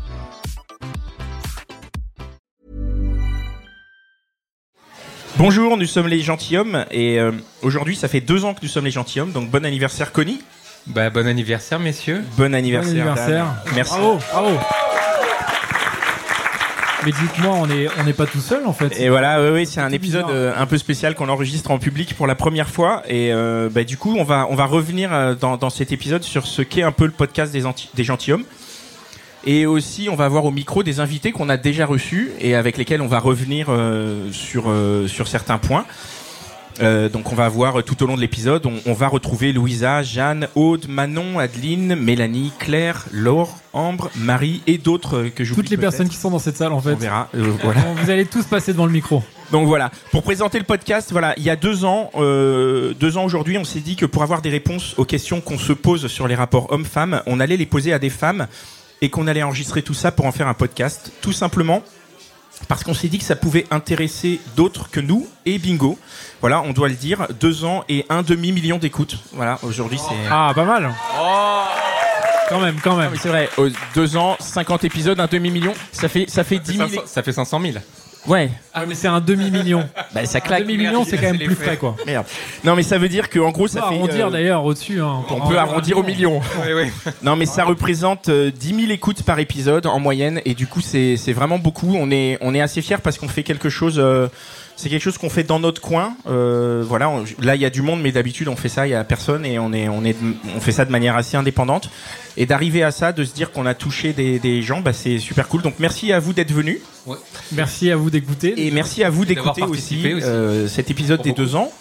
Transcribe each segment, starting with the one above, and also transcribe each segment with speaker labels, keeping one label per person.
Speaker 1: Bonjour, nous sommes les gentilshommes et euh, aujourd'hui ça fait deux ans que nous sommes les gentilshommes, donc bon anniversaire Connie.
Speaker 2: Bah, bon anniversaire, messieurs.
Speaker 1: Bon anniversaire.
Speaker 3: Bon anniversaire.
Speaker 1: Dan. Merci.
Speaker 3: Bravo, bravo. Mais dites-moi, on n'est on n'est pas tout seul en fait.
Speaker 1: Et voilà, oui, oui, c'est un
Speaker 3: tout
Speaker 1: épisode
Speaker 3: bizarre.
Speaker 1: euh, un peu spécial qu'on enregistre en public pour la première fois. Et euh, bah, du coup, on va, on va revenir euh, dans, dans cet épisode sur ce qu'est un peu le podcast des, anti- des gentilshommes. Et aussi, on va avoir au micro des invités qu'on a déjà reçus et avec lesquels on va revenir euh, sur, euh, sur certains points. Euh, donc on va voir euh, tout au long de l'épisode, on, on va retrouver Louisa, Jeanne, Aude, Manon, Adeline, Mélanie, Claire, Laure, Ambre, Marie et d'autres euh, que j'oublie
Speaker 3: Toutes les
Speaker 1: peut-être.
Speaker 3: personnes qui sont dans cette salle en
Speaker 1: On
Speaker 3: fait.
Speaker 1: verra. euh, voilà.
Speaker 3: Bon, Vous allez tous passer devant le micro.
Speaker 1: Donc voilà, pour présenter le podcast, voilà, il y a deux ans, euh, deux ans aujourd'hui, on s'est dit que pour avoir des réponses aux questions qu'on se pose sur les rapports hommes-femmes, on allait les poser à des femmes et qu'on allait enregistrer tout ça pour en faire un podcast, tout simplement parce qu'on s'est dit que ça pouvait intéresser d'autres que nous et bingo, voilà, on doit le dire, deux ans et un demi million d'écoutes, voilà, aujourd'hui c'est.
Speaker 3: Ah, pas mal. Quand même, quand même.
Speaker 1: c'est vrai, euh, deux ans, 50 épisodes, un demi million, ça fait ça fait 10 000.
Speaker 2: 500 ça fait 500 000.
Speaker 1: Ouais,
Speaker 3: Ah, mais c'est un demi-million.
Speaker 1: bah ça
Speaker 3: Un
Speaker 1: claque.
Speaker 3: demi-million, c'est quand même
Speaker 2: C'est
Speaker 3: plus
Speaker 2: les
Speaker 3: frais quoi.
Speaker 1: Merde. Non mais ça veut dire que en gros
Speaker 3: On peut
Speaker 1: ça fait.
Speaker 3: arrondir
Speaker 1: euh,
Speaker 3: d'ailleurs au-dessus. hein.
Speaker 1: On peut arrondir au million.
Speaker 2: Oui, oui.
Speaker 1: Non, mais ça représente euh, 10 000 écoutes par épisode en moyenne, et du coup, c'est c'est vraiment beaucoup. On est, on est assez fiers parce qu'on fait quelque chose. euh, c'est quelque chose qu'on fait dans notre coin. Euh, voilà, on- là il y a du monde, mais d'habitude on fait ça, il y a personne et on est, on est, on fait ça de manière assez indépendante. Et d'arriver à ça, de se dire qu'on a touché des, des gens, bah c'est super cool. Donc merci à vous d'être venus
Speaker 3: Merci à vous d'écouter.
Speaker 1: et merci à vous
Speaker 2: d'avoir
Speaker 1: d'écouter aussi,
Speaker 2: participé aussi.
Speaker 1: euh, cet épisode
Speaker 2: Pour
Speaker 1: des
Speaker 2: beaucoup.
Speaker 1: deux ans.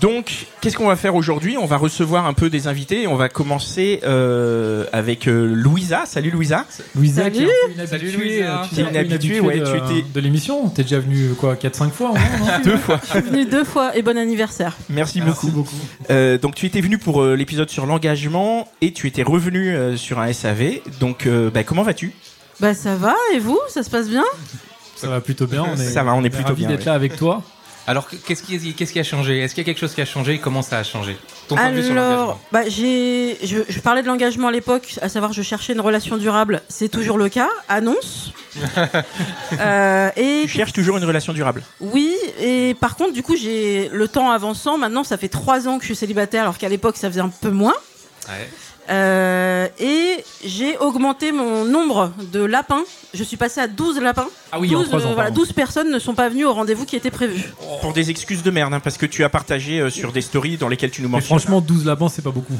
Speaker 1: Donc, qu'est-ce qu'on va faire aujourd'hui On va recevoir un peu des invités. et On va commencer euh, avec euh, Louisa. Salut Louisa.
Speaker 3: Louisa, qui est un peu une
Speaker 2: Salut,
Speaker 3: habituée,
Speaker 2: Louisa.
Speaker 3: euh, qui
Speaker 1: T'es
Speaker 3: est un peu
Speaker 1: une habituée,
Speaker 3: habituée
Speaker 1: ouais,
Speaker 3: de-
Speaker 1: tu étais-
Speaker 3: de l'émission. T'es déjà venu quoi, 4-5 fois au moins, non
Speaker 1: Deux fois.
Speaker 4: venu deux fois et bon anniversaire.
Speaker 1: Merci
Speaker 3: Merci
Speaker 1: beaucoup.
Speaker 3: beaucoup.
Speaker 1: Euh, donc, tu étais venu pour euh, l'épisode sur l'engagement et tu étais revenu euh, sur un SAV. Donc, euh, bah, comment vas-tu
Speaker 4: Bah ça va et vous Ça se passe bien
Speaker 3: Ça va plutôt bien. On est,
Speaker 1: Ça va, on est plutôt
Speaker 3: ravis
Speaker 1: bien,
Speaker 3: d'être
Speaker 1: ouais.
Speaker 3: là avec toi.
Speaker 2: Alors, que- qu'est-ce qui, qu'est-ce qui a changé Est-ce qu'il y a quelque chose qui a changé Comment ça a changé Ton point de vue sur
Speaker 4: Alors,
Speaker 2: l'engagement.
Speaker 4: bah j'ai, je, je parlais de l'engagement à l'époque, à savoir je cherchais une relation durable. C'est toujours le cas. Annonce. Euh, et
Speaker 1: Tu cherches toujours une relation durable.
Speaker 4: oui, et par contre, du coup, j'ai le temps avançant. Maintenant, ça fait trois ans que je suis célibataire, alors qu'à l'époque, ça faisait un peu moins.
Speaker 2: Ouais.
Speaker 4: Euh, et j'ai augmenté mon nombre de lapins. Je suis passée à 12 lapins.
Speaker 3: Ah oui, en
Speaker 4: 12,
Speaker 3: 3 ans.
Speaker 4: euh, voilà,
Speaker 3: pardon.
Speaker 4: 12 personnes ne sont pas venues au rendez-vous qui était prévu.
Speaker 1: Pour des excuses de merde, hein, parce que tu as partagé euh, sur des stories dans lesquelles tu nous
Speaker 3: Mais
Speaker 1: mentionnes.
Speaker 3: franchement, 12 lapins, c'est pas beaucoup.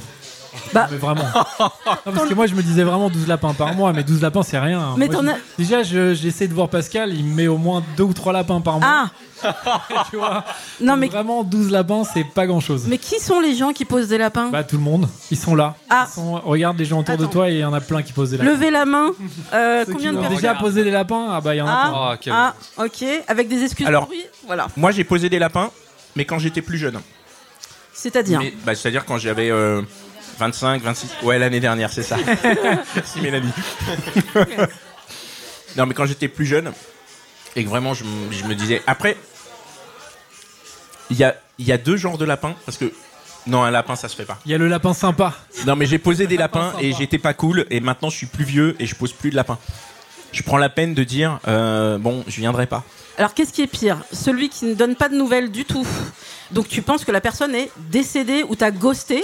Speaker 4: Bah.
Speaker 3: Mais vraiment. Non, parce que moi, je me disais vraiment 12 lapins par mois, mais 12 lapins, c'est rien.
Speaker 4: Mais
Speaker 3: Moi,
Speaker 4: t'en
Speaker 3: je-
Speaker 4: as-
Speaker 3: Déjà, je- j'essaie de voir Pascal, il me met au moins 2 ou 3 lapins par mois.
Speaker 4: Ah
Speaker 3: tu vois.
Speaker 4: Non, mais
Speaker 3: Vraiment, 12 lapins, c'est pas grand chose.
Speaker 4: Mais qui sont les gens qui posent des lapins
Speaker 3: Bah, tout le monde, ils sont là.
Speaker 4: Ah.
Speaker 3: Ils sont- Regarde les gens autour de
Speaker 4: Attends.
Speaker 3: toi et il y en a plein qui posent des lapins.
Speaker 4: Levez la main. Euh,
Speaker 3: Ceux
Speaker 4: combien
Speaker 3: qui
Speaker 4: de
Speaker 3: ont
Speaker 4: personnes
Speaker 3: déjà posé des lapins Ah, bah, il y en a plein.
Speaker 2: Oh,
Speaker 4: ah,
Speaker 2: quel-
Speaker 4: ah, ok. Avec des excuses
Speaker 1: hein, Alors-
Speaker 4: pourries, Voilà.
Speaker 1: Moi, j'ai posé des lapins, mais quand j'étais plus jeune.
Speaker 4: C'est-à-dire.
Speaker 1: Mais, bah, C'est-à-dire quand j'avais euh, 25, 26. Ouais, l'année dernière, c'est ça. Merci Mélanie. non, mais quand j'étais plus jeune, et que vraiment je, me- je me disais. Après, il y a, il y a deux genres de lapins, parce que. Non, un lapin, ça se fait pas.
Speaker 3: Il y a le lapin sympa.
Speaker 1: Non, mais j'ai posé des lapins
Speaker 3: Lapin
Speaker 1: et
Speaker 3: sympa.
Speaker 1: j'étais pas cool, et maintenant je suis plus vieux et je pose plus de lapins. Je prends la peine de dire, euh, bon, je viendrai pas.
Speaker 4: Alors, qu'est-ce qui est pire Celui qui ne donne pas de nouvelles du tout. Donc, tu penses que la personne est décédée ou t'as ghosté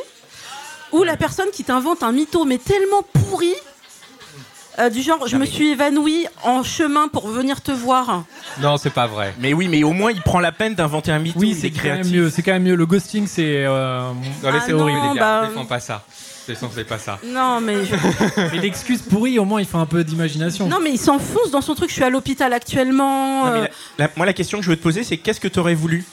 Speaker 4: Ou la personne qui t'invente un mytho, mais tellement pourri euh, du genre, je me suis évanouie en chemin pour venir te voir.
Speaker 2: Non, c'est pas vrai.
Speaker 1: Mais oui, mais au moins il prend la peine d'inventer un mythe.
Speaker 3: Oui,
Speaker 1: il
Speaker 3: c'est
Speaker 1: est
Speaker 3: quand même
Speaker 1: créatif.
Speaker 3: mieux. C'est quand même mieux. Le ghosting, c'est. euh,
Speaker 2: Non, mais
Speaker 4: Ah
Speaker 2: c'est horrible,
Speaker 4: non,
Speaker 2: les gars.
Speaker 4: bah-
Speaker 2: Défends pas ça. Défends c'est pas ça.
Speaker 4: Non mais je-
Speaker 3: Mais l'excuse pourrie, au moins, il fait un peu d'imagination.
Speaker 4: non mais il s'enfonce dans son truc. Je suis à l'hôpital actuellement.
Speaker 1: Non, mais
Speaker 4: euh,
Speaker 1: la- la- moi, la question que je veux te poser, c'est qu'est-ce que t'aurais voulu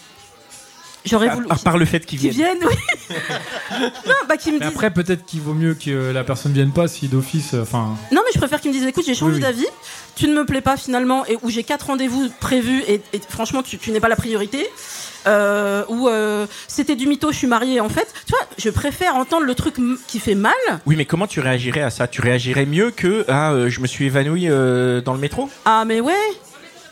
Speaker 4: J'aurais
Speaker 1: À-
Speaker 4: voulu.
Speaker 1: à part le fait qu'ils
Speaker 4: Qui
Speaker 1: viennent.
Speaker 4: viennent, oui. non, bah, qui me
Speaker 3: Mais
Speaker 4: disent.
Speaker 3: après, peut-être qu'il vaut mieux que euh, la personne vienne pas si d'office. euh, Enfin,
Speaker 4: Non, mais je préfère qu'ils me disent écoute, j'ai changé
Speaker 3: Oui, oui.
Speaker 4: d'avis, tu ne me plais pas finalement, et où j'ai quatre rendez-vous prévus, et, et franchement, tu, tu n'es pas la priorité. Euh, ou euh, c'était du mytho, je suis mariée en fait. Tu vois, je préfère entendre le truc m- qui fait mal.
Speaker 1: Oui, mais comment tu réagirais à ça Tu réagirais mieux que ah, euh, je me suis évanoui euh, dans le métro
Speaker 4: Ah, mais ouais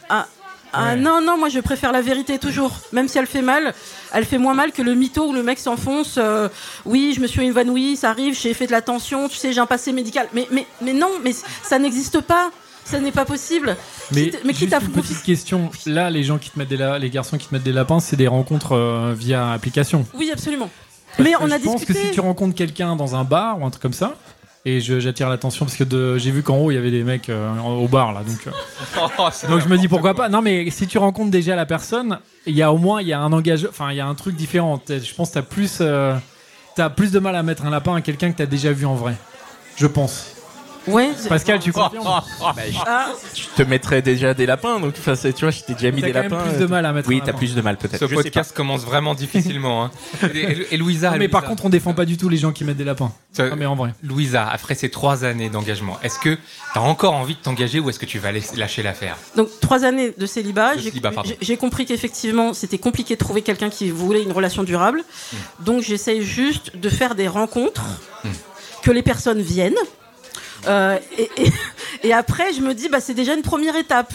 Speaker 4: Ah, ah,
Speaker 3: Ouais.
Speaker 4: non, non, moi je préfère la vérité toujours. Même si elle fait mal, elle fait moins mal que le mytho où le mec s'enfonce. euh, oui, je me suis évanouie, ça arrive, j'ai fait de la tension, tu sais, j'ai un passé médical. Mais, mais, mais non, mais ça n'existe pas. Ça n'est pas possible.
Speaker 3: mais,
Speaker 4: Quitte- mais
Speaker 3: juste
Speaker 4: quitte à
Speaker 3: une
Speaker 4: vous-
Speaker 3: petite question. Là, les gens qui te mettent des la- les garçons qui te mettent des lapins, c'est des rencontres euh, via application.
Speaker 4: Oui, absolument.
Speaker 3: Parce
Speaker 4: mais
Speaker 3: que
Speaker 4: on a
Speaker 3: je pense
Speaker 4: discuté.
Speaker 3: que si tu rencontres quelqu'un dans un bar ou un truc comme ça, et je- j'attire l'attention parce que de- j'ai vu qu'en haut il y avait des mecs euh, en- au bar là, donc. euh,
Speaker 2: Oh,
Speaker 3: donc je me dis pourquoi pas. Non mais si tu rencontres déjà la personne, il y a au moins il y a un engage, enfin il y a un truc différent. T'as- Je pense que t'as plus euh, t'as plus de mal à mettre un lapin à quelqu'un que t'as déjà vu en vrai. Je pense.
Speaker 4: Ouais, c'est-
Speaker 3: Pascal, tu confirmes
Speaker 4: ah,
Speaker 1: Je te mettrais déjà des lapins, donc enfin, c'est- tu vois, je t'ai déjà mis
Speaker 3: T'as
Speaker 1: des
Speaker 3: quand même
Speaker 1: lapins.
Speaker 3: plus
Speaker 1: euh,
Speaker 3: de mal à mettre
Speaker 1: Oui,
Speaker 3: un
Speaker 1: t'as
Speaker 3: lapin.
Speaker 1: plus de mal peut-être.
Speaker 2: Ce
Speaker 1: Je sais
Speaker 2: podcast commence vraiment difficilement. hein. Et, et- et Louisa.
Speaker 3: Non, mais par
Speaker 2: Louisa.
Speaker 3: contre, on défend pas du tout les gens qui mettent des lapins.
Speaker 2: Ça-
Speaker 3: Non mais en vrai.
Speaker 2: Louisa, après ces trois années d'engagement, est-ce que t'as encore envie de t'engager ou est-ce que tu vas laisser- lâcher l'affaire
Speaker 4: donc trois années de célibat,
Speaker 2: De
Speaker 4: j'ai-
Speaker 2: célibat, pardon.
Speaker 4: j'ai- j'ai compris qu'effectivement c'était compliqué de trouver quelqu'un qui voulait une relation durable. Donc j'essaye juste de faire des rencontres, que les personnes viennent. Euh, et, et- et après je me dis bah c'est déjà une première étape.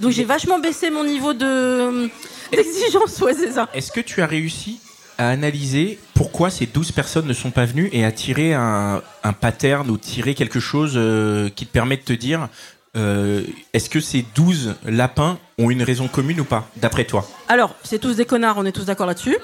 Speaker 4: Donc j'ai vachement baissé mon niveau de euh, d'exigence, ouais c'est ça.
Speaker 1: pas. Est-ce que tu as réussi à analyser pourquoi ces 12 personnes ne sont pas venues et à tirer un, un pattern ou tirer quelque chose euh, qui te permet de te dire euh, est-ce que ces 12 lapins ont une raison commune ou pas, d'après toi
Speaker 4: Alors c'est tous des connards, on est tous d'accord là-dessus.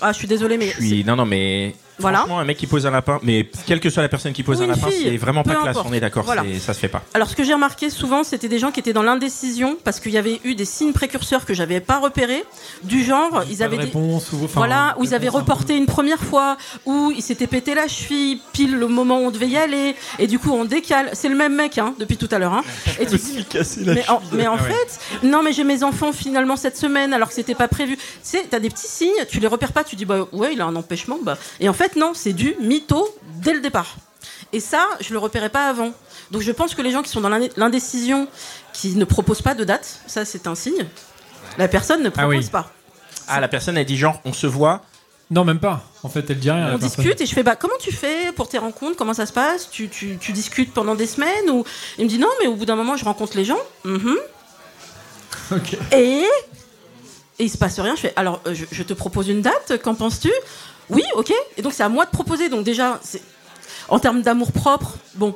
Speaker 4: Ah je suis désolée mais
Speaker 1: Je suis. Non, non, mais.
Speaker 4: Voilà.
Speaker 1: Franchement, un mec qui pose un lapin, mais quelle que soit la personne qui pose
Speaker 4: Ou
Speaker 1: un
Speaker 4: une
Speaker 1: lapin,
Speaker 4: fille,
Speaker 1: c'est vraiment pas
Speaker 4: peu
Speaker 1: classe,
Speaker 4: importe.
Speaker 1: on est d'accord,
Speaker 4: Voilà.
Speaker 1: c'est- ça se fait pas.
Speaker 4: Alors, ce que j'ai remarqué souvent, c'était des gens qui étaient dans l'indécision parce qu'il y avait eu des signes précurseurs que j'avais pas repérés, du genre, ils
Speaker 3: Pas
Speaker 4: avaient
Speaker 3: de
Speaker 4: des-
Speaker 3: réponse ou- enfin,
Speaker 4: Voilà, où ils avaient
Speaker 3: réponse un peu-
Speaker 4: reporté une première fois, où ils s'étaient pété la cheville, pile le moment où on devait y aller, et du coup on décale. C'est le même mec, hein, depuis tout à l'heure. Hein. Et tu dis, mais en, mais en fait, non, mais j'ai mes enfants finalement cette semaine alors que c'était pas prévu. Tu sais, t'as des petits signes, tu les repères pas, tu dis bah ouais, il a un empêchement. Bah. Et en fait, non, c'est du mytho dès le départ. Et ça, je le repérais pas avant. Donc je pense que les gens qui sont dans l'indé- l'indécision, qui ne proposent pas de date, ça c'est un signe. La personne ne propose
Speaker 3: Ah oui.
Speaker 4: pas.
Speaker 1: Ah, la personne a dit genre, on se voit.
Speaker 3: Non, même pas. En fait, elle dit rien. à la
Speaker 4: On
Speaker 3: personne.
Speaker 4: discute et je fais bah comment tu fais pour tes rencontres Comment ça se passe tu, tu, tu discutes pendant des semaines ou il me dit non mais au bout d'un moment je rencontre les gens. Mhm.
Speaker 3: Ok.
Speaker 4: Et, et il se passe rien. Je fais alors euh, je, je te propose une date. Qu'en penses-tu Oui ok. Et donc c'est à moi de proposer. Donc déjà c'est en termes d'amour propre bon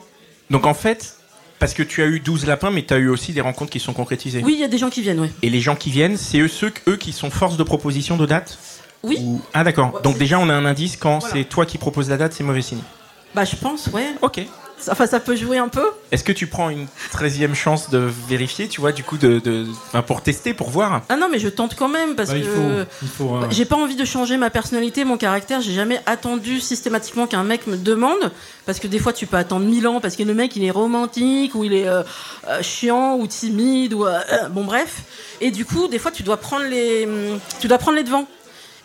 Speaker 1: Donc en fait, parce que tu as eu 12 lapins, mais tu as eu aussi des rencontres qui sont concrétisées.
Speaker 4: oui il y a des gens qui viennent oui.
Speaker 1: Et les gens qui viennent, c'est eux, ceux, eux qui sont force de proposition de date
Speaker 4: Oui.
Speaker 1: Ou- Ah, d'accord.
Speaker 4: Ouais,
Speaker 1: Donc
Speaker 4: c'est-
Speaker 1: déjà, on a un indice quand
Speaker 4: Voilà.
Speaker 1: c'est toi qui proposes la date, c'est mauvais signe.
Speaker 4: Bah je pense ouais.
Speaker 1: Ok.
Speaker 4: Enfin ça peut jouer un peu.
Speaker 1: Est-ce que tu prends une 13 chance de vérifier, tu vois, du coup, de, de- enfin, pour tester, pour voir
Speaker 4: Ah non mais je tente quand même parce
Speaker 3: Bah, il
Speaker 4: que.
Speaker 3: faut. Il faut euh,
Speaker 4: J'ai pas envie de changer ma personnalité, mon caractère. J'ai jamais attendu systématiquement qu'un mec me demande, parce que des fois tu peux attendre mille ans parce que le mec il est romantique ou il est euh, euh, chiant ou timide ou euh, euh, bon bref. Et du coup, des fois tu dois prendre les, hum, tu dois prendre les devants.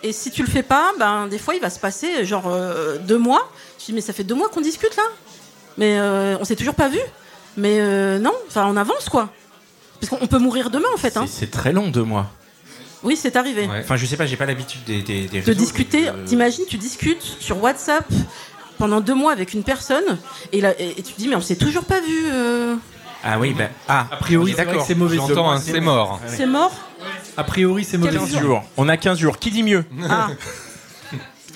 Speaker 4: Et si tu le fais pas, ben des fois il va se passer genre euh, deux mois. Je dis mais ça fait deux mois qu'on discute là, mais euh, on s'est toujours pas vu. Mais euh, non, enfin on avance quoi. Parce qu'on peut mourir demain en fait. Hein.
Speaker 1: C'est- C'est très long, deux mois.
Speaker 4: Oui, c'est arrivé
Speaker 2: Ouais.
Speaker 1: Enfin, je sais pas, j'ai pas l'habitude des, des, des
Speaker 4: de
Speaker 1: réseaux,
Speaker 4: discuter.
Speaker 1: mais, euh,
Speaker 4: T'imagines, tu discutes sur WhatsApp pendant deux mois avec une personne et, là, et, et tu te dis mais on s'est toujours pas vu. euh,
Speaker 1: Ah oui, bah, ah,
Speaker 3: A priori,
Speaker 1: on est
Speaker 3: c'est vrai
Speaker 1: d'accord.
Speaker 3: que c'est mauvais.
Speaker 2: J'entends un c'est mort.
Speaker 4: C'est mort.
Speaker 3: A priori, c'est mauvais.
Speaker 4: Quel
Speaker 1: 15 jours. On a 15 jours. Qui dit mieux
Speaker 4: Ah.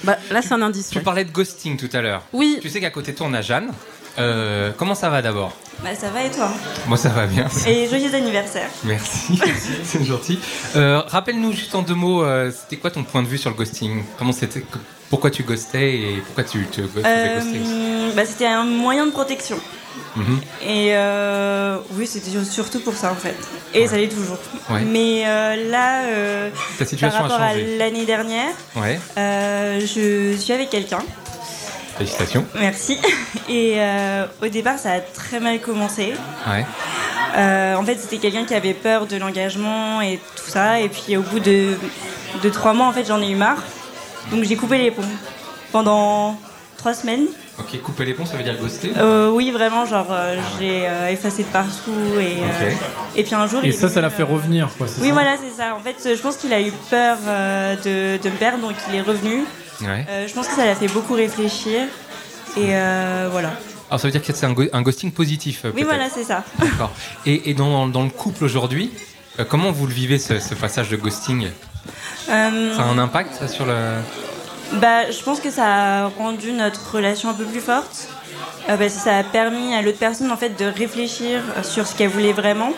Speaker 4: bah, là c'est un indice.
Speaker 2: Tu
Speaker 4: ouais.
Speaker 2: parlais de ghosting tout à l'heure.
Speaker 4: Oui.
Speaker 2: Tu sais qu'à côté de toi, on a Jeanne. Euh, comment ça va d'abord
Speaker 5: Bah ça va et toi
Speaker 2: Moi, ça va bien.
Speaker 5: Et joyeux anniversaire.
Speaker 2: Merci. c'est gentil. Euh, Rappelle-nous juste en deux mots, euh, c'était quoi ton point de vue sur le ghosting Comment c'était Pourquoi tu ghostais et pourquoi tu te go- tu faisais ghoster aussi
Speaker 5: Euh, bah, c'était un moyen de protection.
Speaker 2: Mhm.
Speaker 5: Et euh, oui, c'était surtout pour ça en fait. Et ça l'est toujours.
Speaker 2: Ouais.
Speaker 5: Mais euh, là, euh,
Speaker 2: Ta
Speaker 5: par
Speaker 2: situation a
Speaker 5: rapport à
Speaker 2: changé.
Speaker 5: l'année dernière,
Speaker 2: Ouais.
Speaker 5: euh, je suis avec quelqu'un.
Speaker 2: Félicitations.
Speaker 5: Merci. Et euh, au départ, ça a très mal commencé.
Speaker 2: Ouais.
Speaker 5: Euh, en fait, c'était quelqu'un qui avait peur de l'engagement et tout ça. Et puis, au bout de, de trois mois, en fait, j'en ai eu marre. Donc, j'ai coupé les ponts pendant trois semaines.
Speaker 2: Ok, couper les ponts, ça veut dire ghoster
Speaker 5: Euh, oui, vraiment, genre, euh, j'ai euh, effacé de partout. Et, euh,
Speaker 2: Ok.
Speaker 5: et puis, un jour.
Speaker 3: Et
Speaker 5: il
Speaker 3: ça,
Speaker 5: est
Speaker 3: ça l'a
Speaker 5: venu,
Speaker 3: fait
Speaker 5: euh,
Speaker 3: revenir, quoi. c'est
Speaker 5: Oui,
Speaker 3: ça
Speaker 5: voilà, c'est ça. En fait, euh, je pense qu'il a eu peur euh, de, de me perdre, donc il est revenu.
Speaker 2: Ouais.
Speaker 5: Euh, je pense que ça l'a fait beaucoup réfléchir. Et euh, voilà.
Speaker 2: Alors ça veut dire que c'est un, go- un ghosting positif. euh,
Speaker 5: Oui,
Speaker 2: peut-être.
Speaker 5: voilà, c'est ça.
Speaker 2: D'accord. Et, et dans, dans le couple aujourd'hui, euh, comment vous le vivez ce, ce passage de ghosting
Speaker 5: Euh,
Speaker 2: Ça a un impact ça, sur le.
Speaker 5: bah, je pense que ça a rendu notre relation un peu plus forte. euh, parce que ça a permis à l'autre personne en fait de réfléchir sur ce qu'elle voulait vraiment.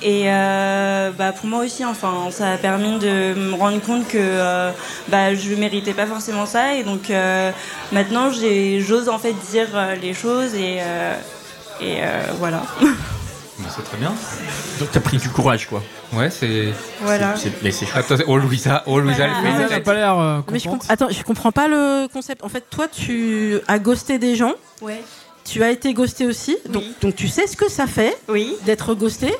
Speaker 5: Et euh, bah, pour moi aussi, enfin, ça a permis de me rendre compte que euh, bah, je méritais pas forcément ça. Et donc euh, maintenant, j'ai- j'ose en fait dire euh, les choses et, euh, et euh, voilà.
Speaker 2: Bah, c'est très bien.
Speaker 1: Donc t'as pris du courage, quoi.
Speaker 2: Ouais, c'est.
Speaker 5: voilà.
Speaker 1: C'est- c'est- mais c'est chouette.
Speaker 2: Attends, oh Louisa, oh Louisa,
Speaker 5: Voilà.
Speaker 2: elle fait
Speaker 3: Louisa
Speaker 2: une
Speaker 5: Louisa
Speaker 3: n'a
Speaker 2: tête.
Speaker 3: pas l'air euh,
Speaker 4: Mais je
Speaker 3: contente.
Speaker 4: comp- Attends, je comprends pas le concept. En fait, toi, tu as ghosté des gens.
Speaker 5: Ouais.
Speaker 4: Tu as été ghosté aussi. Donc,
Speaker 5: Oui.
Speaker 4: donc tu sais ce que ça fait
Speaker 5: Oui.
Speaker 4: d'être ghosté.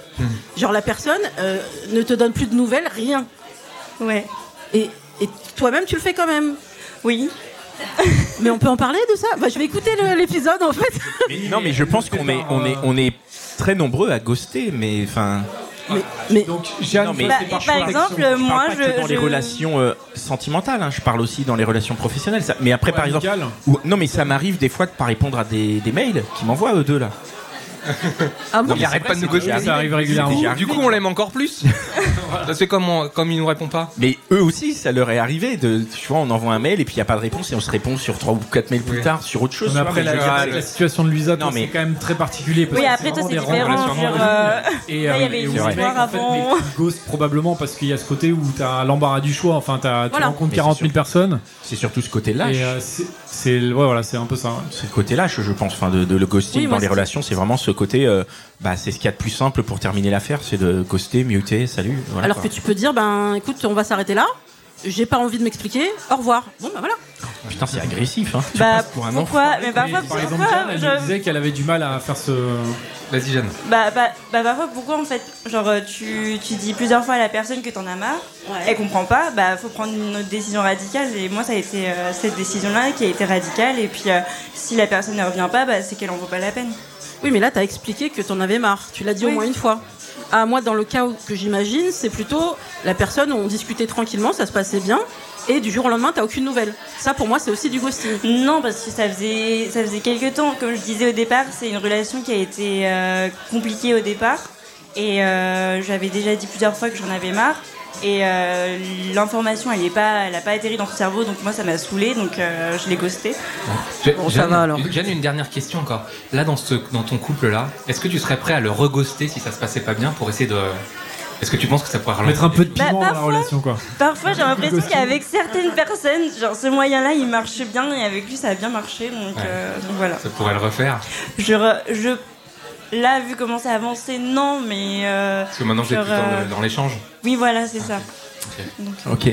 Speaker 4: Genre la personne euh, ne te donne plus de nouvelles, rien.
Speaker 5: Ouais.
Speaker 4: Et, et toi-même, tu le fais quand même.
Speaker 5: Oui.
Speaker 4: Mais on peut en parler de ça Bah, Je vais écouter le- l'épisode en fait.
Speaker 1: non, mais je pense qu'on est, on est, on est très nombreux à ghoster, mais enfin.
Speaker 4: Mais, mais-
Speaker 3: Donc, Jeanne,
Speaker 1: Non, mais-
Speaker 3: faut-
Speaker 5: Bah,
Speaker 1: c'est par
Speaker 5: par
Speaker 1: choix.
Speaker 5: exemple,
Speaker 1: Je parle
Speaker 5: moi,
Speaker 1: pas
Speaker 5: je-
Speaker 1: que dans les
Speaker 5: je-
Speaker 1: relations euh, sentimentales, hein, je parle aussi dans les relations professionnelles. ça- Mais après,
Speaker 3: Ouais,
Speaker 1: par exemple,
Speaker 3: amicales.
Speaker 1: ou- non, mais ça m'arrive des fois de pas répondre à des, des mails qui m'envoient eux deux là.
Speaker 4: ah bon
Speaker 2: Il arrête pas de nous
Speaker 1: ghoster.
Speaker 2: ghoster.
Speaker 3: ça arrive régulièrement.
Speaker 1: déjà-
Speaker 2: Du coup, on l'aime encore plus. Parce que comme, on- comme il nous répond pas.
Speaker 1: Mais eux aussi, ça leur est arrivé. De, tu vois, on envoie un mail et puis il n'y a pas de réponse et on se répond sur trois ou quatre mails plus
Speaker 2: Oui.
Speaker 1: tard sur autre chose. tu
Speaker 3: Mais
Speaker 1: vois,
Speaker 3: après
Speaker 1: mais je-
Speaker 3: la, la situation de Luisa, toi,
Speaker 1: Non, mais-
Speaker 3: c'est quand même très particulier. Parce
Speaker 5: Oui,
Speaker 3: que
Speaker 5: après, toi,
Speaker 3: vraiment
Speaker 5: c'est
Speaker 3: des
Speaker 5: différent,
Speaker 3: relations
Speaker 5: genre,
Speaker 3: amoureuses.
Speaker 5: euh, là, il
Speaker 3: Et,
Speaker 5: y
Speaker 3: euh,
Speaker 5: avait
Speaker 3: et
Speaker 5: une
Speaker 3: où
Speaker 1: histoire
Speaker 3: les mecs, en fait,
Speaker 5: avant.
Speaker 3: mais tu ghostes probablement parce qu'il y a ce côté où tu as l'embarras du choix. Enfin, t'as- tu
Speaker 4: Voilà.
Speaker 3: rencontres
Speaker 1: Mais
Speaker 3: 40
Speaker 1: c'est
Speaker 3: 000
Speaker 1: sûr.
Speaker 3: personnes.
Speaker 1: C'est surtout ce côté lâche.
Speaker 3: Et euh, c'est- c'est ouais, voilà, c'est un peu ça. ouais.
Speaker 1: C'est le côté lâche, je pense. Enfin, de, de le ghosting
Speaker 4: Oui, moi,
Speaker 1: dans les
Speaker 4: c'est-
Speaker 1: relations, c'est vraiment ce côté. euh, bah, c'est ce qu'il y a de plus simple pour terminer l'affaire, c'est de ghoster, muter, salut. voilà,
Speaker 4: Alors
Speaker 1: quoi.
Speaker 4: que tu peux dire, ben écoute, on va s'arrêter là. J'ai pas envie de m'expliquer. Au revoir. Bon, bah voilà.
Speaker 1: Putain, c'est agressif. Hein. Tu
Speaker 5: bah
Speaker 1: passes pour un
Speaker 5: pourquoi Mais
Speaker 3: Et
Speaker 5: parfois,
Speaker 3: par exemple,
Speaker 5: pourquoi
Speaker 3: Jeanne, elle
Speaker 5: je-
Speaker 3: nous disait qu'elle avait du mal à faire ce.
Speaker 2: Vas-y, Jeanne.
Speaker 5: Bah, bah, bah parfois, pourquoi en fait Genre, euh, tu, tu dis plusieurs fois à la personne que t'en as marre,
Speaker 4: Ouais.
Speaker 5: elle comprend pas, bah faut prendre une autre décision radicale. Et moi, ça a été euh, cette décision-là qui a été radicale. Et puis, euh, si la personne ne revient pas, bah, c'est qu'elle en vaut pas la peine.
Speaker 4: Oui, mais là, t'as expliqué que t'en avais marre. Ah, Tu l'as dit au
Speaker 5: Oui.
Speaker 4: moins une fois. Ah, moi, dans le cas où- que j'imagine, c'est plutôt la personne où on discutait tranquillement, ça se passait bien, et du jour au lendemain, t'as aucune nouvelle. Ça, pour moi, c'est aussi du ghosting.
Speaker 5: Non, parce que ça faisait, ça faisait quelques temps. Comme je disais au départ, c'est une relation qui a été euh, compliquée au départ. Et euh, j'avais déjà dit plusieurs fois que j'en avais marre. Et euh, l'information, elle n'a pas, elle a pas atterri dans son cerveau. Donc moi, ça m'a saoulée. Donc euh, je l'ai ghosté.
Speaker 2: Je-
Speaker 4: Bon, ça
Speaker 2: Jeanne,
Speaker 4: va, alors.
Speaker 2: Jeanne, une dernière question encore. Là, dans, ce, dans ton couple là, est-ce que tu serais prêt à le reghoster si ça se passait pas bien pour essayer de. Est-ce que tu penses que ça pourrait ralentir
Speaker 3: Mettre un peu de
Speaker 2: Bah,
Speaker 3: piment dans la
Speaker 5: parfois-
Speaker 3: relation, quoi.
Speaker 5: Parfois, j'ai l'impression qu'avec certaines personnes, genre ce moyen-là, il marche bien. Et avec lui, ça a bien marché. Donc,
Speaker 2: Ouais.
Speaker 5: euh, donc voilà.
Speaker 2: Ça pourrait le refaire.
Speaker 5: Je, re- je, là, vu comment ça a avancé, non. Mais euh,
Speaker 2: Parce que maintenant, j'ai
Speaker 5: Sur,
Speaker 2: plus dans
Speaker 5: euh,
Speaker 2: le- dans l'échange. Ah,
Speaker 5: oui, voilà, c'est ça.
Speaker 1: Ok.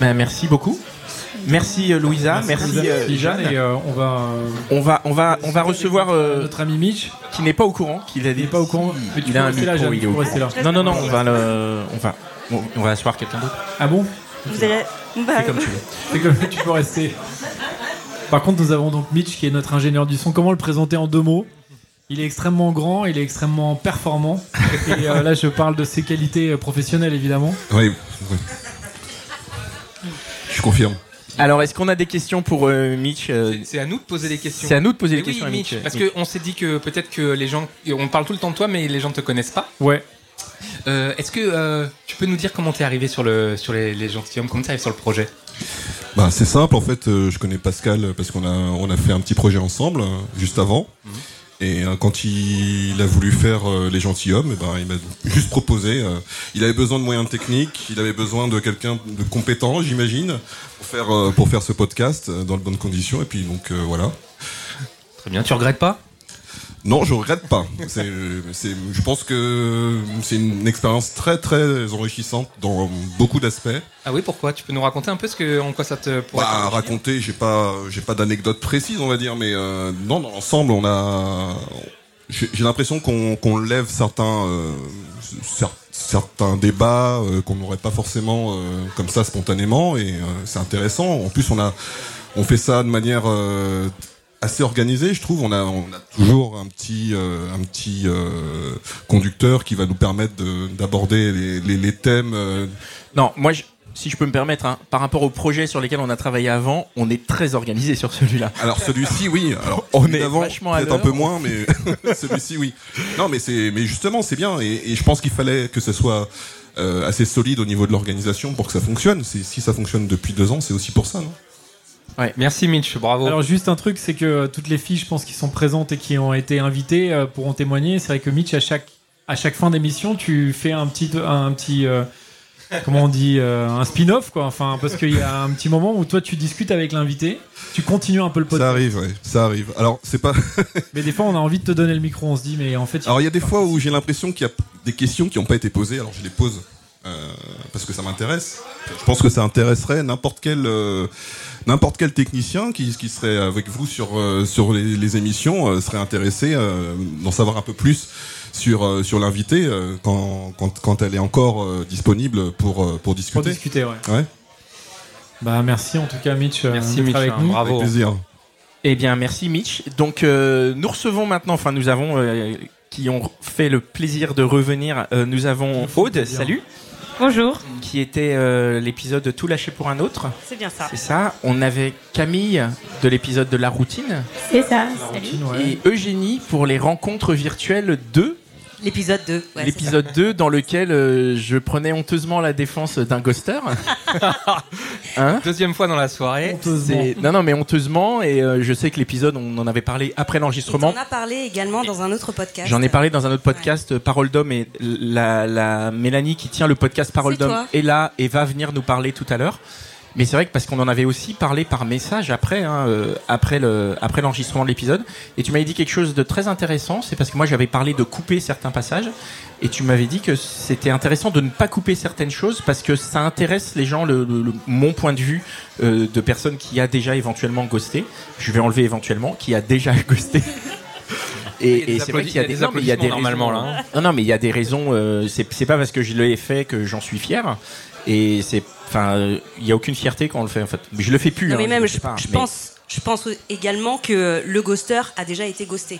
Speaker 1: Ben, merci beaucoup. Merci euh, Louisa, merci,
Speaker 3: Luisa,
Speaker 1: euh,
Speaker 3: Jeanne.
Speaker 1: Jeanne.
Speaker 3: Et euh, on va. euh,
Speaker 1: On va, on va, on va recevoir euh,
Speaker 3: notre ami Mitch.
Speaker 1: qui n'est pas au courant, qu'il a
Speaker 3: Il est pas au courant. Mais tu
Speaker 1: Il
Speaker 3: peux
Speaker 1: a un
Speaker 3: rester là,
Speaker 1: micro,
Speaker 3: Jeanne,
Speaker 1: il est
Speaker 3: tu
Speaker 1: au
Speaker 3: peux rester
Speaker 1: courant.
Speaker 3: là.
Speaker 1: Non, non, non, on va le, on va, on, on va asseoir quelqu'un d'autre.
Speaker 3: Ah bon
Speaker 5: Vous allez. bah,
Speaker 1: Fais comme tu veux.
Speaker 3: C'est comme ça, tu peux rester. Par contre, nous avons donc Mitch qui est notre ingénieur du son. Comment le présenter en deux mots Il est extrêmement grand, il est extrêmement performant. Et euh, là, je parle de ses qualités euh, professionnelles, évidemment.
Speaker 6: Oui. oui. Je confirme.
Speaker 1: Alors, est-ce qu'on a des questions pour euh, Mitch euh,
Speaker 2: C'est- C'est à nous de poser des questions.
Speaker 1: C'est à nous de poser
Speaker 2: Mais
Speaker 1: les
Speaker 2: oui,
Speaker 1: questions à
Speaker 2: Mitch,
Speaker 1: Mitch.
Speaker 2: parce
Speaker 1: Mitch.
Speaker 2: qu'on s'est dit que peut-être que les gens, on parle tout le temps de toi, mais les gens te connaissent pas.
Speaker 3: Ouais.
Speaker 2: Euh, Est-ce que euh, tu peux nous dire comment t'es arrivé sur le sur les, les gentilshommes, comment t'es arrivé sur le projet
Speaker 6: Bah, c'est simple, en fait, euh, je connais Pascal euh, parce qu'on a, on a fait un petit projet ensemble, euh, juste avant.
Speaker 2: Mhm.
Speaker 6: Et euh, quand il a voulu faire euh, Les Gentilhommes, eh ben, il m'a juste proposé. euh, il avait besoin de moyens techniques, il avait besoin de quelqu'un de compétent, j'imagine, pour faire, euh, pour faire ce podcast euh, dans de bonnes conditions. Et puis, donc, euh, voilà.
Speaker 2: Très bien, tu regrettes pas
Speaker 6: Non, je regrette pas. C'est, c'est- je pense que c'est une expérience très très enrichissante dans beaucoup d'aspects.
Speaker 2: Ah oui, pourquoi Tu peux nous raconter un peu ce que en quoi ça te pourrait
Speaker 6: Bah, à
Speaker 2: t'enrichir
Speaker 6: euh, raconter, j'ai pas j'ai pas d'anecdote précise, on va dire, mais euh, non, dans l'ensemble, on a j'ai j'ai l'impression qu'on qu'on lève certains, euh, cer- certains débats euh, qu'on n'aurait pas forcément euh, comme ça spontanément et euh, c'est intéressant. En plus, on a, on fait ça de manière euh, assez organisée, je trouve. On a, on a toujours un petit, euh, un petit euh, conducteur qui va nous permettre de- d'aborder les, les- les thèmes. euh,
Speaker 1: Non, moi, je- si je peux me permettre, hein, par rapport aux projets sur lesquels on a travaillé avant, on est très organisé sur celui-là.
Speaker 6: Alors celui-ci, oui. Alors
Speaker 1: On
Speaker 6: celui
Speaker 1: est
Speaker 6: d'avant,
Speaker 1: vachement à
Speaker 6: peut-être un
Speaker 1: l'heure.
Speaker 6: peu moins, mais celui-ci, oui. Non, mais c'est, mais justement, c'est bien. Et, et je pense qu'il fallait que ce soit euh, assez solide au niveau de l'organisation pour que ça fonctionne. C'est- si ça fonctionne depuis deux ans, c'est aussi pour ça, non
Speaker 2: Merci Mitch, bravo.
Speaker 3: Alors juste un truc, c'est que euh, toutes les filles, je pense, qui sont présentes et qui ont été invitées euh, pourront témoigner. C'est vrai que Mitch, à chaque, à chaque fin d'émission, tu fais un petit... Un petit euh, Comment on dit euh, un spin-off quoi enfin parce qu'il y a un petit moment où toi tu discutes avec l'invité tu continues un peu le
Speaker 6: Ça
Speaker 3: podcast
Speaker 6: arrive, ouais, ça arrive. Alors c'est pas.
Speaker 3: mais des fois on a envie de te donner le micro on se dit mais en fait il-
Speaker 6: Alors il y a des fois où j'ai l'impression qu'il y a des questions qui n'ont pas été posées. Alors je les pose euh, parce que ça m'intéresse. Je pense que ça intéresserait n'importe quel euh, n'importe quel technicien qui, qui serait avec vous sur euh, sur les, les émissions euh, serait intéressé euh, d'en savoir un peu plus sur euh, sur l'invité euh, quand, quand quand elle est encore euh, disponible pour euh, pour
Speaker 3: pour
Speaker 6: discuter.
Speaker 3: discuter ouais
Speaker 6: Ouais,
Speaker 3: bah merci en tout cas Mitch euh,
Speaker 2: Merci
Speaker 3: d'être
Speaker 2: Mitch,
Speaker 3: avec
Speaker 2: hein,
Speaker 3: nous
Speaker 6: avec
Speaker 2: bravo.
Speaker 6: plaisir.
Speaker 1: Eh bien, merci Mitch. Donc, euh, nous recevons maintenant, enfin, nous avons, euh, qui ont fait le plaisir de revenir, euh, nous avons Aude,
Speaker 3: plaisir.
Speaker 1: salut,
Speaker 7: Bonjour.
Speaker 1: qui était euh, l'épisode de Tout lâcher pour un autre.
Speaker 7: C'est bien ça.
Speaker 1: C'est ça. On avait Camille de l'épisode de La Routine
Speaker 7: C'est ça.
Speaker 3: Routine, ouais.
Speaker 1: et Eugénie pour les rencontres virtuelles 2,
Speaker 8: L'épisode 2. ouais, c'est ça.
Speaker 1: l'épisode 2 dans lequel euh, je prenais honteusement la défense d'un ghoster. hein
Speaker 2: Deuxième fois dans la soirée.
Speaker 3: Honteusement.
Speaker 1: C'est- Non, non, mais honteusement, et euh, je sais que l'épisode, on en avait parlé après l'enregistrement.
Speaker 8: On en a parlé également dans un autre podcast.
Speaker 1: J'en ai parlé dans un autre podcast, euh, Parole d'homme, et la, la Mélanie qui tient le podcast Parole
Speaker 8: C'est
Speaker 1: d'homme
Speaker 8: toi.
Speaker 1: est là et va venir nous parler tout à l'heure. Mais c'est vrai que parce qu'on en avait aussi parlé par message après, hein, euh, après le, après l'enregistrement de l'épisode, et tu m'avais dit quelque chose de très intéressant. C'est parce que moi j'avais parlé de couper certains passages, et tu m'avais dit que c'était intéressant de ne pas couper certaines choses parce que ça intéresse les gens. Le, le- le- mon point de vue euh, de personne qui a déjà éventuellement ghosté, je vais enlever éventuellement, qui a déjà ghosté.
Speaker 2: Ah, Il y a
Speaker 1: Et,
Speaker 2: des
Speaker 1: et c'est vrai
Speaker 2: applaudi-
Speaker 1: qu'il y a des, non, mais il y a des
Speaker 2: applaudissements normalement,
Speaker 1: raisons-
Speaker 2: là, hein.
Speaker 1: Non, non, mais il y a des raisons. euh, c'est c'est pas parce que je l'ai fait que j'en suis fier. Et c'est, enfin, euh, il y a aucune fierté quand on le fait. En fait, je le fais plus.
Speaker 8: Non,
Speaker 1: hein,
Speaker 8: mais même,
Speaker 1: le
Speaker 8: je,
Speaker 1: fais pas,
Speaker 8: je
Speaker 1: mais-
Speaker 8: pense, je pense également que le ghoster a déjà été ghosté.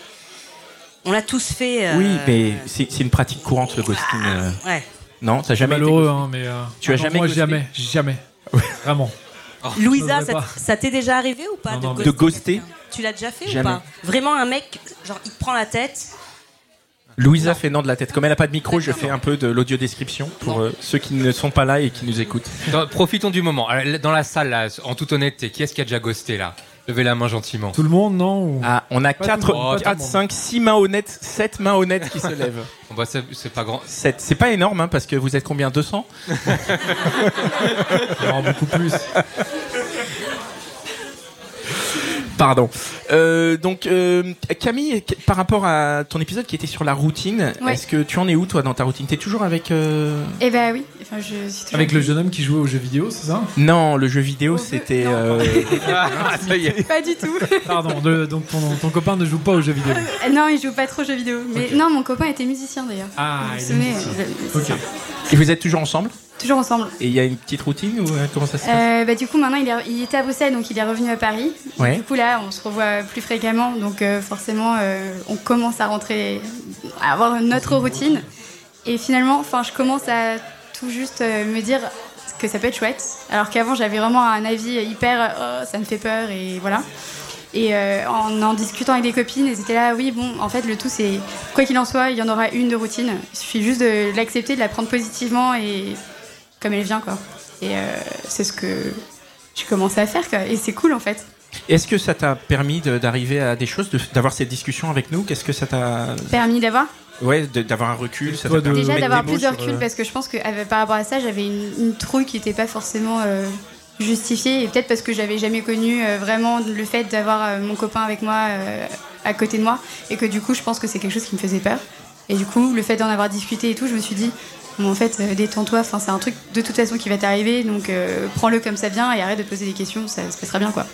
Speaker 8: On l'a tous fait. euh, Ah,
Speaker 1: Oui, mais c'est c'est une pratique courante le ghosting. euh.
Speaker 8: Ouais.
Speaker 1: Non, t'as jamais. été
Speaker 3: malheureux hein, mais euh,
Speaker 1: Tu as
Speaker 3: ah non,
Speaker 1: jamais
Speaker 3: moi
Speaker 1: ghosté
Speaker 3: jamais jamais vraiment
Speaker 8: Louisa,
Speaker 3: j'oserais
Speaker 8: ça,
Speaker 3: Oh, pas.
Speaker 8: t- ça t'est déjà arrivé ou pas
Speaker 3: Non, non, mais-
Speaker 1: De ghoster
Speaker 8: quelqu'un Tu l'as déjà fait
Speaker 1: Jamais.
Speaker 8: ou pas Vraiment un mec, genre il te prend la tête.
Speaker 1: Louisa fait non de la tête. Comme elle a pas de micro, je fais un peu de l'audio description pour euh, ceux qui ne sont pas là et qui nous écoutent.
Speaker 2: Dans- profitons du moment. Alors, Dans la salle, là, en toute honnêteté, qui est-ce qui a déjà ghosté là Levez la main gentiment.
Speaker 3: tout le monde non ou-
Speaker 1: Ah, on a
Speaker 3: Pas
Speaker 1: 4,
Speaker 3: tout le monde, pas tout le
Speaker 1: 4
Speaker 3: monde.
Speaker 1: 5, 6 mains honnêtes, 7 mains honnêtes qui se lèvent.
Speaker 2: Bon, bah, c'est c'est pas grand.
Speaker 1: Sept. C'est pas énorme hein, parce que vous êtes combien 200
Speaker 3: Non, beaucoup plus
Speaker 1: Pardon. Euh, donc euh, Camille, qu- par rapport à ton épisode qui était sur la routine,
Speaker 7: Ouais.
Speaker 1: est-ce que tu en es où toi dans ta routine T'es toujours avec euh,
Speaker 7: Eh ben oui. Enfin, je suis toujours-
Speaker 3: avec le jeune homme qui jouait aux jeux vidéo c'est ça
Speaker 1: Non, le jeu vidéo c'était.
Speaker 7: non.
Speaker 1: euh,
Speaker 2: Ah, ça y est.
Speaker 7: Pas du tout.
Speaker 3: pardon de- donc ton, ton copain ne joue pas aux jeux vidéo
Speaker 7: non, il joue pas trop aux jeux vidéo. Mais non, mon copain était musicien d'ailleurs.
Speaker 3: ah il
Speaker 7: Vous vous
Speaker 3: est
Speaker 7: souvenez,
Speaker 3: musicien.
Speaker 7: euh, c'est
Speaker 3: ok
Speaker 7: ça.
Speaker 1: Et vous êtes toujours ensemble
Speaker 7: Toujours ensemble.
Speaker 1: Et il y a une petite routine ou euh, comment ça se passe
Speaker 7: Euh, bah, du coup, maintenant, il, est- il était à Bruxelles, donc il est revenu à Paris.
Speaker 1: Ouais.
Speaker 7: Du coup, là, on se revoit plus fréquemment, donc euh, forcément, euh, on commence à rentrer, à avoir notre routine. Et finalement, enfin, je commence à tout juste euh, me dire que ça peut être chouette. Alors qu'avant, j'avais vraiment un avis hyper, euh, oh, ça me fait peur, et voilà. Et euh, en en discutant avec des copines, elles étaient là, oui, bon, en fait, le tout, c'est quoi qu'il en soit, il y en aura une de routine. Il suffit juste de l'accepter, de la prendre positivement et comme elle vient, quoi. Et euh, c'est ce que j'ai commencé à faire, quoi. Et c'est cool, en fait.
Speaker 1: Est-ce que ça t'a permis de- d'arriver à des choses, de- d'avoir cette discussion avec nous Qu'est-ce que ça t'a,
Speaker 7: Permis d'avoir
Speaker 1: ouais, de- d'avoir un recul ça
Speaker 3: Toi,
Speaker 1: t'a permis
Speaker 7: Déjà
Speaker 1: mettre
Speaker 7: d'avoir
Speaker 1: des
Speaker 7: plus
Speaker 1: mots
Speaker 7: de
Speaker 1: sur,
Speaker 7: recul
Speaker 1: euh,
Speaker 7: parce que je pense que euh, par rapport à ça, j'avais une, une trouille qui n'était pas forcément euh, justifiée et peut-être parce que j'avais jamais connu euh, vraiment le fait d'avoir euh, mon copain avec moi euh, à côté de moi et que du coup, je pense que c'est quelque chose qui me faisait peur. Et du coup, le fait d'en avoir discuté et tout, je me suis dit, bon, en fait, euh, détends-toi, enfin, c'est un truc de toute façon qui va t'arriver, donc euh, prends-le comme ça vient et arrête de te poser des questions, ça se passera bien quoi.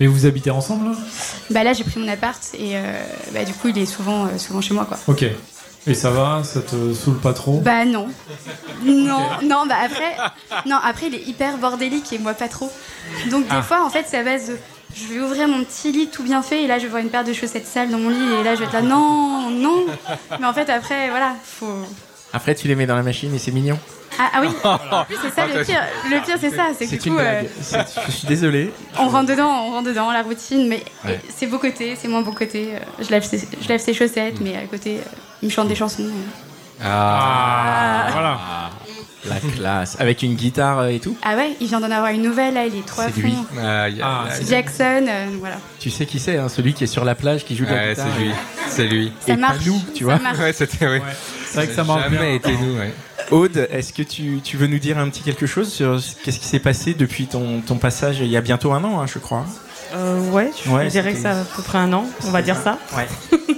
Speaker 3: Mais vous habitez ensemble là
Speaker 7: Bah là, j'ai pris mon appart et euh, bah, du coup, il est souvent, euh, souvent chez moi, quoi.
Speaker 3: Ok. Et ça va Ça te saoule pas trop
Speaker 7: Bah non. Non, non, bah après, non, après il est hyper bordélique et moi pas trop. Donc des
Speaker 3: Ah.
Speaker 7: fois en fait ça base de je vais ouvrir mon petit lit tout bien fait et là je vais voir une paire de chaussettes sales dans mon lit et là je vais être là non, non. Mais en fait après voilà, faut
Speaker 1: Après, tu les mets dans la machine et c'est mignon.
Speaker 7: Ah, ah oui, En plus, c'est ça le pire. Le pire c'est ça, c'est que du coup euh,
Speaker 1: Je suis désolé.
Speaker 7: on rentre dedans, on rentre dedans la routine mais
Speaker 1: Ouais.
Speaker 7: c'est beau côté, c'est moins beau côté. euh, Je lave ses, je lave ses chaussettes
Speaker 1: Mm.
Speaker 7: mais à côté euh, il me chante des chansons. euh.
Speaker 2: Ah,
Speaker 3: Voilà.
Speaker 1: La classe. Avec une guitare euh, et tout.
Speaker 7: Ah ouais, il vient d'en avoir une nouvelle là, il est trop à
Speaker 1: C'est lui. Euh,
Speaker 7: fond.
Speaker 2: Aïe, aïe,
Speaker 3: Ah,
Speaker 2: aïe.
Speaker 3: c'est-
Speaker 7: Jackson, euh, voilà.
Speaker 1: Tu sais qui c'est, hein, celui qui est sur la plage, qui joue de la
Speaker 2: Ouais,
Speaker 1: guitare.
Speaker 2: c'est lui. C'est lui.
Speaker 7: Ça
Speaker 1: Et pas
Speaker 7: marche.
Speaker 1: nous, tu vois.
Speaker 7: Ça marche.
Speaker 2: Ouais, c'était oui.
Speaker 3: Ouais. C'est vrai que ça marche
Speaker 2: jamais
Speaker 3: bien.
Speaker 2: été nous, ouais.
Speaker 1: Aude, est-ce que tu, tu veux nous dire un petit quelque chose sur ce- qu'est-ce qui s'est passé depuis ton, ton passage il y a bientôt un an, hein, je crois
Speaker 9: Euh, ouais, je
Speaker 1: Ouais,
Speaker 9: dirais que
Speaker 1: c'était-
Speaker 9: ça a à peu près un an, on va dire ça.
Speaker 1: Ouais.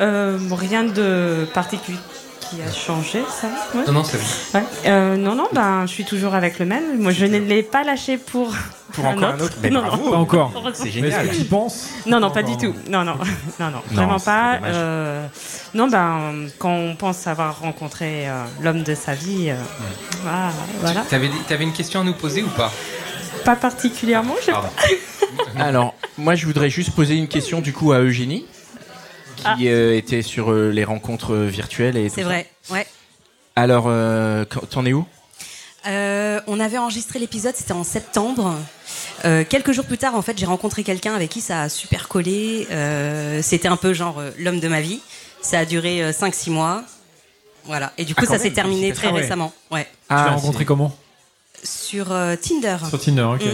Speaker 9: Euh, rien de particulier qui a changé, ça va ouais.
Speaker 2: Non, non, c'est lui.
Speaker 9: Ouais. Euh, non, non, ben, je suis toujours avec le même. Moi, je ne l'ai pas lâché pour.
Speaker 1: Pour
Speaker 9: Un
Speaker 1: encore un
Speaker 9: autre
Speaker 1: autre. Mais
Speaker 9: Non,
Speaker 1: bravo.
Speaker 3: Pas encore.
Speaker 1: C'est
Speaker 3: Mais
Speaker 1: génial.
Speaker 3: est-ce que tu y penses
Speaker 9: Non, non, pas
Speaker 3: Encore,
Speaker 9: du tout. Non, non, non, non,
Speaker 1: Non,
Speaker 9: vraiment
Speaker 1: c'est
Speaker 9: pas.
Speaker 1: dommage.
Speaker 9: Euh, non, ben, quand on pense avoir rencontré euh, l'homme de sa vie, euh, ah, voilà.
Speaker 2: T'avais, t'avais une question à nous poser ou pas
Speaker 9: Pas particulièrement, je
Speaker 2: Pardon.
Speaker 1: Alors, moi, je voudrais juste poser une question du coup à Eugénie, qui euh, était sur euh, les rencontres euh, virtuelles et tout
Speaker 8: C'est
Speaker 1: ça.
Speaker 8: vrai, ouais.
Speaker 1: Alors, euh, quand- t'en es où
Speaker 8: Euh, on avait enregistré l'épisode, c'était en septembre. Euh, quelques jours plus tard, en fait, j'ai rencontré quelqu'un avec qui ça a super collé. Euh, c'était un peu genre euh, l'homme de ma vie. Ça a duré 5-6 mois. Voilà. Et du coup,
Speaker 1: quand
Speaker 8: ça s'est
Speaker 1: même,
Speaker 8: terminé
Speaker 1: c'est
Speaker 8: très
Speaker 3: ah ouais.
Speaker 8: récemment. Ouais.
Speaker 1: Ah,
Speaker 3: Tu l'as rencontré comment
Speaker 8: Sur euh, Tinder.
Speaker 3: Sur Tinder, ok.
Speaker 8: Mm.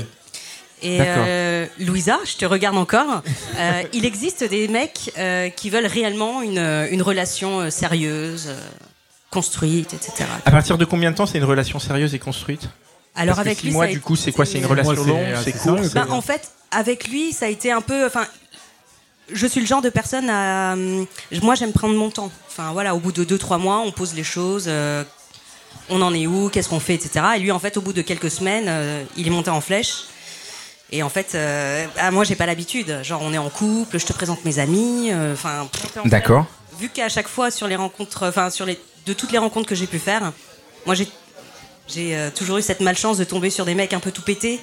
Speaker 8: Et
Speaker 1: D'accord.
Speaker 8: euh, Louisa, je te regarde encore. Euh, il existe des mecs euh, qui veulent réellement une, euh, une relation euh, sérieuse, euh, construite, etc.
Speaker 1: À partir de combien de temps c'est une relation sérieuse et construite
Speaker 8: Alors
Speaker 1: Parce que
Speaker 8: avec
Speaker 1: six
Speaker 8: lui,
Speaker 1: mois,
Speaker 8: ça a
Speaker 1: du
Speaker 8: été-
Speaker 1: coup, c'est quoi C'est une relation
Speaker 3: Moi, c'est-
Speaker 1: longue,
Speaker 3: c'est
Speaker 1: c'est court.
Speaker 3: sérieux,
Speaker 1: c'est-
Speaker 8: Bah, en fait, avec lui, ça a été un peu. Enfin, je suis le genre de personne à. hum, Moi, j'aime prendre mon temps. Enfin, voilà, au bout de 2-3 mois, on pose les choses. euh, on en est où Qu'est-ce qu'on fait Etc. Et lui, en fait, au bout de quelques semaines, euh, il est monté en flèche. Et en fait, euh, ah, moi, j'ai pas l'habitude. Genre, on est en couple, je te présente mes amis. euh, Enfin, pff,
Speaker 1: D'accord.
Speaker 8: vu qu'à chaque fois, sur les rencontres. euh, Enfin, sur les. De toutes les rencontres que j'ai pu faire, moi, j'ai j'ai euh, toujours eu cette malchance de tomber sur des mecs un peu tout pétés.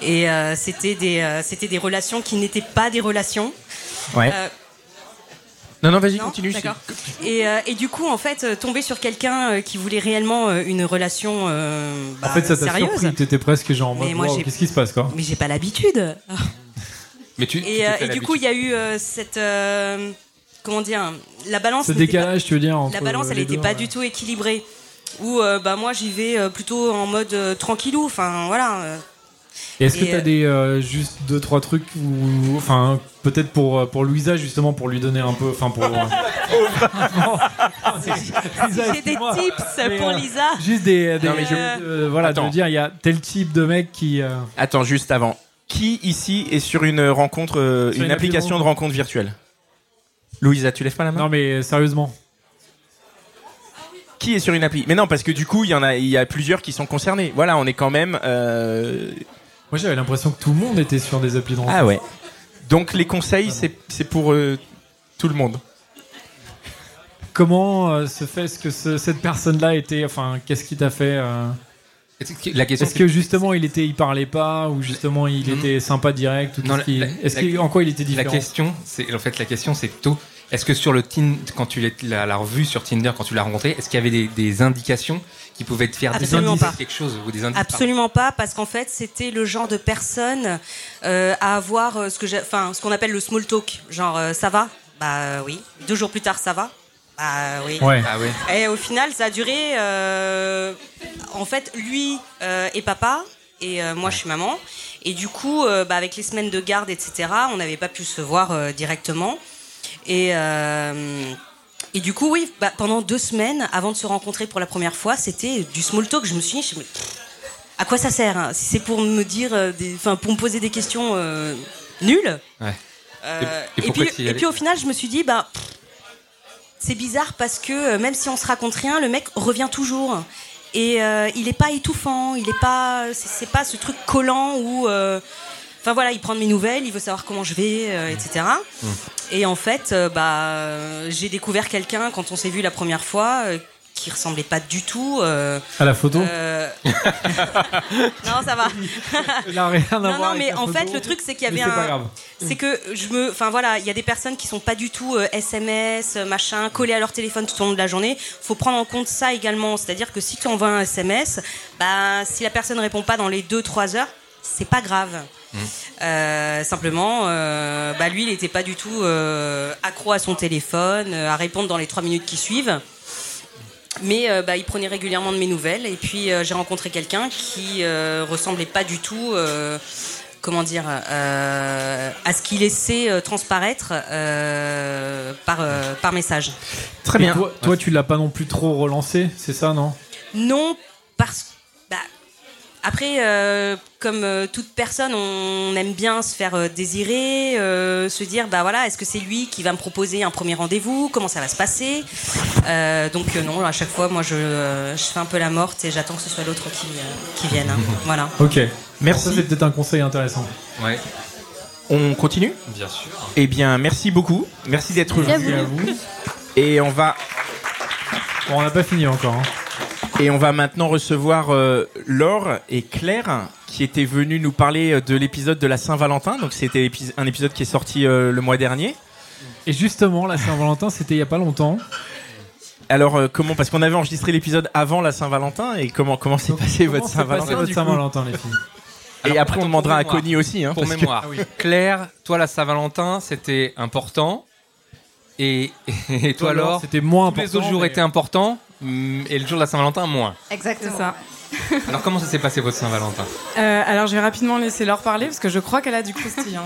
Speaker 8: Et euh, c'était des, euh, c'était des relations qui n'étaient pas des relations.
Speaker 1: Ouais.
Speaker 8: Euh,
Speaker 1: non, non, vas-y,
Speaker 8: non
Speaker 1: continue. c'est-
Speaker 8: D'accord. Et, euh, et du coup, en fait, euh, tomber sur quelqu'un euh, qui voulait réellement euh, une relation euh, bah,
Speaker 3: en fait, ça t'a
Speaker 8: sérieuse.
Speaker 3: surpris. T'étais presque genre en
Speaker 8: Mais
Speaker 3: mode,
Speaker 8: moi,
Speaker 3: wow,
Speaker 8: j'ai-
Speaker 3: qu'est-ce qui se passe quoi
Speaker 8: Mais j'ai pas l'habitude.
Speaker 2: Mais tu. tu t'es
Speaker 8: Et, euh,
Speaker 2: fait
Speaker 8: et du
Speaker 2: l'habitude.
Speaker 8: coup, il y a eu euh, cette. euh, comment dire La balance.
Speaker 3: Ce
Speaker 8: n'était pas-
Speaker 3: décalage, tu veux dire entre
Speaker 8: la balance,
Speaker 3: les
Speaker 8: elle n'était
Speaker 3: deux,
Speaker 8: pas
Speaker 3: ouais.
Speaker 8: du tout équilibrée. Où euh, bah, moi, j'y vais euh, plutôt en mode euh, tranquillou. Enfin, voilà. euh,
Speaker 3: Et Est-ce que
Speaker 8: Et,
Speaker 3: t'as
Speaker 8: euh,
Speaker 3: des euh, juste deux trois trucs ou enfin peut-être pour euh, pour Louisa justement pour lui donner un peu enfin pour euh, Louisa,
Speaker 8: J'ai des
Speaker 3: excuse-moi. Mais,
Speaker 8: tips pour
Speaker 3: euh,
Speaker 8: Lisa.
Speaker 3: Juste des, des-
Speaker 1: Non, mais je-
Speaker 3: euh, voilà,
Speaker 1: Attends.
Speaker 3: de dire il y a tel type de mec qui euh,
Speaker 1: Attends, juste avant. Qui ici est sur une rencontre, euh,
Speaker 3: Sur
Speaker 1: une
Speaker 3: une appli de
Speaker 1: application de rencontre virtuelle Louisa, tu lèves pas la main
Speaker 3: Non mais euh, sérieusement.
Speaker 1: Qui est sur une appli Mais non, parce que du coup, il y en a, il y a plusieurs qui sont concernés. Voilà, on est quand même. euh,
Speaker 3: Moi j'avais l'impression que tout le monde était sur des applis de rencontre.
Speaker 1: Ah ouais. Donc les conseils, c'est c'est pour euh, tout le monde.
Speaker 3: Comment euh, se fait ce que ce- cette personne là était enfin qu'est-ce qui t'a fait euh,
Speaker 2: Est-ce que- La question.
Speaker 3: Est-ce que justement il était il parlait pas ou justement il
Speaker 2: Non, non.
Speaker 3: était sympa direct ou qu'est-ce
Speaker 2: Non, la-
Speaker 3: qui-
Speaker 2: la-
Speaker 3: est-ce
Speaker 2: la-
Speaker 3: qu'il- en quoi il était
Speaker 2: La
Speaker 3: différent
Speaker 2: question, c'est en fait la question, c'est plutôt est-ce que sur le Tinder, quand tu l'as- l'as l'as revu sur Tinder, quand tu l'as rencontré, est-ce qu'il y avait des, des indications qui pouvaient te faire
Speaker 8: Ah, Absolument
Speaker 2: dire
Speaker 8: pas.
Speaker 2: quelque chose ou des indices
Speaker 8: Absolument pas, parce qu'en fait, c'était le genre de personne euh, à avoir euh, ce que j'ai, enfin, ce qu'on appelle le small talk. Genre, euh, ça va Bah euh, oui. Deux jours plus tard, ça va Bah oui.
Speaker 3: Ouais.
Speaker 2: Ah ouais.
Speaker 8: Et au final, ça a duré. euh, en fait, lui euh, est papa et euh, moi, je suis maman. Et du coup, euh, bah, avec les semaines de garde, etc., on n'avait pas pu se voir euh, directement. Et, euh, et du coup, oui, bah, pendant deux semaines, avant de se rencontrer pour la première fois, c'était du small talk. Je me suis dit, je me- à quoi ça sert hein Si c'est pour me dire, euh, des- enfin, pour me poser des questions euh, nulles.
Speaker 2: Ouais.
Speaker 8: Euh,
Speaker 2: Et- et
Speaker 8: et,
Speaker 2: pourquoi
Speaker 8: puis,
Speaker 2: t'y
Speaker 8: et
Speaker 2: allais
Speaker 8: puis au final, je me suis dit, bah, pff, c'est bizarre parce que euh, même si on se raconte rien, le mec revient toujours. Et euh, il n'est pas étouffant, il n'est pas, c'est c'est pas ce truc collant où. euh, Enfin voilà, il prend de mes nouvelles, il veut savoir comment je vais, euh, etc.
Speaker 9: Mm.
Speaker 8: Et en fait, euh, bah, euh, j'ai découvert quelqu'un quand on s'est vu la première fois euh, qui ressemblait pas du tout. euh,
Speaker 3: À la photo
Speaker 8: euh, Non, ça va.
Speaker 3: n'a rien à
Speaker 8: non,
Speaker 3: voir
Speaker 8: non,
Speaker 3: avec
Speaker 8: mais
Speaker 3: la
Speaker 8: en
Speaker 3: photo,
Speaker 8: fait, le truc, c'est qu'il y
Speaker 3: mais
Speaker 8: avait
Speaker 3: c'est pas grave.
Speaker 8: un. C'est que je me. Enfin, voilà, il y a des personnes qui sont pas du tout euh, SMS, euh, machin, collées à leur téléphone tout au long de la journée. Faut prendre en compte ça également. C'est-à-dire que si tu envoies un SMS, bah, si la personne répond pas dans les 2-3 heures, c'est pas grave.
Speaker 10: Mmh.
Speaker 8: Euh, simplement, euh, bah, lui, il n'était pas du tout euh, accro à son téléphone, euh, à répondre dans les trois minutes qui suivent. Mais euh, bah, il prenait régulièrement de mes nouvelles. Et puis, euh, j'ai rencontré quelqu'un qui euh, ressemblait pas du tout. euh, Comment dire euh, à ce qu'il laissait euh, transparaître euh, par, euh, par message.
Speaker 3: Très bien. Toi, toi, tu l'as pas non plus trop relancé, c'est ça, non
Speaker 8: Non, parce bah, après, euh, comme euh, toute personne, on aime bien se faire euh, désirer, euh, se dire bah voilà, est-ce que c'est lui qui va me proposer un premier rendez-vous Comment ça va se passer Euh, Donc euh, non, à chaque fois, moi je, euh, je fais un peu la morte et j'attends que ce soit l'autre qui, euh, qui vienne. hein. voilà.
Speaker 3: Ok.
Speaker 1: Merci.
Speaker 3: Ça, c'est peut-être un conseil intéressant.
Speaker 2: Ouais.
Speaker 1: On continue
Speaker 2: Bien sûr.
Speaker 1: Eh bien, merci beaucoup. Merci d'être
Speaker 3: Merci
Speaker 1: venu.
Speaker 3: à vous.
Speaker 1: Et on va
Speaker 3: Bon, on n'a pas fini encore. hein.
Speaker 1: et on va maintenant recevoir euh, Laure et Claire qui étaient venues nous parler euh, de l'épisode de la Saint-Valentin. Donc c'était l'épis- un épisode qui est sorti euh, le mois dernier.
Speaker 3: Et justement, la Saint-Valentin, c'était il y a pas longtemps.
Speaker 1: Alors euh, comment Parce qu'on avait enregistré l'épisode avant la Saint-Valentin et comment comment s'est passé votre
Speaker 3: s'est passé
Speaker 1: Saint-Valentin
Speaker 3: votre
Speaker 1: du coup
Speaker 3: Saint-Valentin, les filles Ah
Speaker 1: Et
Speaker 2: Alors,
Speaker 1: après
Speaker 2: attends,
Speaker 1: on demandera à
Speaker 2: pour mémoire.
Speaker 1: Connie aussi. Hein,
Speaker 2: Pour
Speaker 1: parce que-
Speaker 2: mémoire. Claire, toi, la Saint-Valentin, c'était important. Et, et toi,
Speaker 3: Laure,
Speaker 2: alors
Speaker 3: c'était moins
Speaker 2: Tous les
Speaker 3: important,
Speaker 2: autres jours
Speaker 3: mais-
Speaker 2: étaient importants. mm, Et le jour de la Saint-Valentin, moins.
Speaker 9: Exactement.
Speaker 2: Alors, comment ça s'est passé votre Saint-Valentin
Speaker 9: Euh, alors, je vais rapidement laisser Laure parler parce que je crois qu'elle a du hein. croustillant.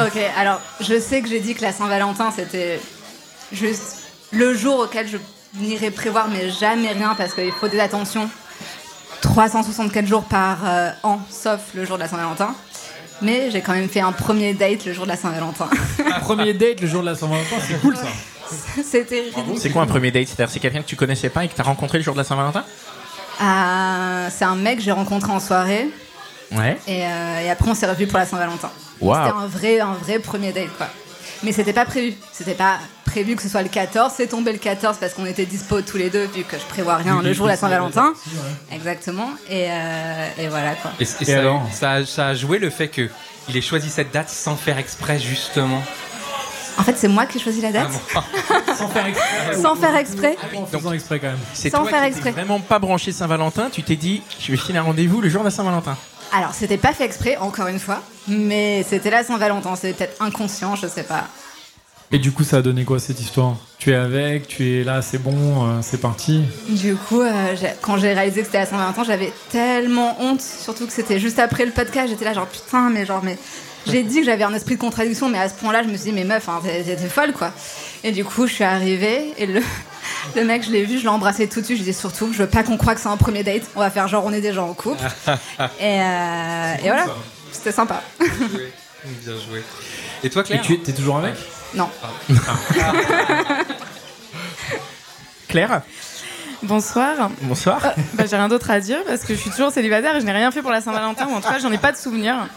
Speaker 11: Ok, alors je sais que j'ai dit que la Saint-Valentin c'était juste le jour auquel je n'irai prévoir mais jamais rien parce qu'il faut des attentions. 364 jours par euh, an, sauf le jour de la Saint-Valentin. Mais j'ai quand même fait un premier date le jour de la Saint-Valentin.
Speaker 3: Premier date le jour de la Saint-Valentin, c'est cool ça.
Speaker 11: c'était ridicule.
Speaker 1: C'est quoi un premier date C'est-à-dire c'est quelqu'un que tu connaissais pas et que t'as rencontré le jour de la Saint-Valentin
Speaker 11: Ah, C'est un mec que j'ai rencontré en soirée
Speaker 1: Ouais.
Speaker 11: et, euh, et après on s'est revus pour la Saint-Valentin.
Speaker 1: Waouh.
Speaker 11: C'était un vrai, un vrai premier date quoi. Mais c'était pas prévu. C'était pas prévu que ce soit le 14. C'est tombé le 14 parce qu'on était dispo tous les deux vu que je prévois rien le jour de la Saint-Valentin. Exactement. Et, euh, et voilà quoi.
Speaker 2: Et, et ça, ça a- ça a joué le fait que il ait choisi cette date sans faire exprès, justement.
Speaker 11: En fait, c'est moi qui ai choisi la date.
Speaker 2: Ah
Speaker 3: Sans faire exprès.
Speaker 11: Sans faire exprès.
Speaker 3: En faisant exprès quand même.
Speaker 1: C'est
Speaker 11: Sans
Speaker 1: toi
Speaker 11: faire
Speaker 1: qui
Speaker 11: exprès.
Speaker 1: t'es vraiment pas branché Saint-Valentin. Tu t'es dit je vais filer un rendez-vous le jour de la Saint-Valentin.
Speaker 11: Alors, c'était pas fait exprès, encore une fois. Mais c'était la Saint-Valentin. C'était peut-être inconscient, je sais pas.
Speaker 3: Et du coup, ça a donné quoi cette histoire Tu es avec, tu es là, c'est bon, euh, c'est parti.
Speaker 11: Du coup, euh, j'ai- quand j'ai réalisé que c'était à 120 ans, j'avais tellement honte, surtout que c'était juste après le podcast. J'étais là, genre putain, mais genre, mais. J'ai dit que j'avais un esprit de contradiction, mais à ce point-là, je me suis dit, mais meuf, hein, t'es t'es folle quoi. Et du coup, je suis arrivée et le, le mec, je l'ai vu, je l'ai embrassé tout de suite. Je lui ai dit, surtout, je veux pas qu'on croie que c'est un premier date. On va faire genre, on est déjà en couple. Et, euh, et voilà, c'était sympa.
Speaker 2: Bien joué. Et toi,
Speaker 3: Et
Speaker 2: Claire Ah.
Speaker 3: tu es t'es toujours avec
Speaker 11: Non.
Speaker 1: Claire,
Speaker 9: Bonsoir.
Speaker 1: bonsoir.
Speaker 9: Euh, bah, j'ai rien d'autre à dire parce que je suis toujours célibataire et je n'ai rien fait pour la Saint-Valentin, ou en tout cas, j'en ai pas de souvenir.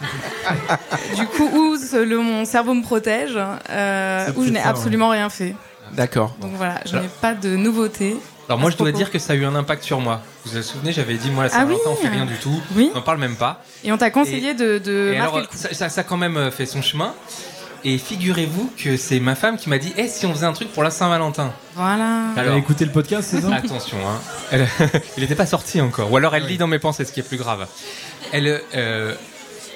Speaker 9: Du coup, ou ce- le- mon cerveau me protège, euh,
Speaker 1: C'est
Speaker 9: ou je
Speaker 1: peut-être
Speaker 9: n'ai
Speaker 1: ça,
Speaker 9: absolument rien fait.
Speaker 1: D'accord.
Speaker 9: Donc voilà, je
Speaker 2: Alors-
Speaker 9: n'ai pas de nouveautés.
Speaker 2: Alors moi, je dois
Speaker 9: Ah, propos.
Speaker 2: dire que ça a eu un impact sur moi. Vous vous souvenez, j'avais dit moi la
Speaker 9: Ah
Speaker 2: Saint-Valentin,
Speaker 9: oui.
Speaker 2: on fait rien du tout,
Speaker 9: Oui.
Speaker 2: on n'en parle même pas.
Speaker 9: Et on t'a conseillé de, de
Speaker 2: et
Speaker 9: marquer
Speaker 2: alors,
Speaker 9: le coup.
Speaker 2: ça, ça- ça a quand même euh, fait son chemin. Et figurez-vous que c'est ma femme qui m'a dit, eh, si on faisait un truc pour la Saint-Valentin.
Speaker 9: Voilà.
Speaker 3: Elle a
Speaker 2: Alors,
Speaker 3: écouté le podcast, c'est ça Ah
Speaker 2: attention, hein. Elle- il n'était pas sorti encore. Ou alors elle lit dans mes pensées, ce qui est plus grave. Elle, euh,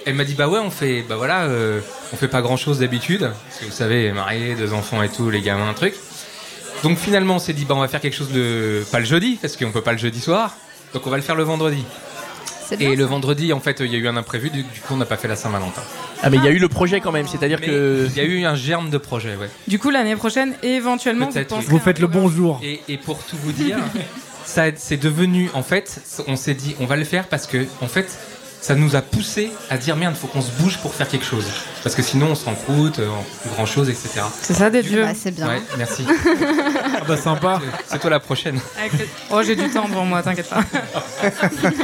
Speaker 2: elle m'a dit, bah ouais, on fait, bah voilà, euh, on fait pas grand-chose d'habitude. Parce que vous savez, marié, deux enfants et tout, les gamins, un truc. Donc finalement, on s'est dit, bah on va faire quelque chose de, pas le jeudi, parce qu'on peut pas le jeudi soir. Donc on va le faire le vendredi.
Speaker 11: C'est bien.
Speaker 2: Et le vendredi, en fait, il y a eu un imprévu, du du coup, on n'a pas fait la Saint-Valentin.
Speaker 1: Ah mais il y a eu le projet quand même, c'est-à-dire
Speaker 2: Mais
Speaker 1: que
Speaker 2: Il y a eu un germe de projet, ouais.
Speaker 9: Du coup, l'année prochaine, éventuellement, vous
Speaker 2: Peut-être, oui.
Speaker 9: penserez
Speaker 3: Vous
Speaker 9: à un
Speaker 3: faites le
Speaker 9: programme.
Speaker 3: bonjour.
Speaker 2: Et, et pour tout vous dire, ça c'est devenu, en fait, on s'est dit, on va le faire parce que, en fait, ça nous a poussé à dire merde, faut qu'on se bouge pour faire quelque chose. Parce que sinon, on se rencontre, on fait plus grand chose, etc.
Speaker 9: C'est ça, des vieux.
Speaker 11: Bah, c'est bien.
Speaker 2: Ouais, merci.
Speaker 3: Ah bah sympa.
Speaker 2: C'est toi la prochaine.
Speaker 9: Avec le- Oh, j'ai du temps devant moi, t'inquiète pas.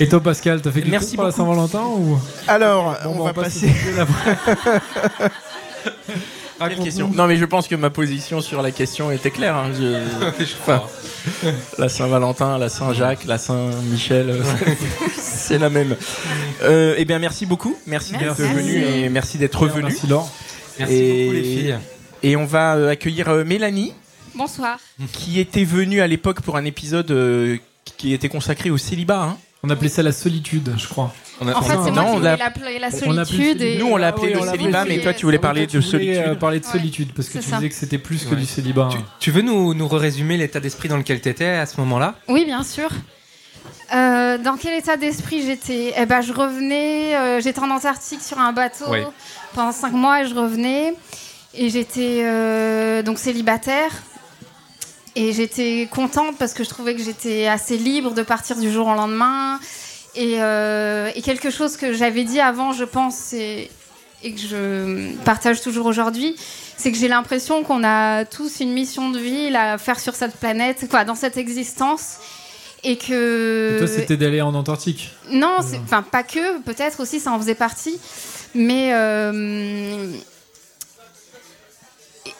Speaker 3: Et toi, Pascal, t'as fait quelque
Speaker 12: Merci
Speaker 3: chose pour la
Speaker 12: beaucoup.
Speaker 3: Saint-Valentin ou
Speaker 12: Alors,
Speaker 3: Bon,
Speaker 12: on
Speaker 3: bah,
Speaker 12: va
Speaker 3: passe
Speaker 12: passer.
Speaker 1: Quelle question Non, mais je pense que ma position sur la question était claire. hein. Je- enfin, la Saint-Valentin, la Saint-Jacques, la Saint-Michel, euh, c'est la même. Euh, eh bien, merci beaucoup. Merci,
Speaker 2: Merci.
Speaker 1: d'être venu et merci d'être revenu.
Speaker 2: Merci, Laure. Merci beaucoup, les filles.
Speaker 1: Et on va euh, accueillir euh, Mélanie,
Speaker 13: Bonsoir.
Speaker 1: qui était venue à l'époque pour un épisode euh, qui était consacré au célibat. hein.
Speaker 3: On appelait ça la solitude, je crois.
Speaker 13: En fait, c'est moi qui
Speaker 1: on
Speaker 13: voulais
Speaker 1: l'a-
Speaker 13: l'appeler la
Speaker 3: on l'a appelé
Speaker 13: solitude. et-
Speaker 1: Nous, on l'a appelé
Speaker 3: Ah oui,
Speaker 1: le
Speaker 3: on l'a
Speaker 1: célibat,
Speaker 3: appelé-
Speaker 1: mais toi, tu voulais
Speaker 3: Ah,
Speaker 1: parler
Speaker 3: toi,
Speaker 1: de
Speaker 3: tu voulais,
Speaker 1: solitude.
Speaker 3: euh, parler de solitude parce que
Speaker 13: C'est
Speaker 3: tu
Speaker 13: ça.
Speaker 3: disais que c'était plus que
Speaker 2: Ouais.
Speaker 3: du célibat. hein.
Speaker 2: Tu, tu veux nous, nous résumer l'état d'esprit dans lequel t'étais à ce moment-là
Speaker 13: Oui, bien sûr. Euh, dans quel état d'esprit j'étais Eh ben, je revenais. euh, j'étais en Antarctique sur un bateau
Speaker 2: Ouais.
Speaker 13: pendant cinq mois et je revenais et j'étais euh, donc célibataire et j'étais contente parce que je trouvais que j'étais assez libre de partir du jour au lendemain et, euh, et quelque chose que j'avais dit avant, je pense, et, et que je partage toujours aujourd'hui, c'est que j'ai l'impression qu'on a tous une mission de vie là, à faire sur cette planète, quoi, dans cette existence. Et que.
Speaker 3: Et Toi, c'était d'aller en Antarctique.
Speaker 13: Non, c'est- enfin pas que, peut-être aussi ça en faisait partie, mais euh,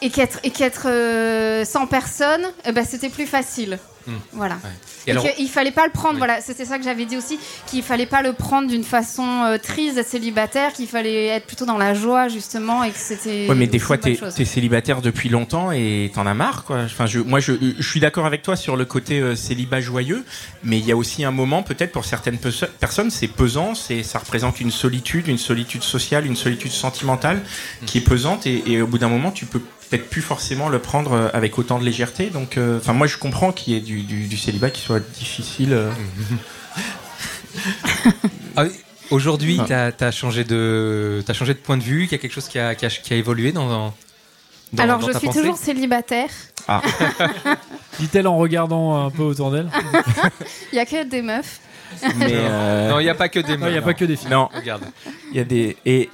Speaker 13: et qu'être et qu'être euh, sans personne, eh ben, c'était plus facile.
Speaker 2: Hmm.
Speaker 13: Voilà.
Speaker 2: Et
Speaker 13: Et
Speaker 2: alors-
Speaker 13: qu'il fallait pas le prendre, voilà, c'était ça que j'avais dit aussi, qu'il fallait pas le prendre d'une façon euh, triste, d'être célibataire, qu'il fallait être plutôt dans la joie justement et que c'était.
Speaker 1: Ouais, mais des
Speaker 13: aussi
Speaker 1: fois,
Speaker 13: une bonne
Speaker 1: t'es
Speaker 13: chose.
Speaker 1: t'es célibataire depuis longtemps et t'en as marre, quoi. Enfin, je, moi, je, je suis d'accord avec toi sur le côté euh, célibat joyeux, mais il y a aussi un moment, peut-être pour certaines perso- personnes, c'est pesant, c'est ça représente une solitude, une solitude sociale, une solitude sentimentale qui est pesante et, et au bout d'un moment, tu peux peut-être plus forcément le prendre euh, avec autant de légèreté. Donc, euh, enfin, moi, je comprends qu'il y ait du, du- du célibat qui soit difficile. euh.
Speaker 2: Ah oui, Aujourd'hui,
Speaker 1: Ah.
Speaker 2: t'as as changé de t'as changé de point de vue. Il y a quelque chose qui a, qui a- qui a évolué dans. dans dans-
Speaker 13: Alors
Speaker 2: dans
Speaker 13: je
Speaker 2: ta
Speaker 13: suis
Speaker 2: pensée
Speaker 13: toujours célibataire.
Speaker 3: Dit-elle en regardant un peu autour d'elle.
Speaker 13: Il y a que des meufs.
Speaker 1: Mais, euh,
Speaker 2: Non, il n'y a pas que des.
Speaker 3: Non, il y a pas que des filles.
Speaker 1: Non,
Speaker 2: regarde.
Speaker 1: Il y a des et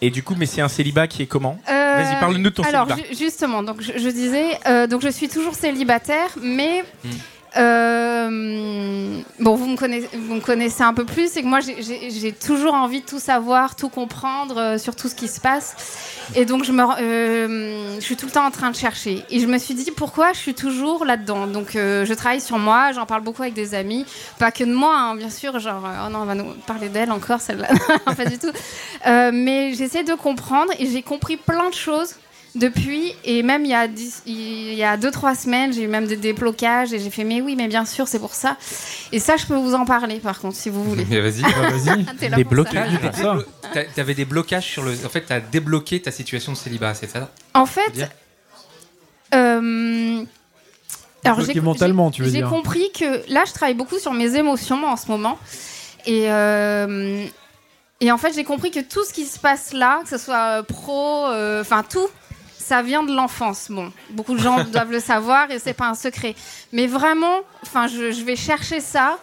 Speaker 1: et du coup, mais c'est un célibat qui est comment
Speaker 13: Euh,
Speaker 1: Vas-y, parle-nous de ton
Speaker 13: alors,
Speaker 1: célibat.
Speaker 13: ju- justement, donc je, je disais, euh, donc je suis toujours célibataire, mais euh, bon, vous me connaissez, vous me connaissez un peu plus, c'est que moi j'ai- j'ai j'ai toujours envie de tout savoir, tout comprendre euh, sur tout ce qui se passe, et donc je me, re- euh, je suis tout le temps en train de chercher. Et je me suis dit pourquoi je suis toujours là-dedans. Donc euh, je travaille sur moi, j'en parle beaucoup avec des amis, pas que de moi, hein, bien sûr. Genre, euh, oh non, on va nous parler d'elle encore celle-là, Non, pas du tout. Euh, mais j'essaie de comprendre et j'ai compris plein de choses depuis. Et même il y a, dix- il y a deux, trois semaines, j'ai eu même des déblocages et j'ai fait, mais oui, mais bien sûr, c'est pour ça. Et ça, je peux vous en parler par contre, si vous voulez.
Speaker 2: Mais vas-y,
Speaker 3: Ah,
Speaker 13: Ah, T'es là Des pour ça. blocages,
Speaker 2: T'as-
Speaker 13: pour ça.
Speaker 2: t'as- T'avais des blocages sur le. En fait, t'as débloqué ta situation de célibat, c'est ça
Speaker 13: En fait, euh, alors
Speaker 3: Bloqué
Speaker 13: j'ai
Speaker 3: mentalement, tu veux
Speaker 13: j'ai
Speaker 3: dire.
Speaker 13: compris que là, je travaille beaucoup sur mes émotions moi, en ce moment, et euh, et en fait, j'ai compris que tout ce qui se passe là, que ce soit euh, pro, euh, enfin tout. Ça vient de l'enfance. Bon, beaucoup de gens doivent le savoir et c'est pas un secret. Mais vraiment, enfin, je, je vais chercher ça.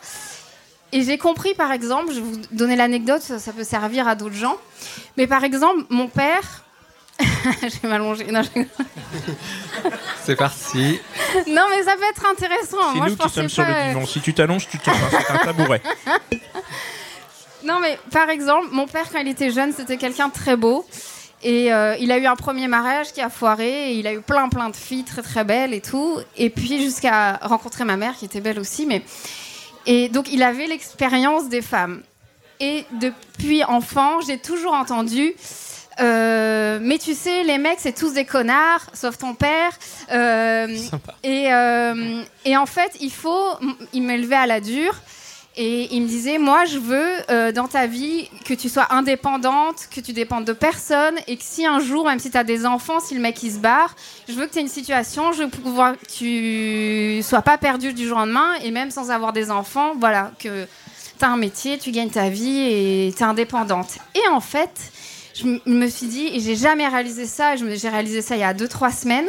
Speaker 13: Et j'ai compris, par exemple, je vais vous donner l'anecdote, ça, ça peut servir à d'autres gens. Mais par exemple, mon père, je vais m'allonger. Non, je-
Speaker 2: C'est parti.
Speaker 13: non, mais ça peut être intéressant.
Speaker 1: C'est
Speaker 13: Moi, je
Speaker 1: nous qui
Speaker 13: pensais
Speaker 1: sommes
Speaker 13: pas.
Speaker 1: sur le
Speaker 13: euh,
Speaker 1: divan. Si tu t'allonges, tu tombes. hein, C'est un tabouret.
Speaker 13: Non, mais par exemple, mon père, quand il était jeune, c'était quelqu'un de très beau. Et euh, il a eu un premier mariage qui a foiré. Et il a eu plein, plein de filles très, très belles et tout. Et puis jusqu'à rencontrer ma mère, qui était belle aussi. Mais... Et donc, il avait l'expérience des femmes. Et depuis enfant, j'ai toujours entendu. euh, mais tu sais, les mecs, c'est tous des connards, sauf ton père. Euh, Et, euh, et en fait, il faut. Il m'élevait à la dure. Et il me disait, moi, je veux euh, dans ta vie que tu sois indépendante, que tu dépendes de personne, et que si un jour, même si tu as des enfants, si le mec il se barre, je veux que tu aies une situation, je veux pouvoir que tu sois pas perdu du jour au lendemain, et même sans avoir des enfants, voilà, que tu as un métier, tu gagnes ta vie et tu es indépendante. Et en fait, je m- me suis dit, et j'ai jamais réalisé ça, et je me- j'ai réalisé ça il y a 2-3 semaines,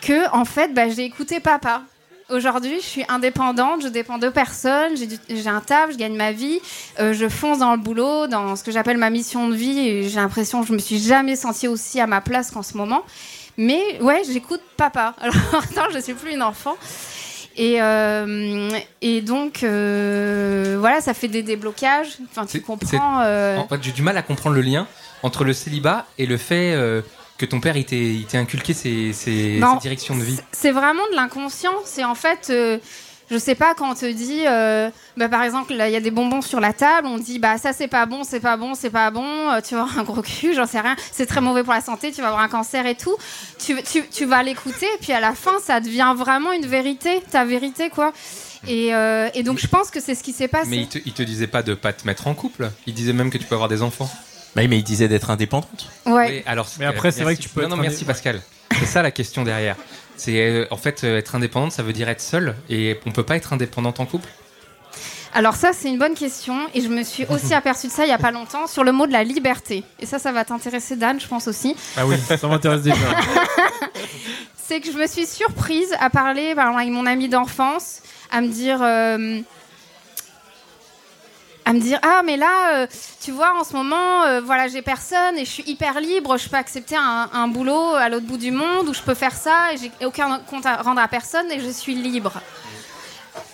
Speaker 13: que en fait, bah, j'ai écouté papa. Aujourd'hui, je suis indépendante, je dépends de personne, j'ai du- j'ai un taf, je gagne ma vie, euh, je fonce dans le boulot, dans ce que j'appelle ma mission de vie, et j'ai l'impression que je me suis jamais sentie aussi à ma place qu'en ce moment. Mais ouais, j'écoute papa. Alors, en même temps, je suis plus une enfant. Et, euh, et donc, euh, voilà, ça fait des déblocages. Enfin, tu
Speaker 2: C'est-
Speaker 13: comprends.
Speaker 2: c'est-
Speaker 13: euh,
Speaker 2: En fait, j'ai du mal à comprendre le lien entre le célibat et le fait euh, que ton père il t'ait il t'ait inculqué ses, ses-
Speaker 13: Non,
Speaker 2: ses directions de vie.
Speaker 13: C'est vraiment de l'inconscient. C'est en fait, euh, je sais pas, quand on te dit, euh, bah, par exemple, là, il y a des bonbons sur la table, on dit, bah ça c'est pas bon, c'est pas bon, c'est pas bon, euh, tu vas avoir un gros cul, j'en sais rien, c'est très mauvais pour la santé, tu vas avoir un cancer et tout. Tu, tu- tu vas l'écouter, et puis à la fin, ça devient vraiment une vérité, ta vérité, quoi. Et, euh, et donc, je pense que c'est ce qui s'est passé.
Speaker 2: Mais il te, il te disait pas de pas te mettre en couple. Il disait même que tu peux avoir des enfants.
Speaker 1: mais il disait d'être indépendante.
Speaker 13: Ouais.
Speaker 2: Oui, alors,
Speaker 3: Mais après, c'est
Speaker 2: merci.
Speaker 3: vrai que tu peux
Speaker 2: Non,
Speaker 3: être
Speaker 2: non,
Speaker 3: indé-
Speaker 2: merci Pascal. C'est ça la question derrière. C'est euh, en fait euh, être indépendante, ça veut dire être seule et on peut pas être indépendante en couple.
Speaker 13: Alors ça, c'est une bonne question, et je me suis aussi aperçue de ça il y a pas longtemps, sur le mot de la liberté. Et ça, ça va t'intéresser, Dan, je pense aussi.
Speaker 3: Ah oui, ça m'intéresse déjà.
Speaker 13: c'est que je me suis surprise à parler par exemple, avec mon ami d'enfance, à me dire. euh, à me dire ah mais là euh, tu vois en ce moment euh, voilà j'ai personne et je suis hyper libre je peux accepter un, un boulot à l'autre bout du monde où je peux faire ça et j'ai aucun compte à rendre à personne et je suis libre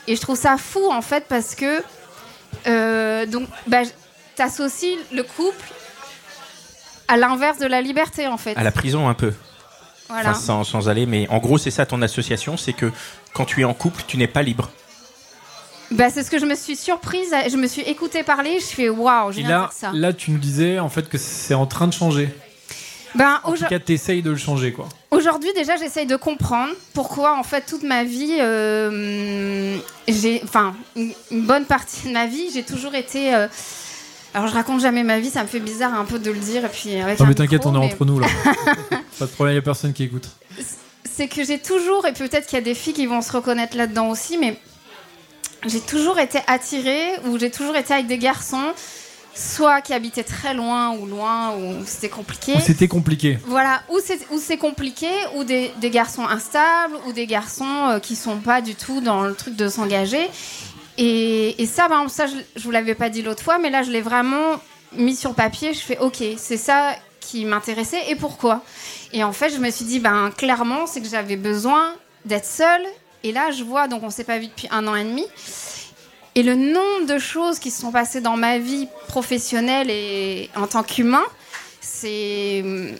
Speaker 13: et je trouve ça fou en fait parce que euh, donc bah, j- t'associes le couple à l'inverse de la liberté en fait
Speaker 1: À la prison un peu.
Speaker 13: Voilà.
Speaker 1: Enfin, sans, sans aller, mais en gros, c'est ça ton association, c'est que quand tu es en couple, tu n'es pas libre.
Speaker 13: Bah, c'est ce que je me suis surprise. à- Je me suis écoutée parler. Je fais waouh, je
Speaker 3: Et
Speaker 13: viens de
Speaker 3: là,
Speaker 13: dire ça.
Speaker 3: là, tu nous disais en fait que c'est en train de changer.
Speaker 13: Ben,
Speaker 3: En tout
Speaker 13: aujo-
Speaker 3: cas, t'essayes de le changer, quoi.
Speaker 13: aujourd'hui, déjà, j'essaye de comprendre pourquoi, en fait, toute ma vie, euh, j'ai, enfin, une une bonne partie de ma vie, j'ai toujours été. euh, alors, je raconte jamais ma vie. Ça me fait bizarre un peu de le dire. Et puis, avec Bah,
Speaker 3: non,
Speaker 13: un
Speaker 3: mais t'inquiète,
Speaker 13: micro,
Speaker 3: on est
Speaker 13: mais-
Speaker 3: entre nous là. pas de problème, y a personne qui écoute.
Speaker 13: c'est que j'ai toujours, et peut-être qu'il y a des filles qui vont se reconnaître là-dedans aussi, mais j'ai toujours été attirée ou j'ai toujours été avec des garçons, soit qui habitaient très loin ou loin, ou c'était compliqué.
Speaker 3: Ou Oh, c'était compliqué.
Speaker 13: Voilà, ou c'est, ou c'est compliqué, ou des, des garçons instables, ou des garçons euh, qui sont pas du tout dans le truc de s'engager. Et, et ça, par exemple, ça, je, je vous l'avais pas dit l'autre fois, mais là, je l'ai vraiment mis sur papier. Je fais, ok, c'est ça qui m'intéressait et pourquoi. Et en fait, je me suis dit, ben clairement, c'est que j'avais besoin d'être seule. Et là, je vois, donc on s'est pas vu depuis un an et demi. Et le nombre de choses qui se sont passées dans ma vie professionnelle et en tant qu'humain, c'est hum,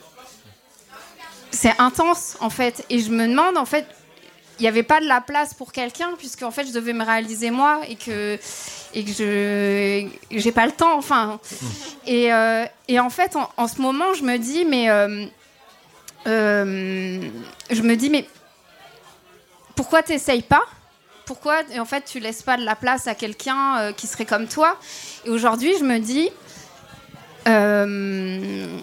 Speaker 13: c'est intense en fait. Et je me demande en fait, il n'y avait pas de la place pour quelqu'un puisque en fait je devais me réaliser moi et que et que je j'ai pas le temps enfin. Et, euh, et en fait en, en ce moment je me dis mais euh, euh, je me dis mais pourquoi t'essayes pas Pourquoi et en fait tu laisses pas de la place à quelqu'un euh, qui serait comme toi Et aujourd'hui je me dis euh,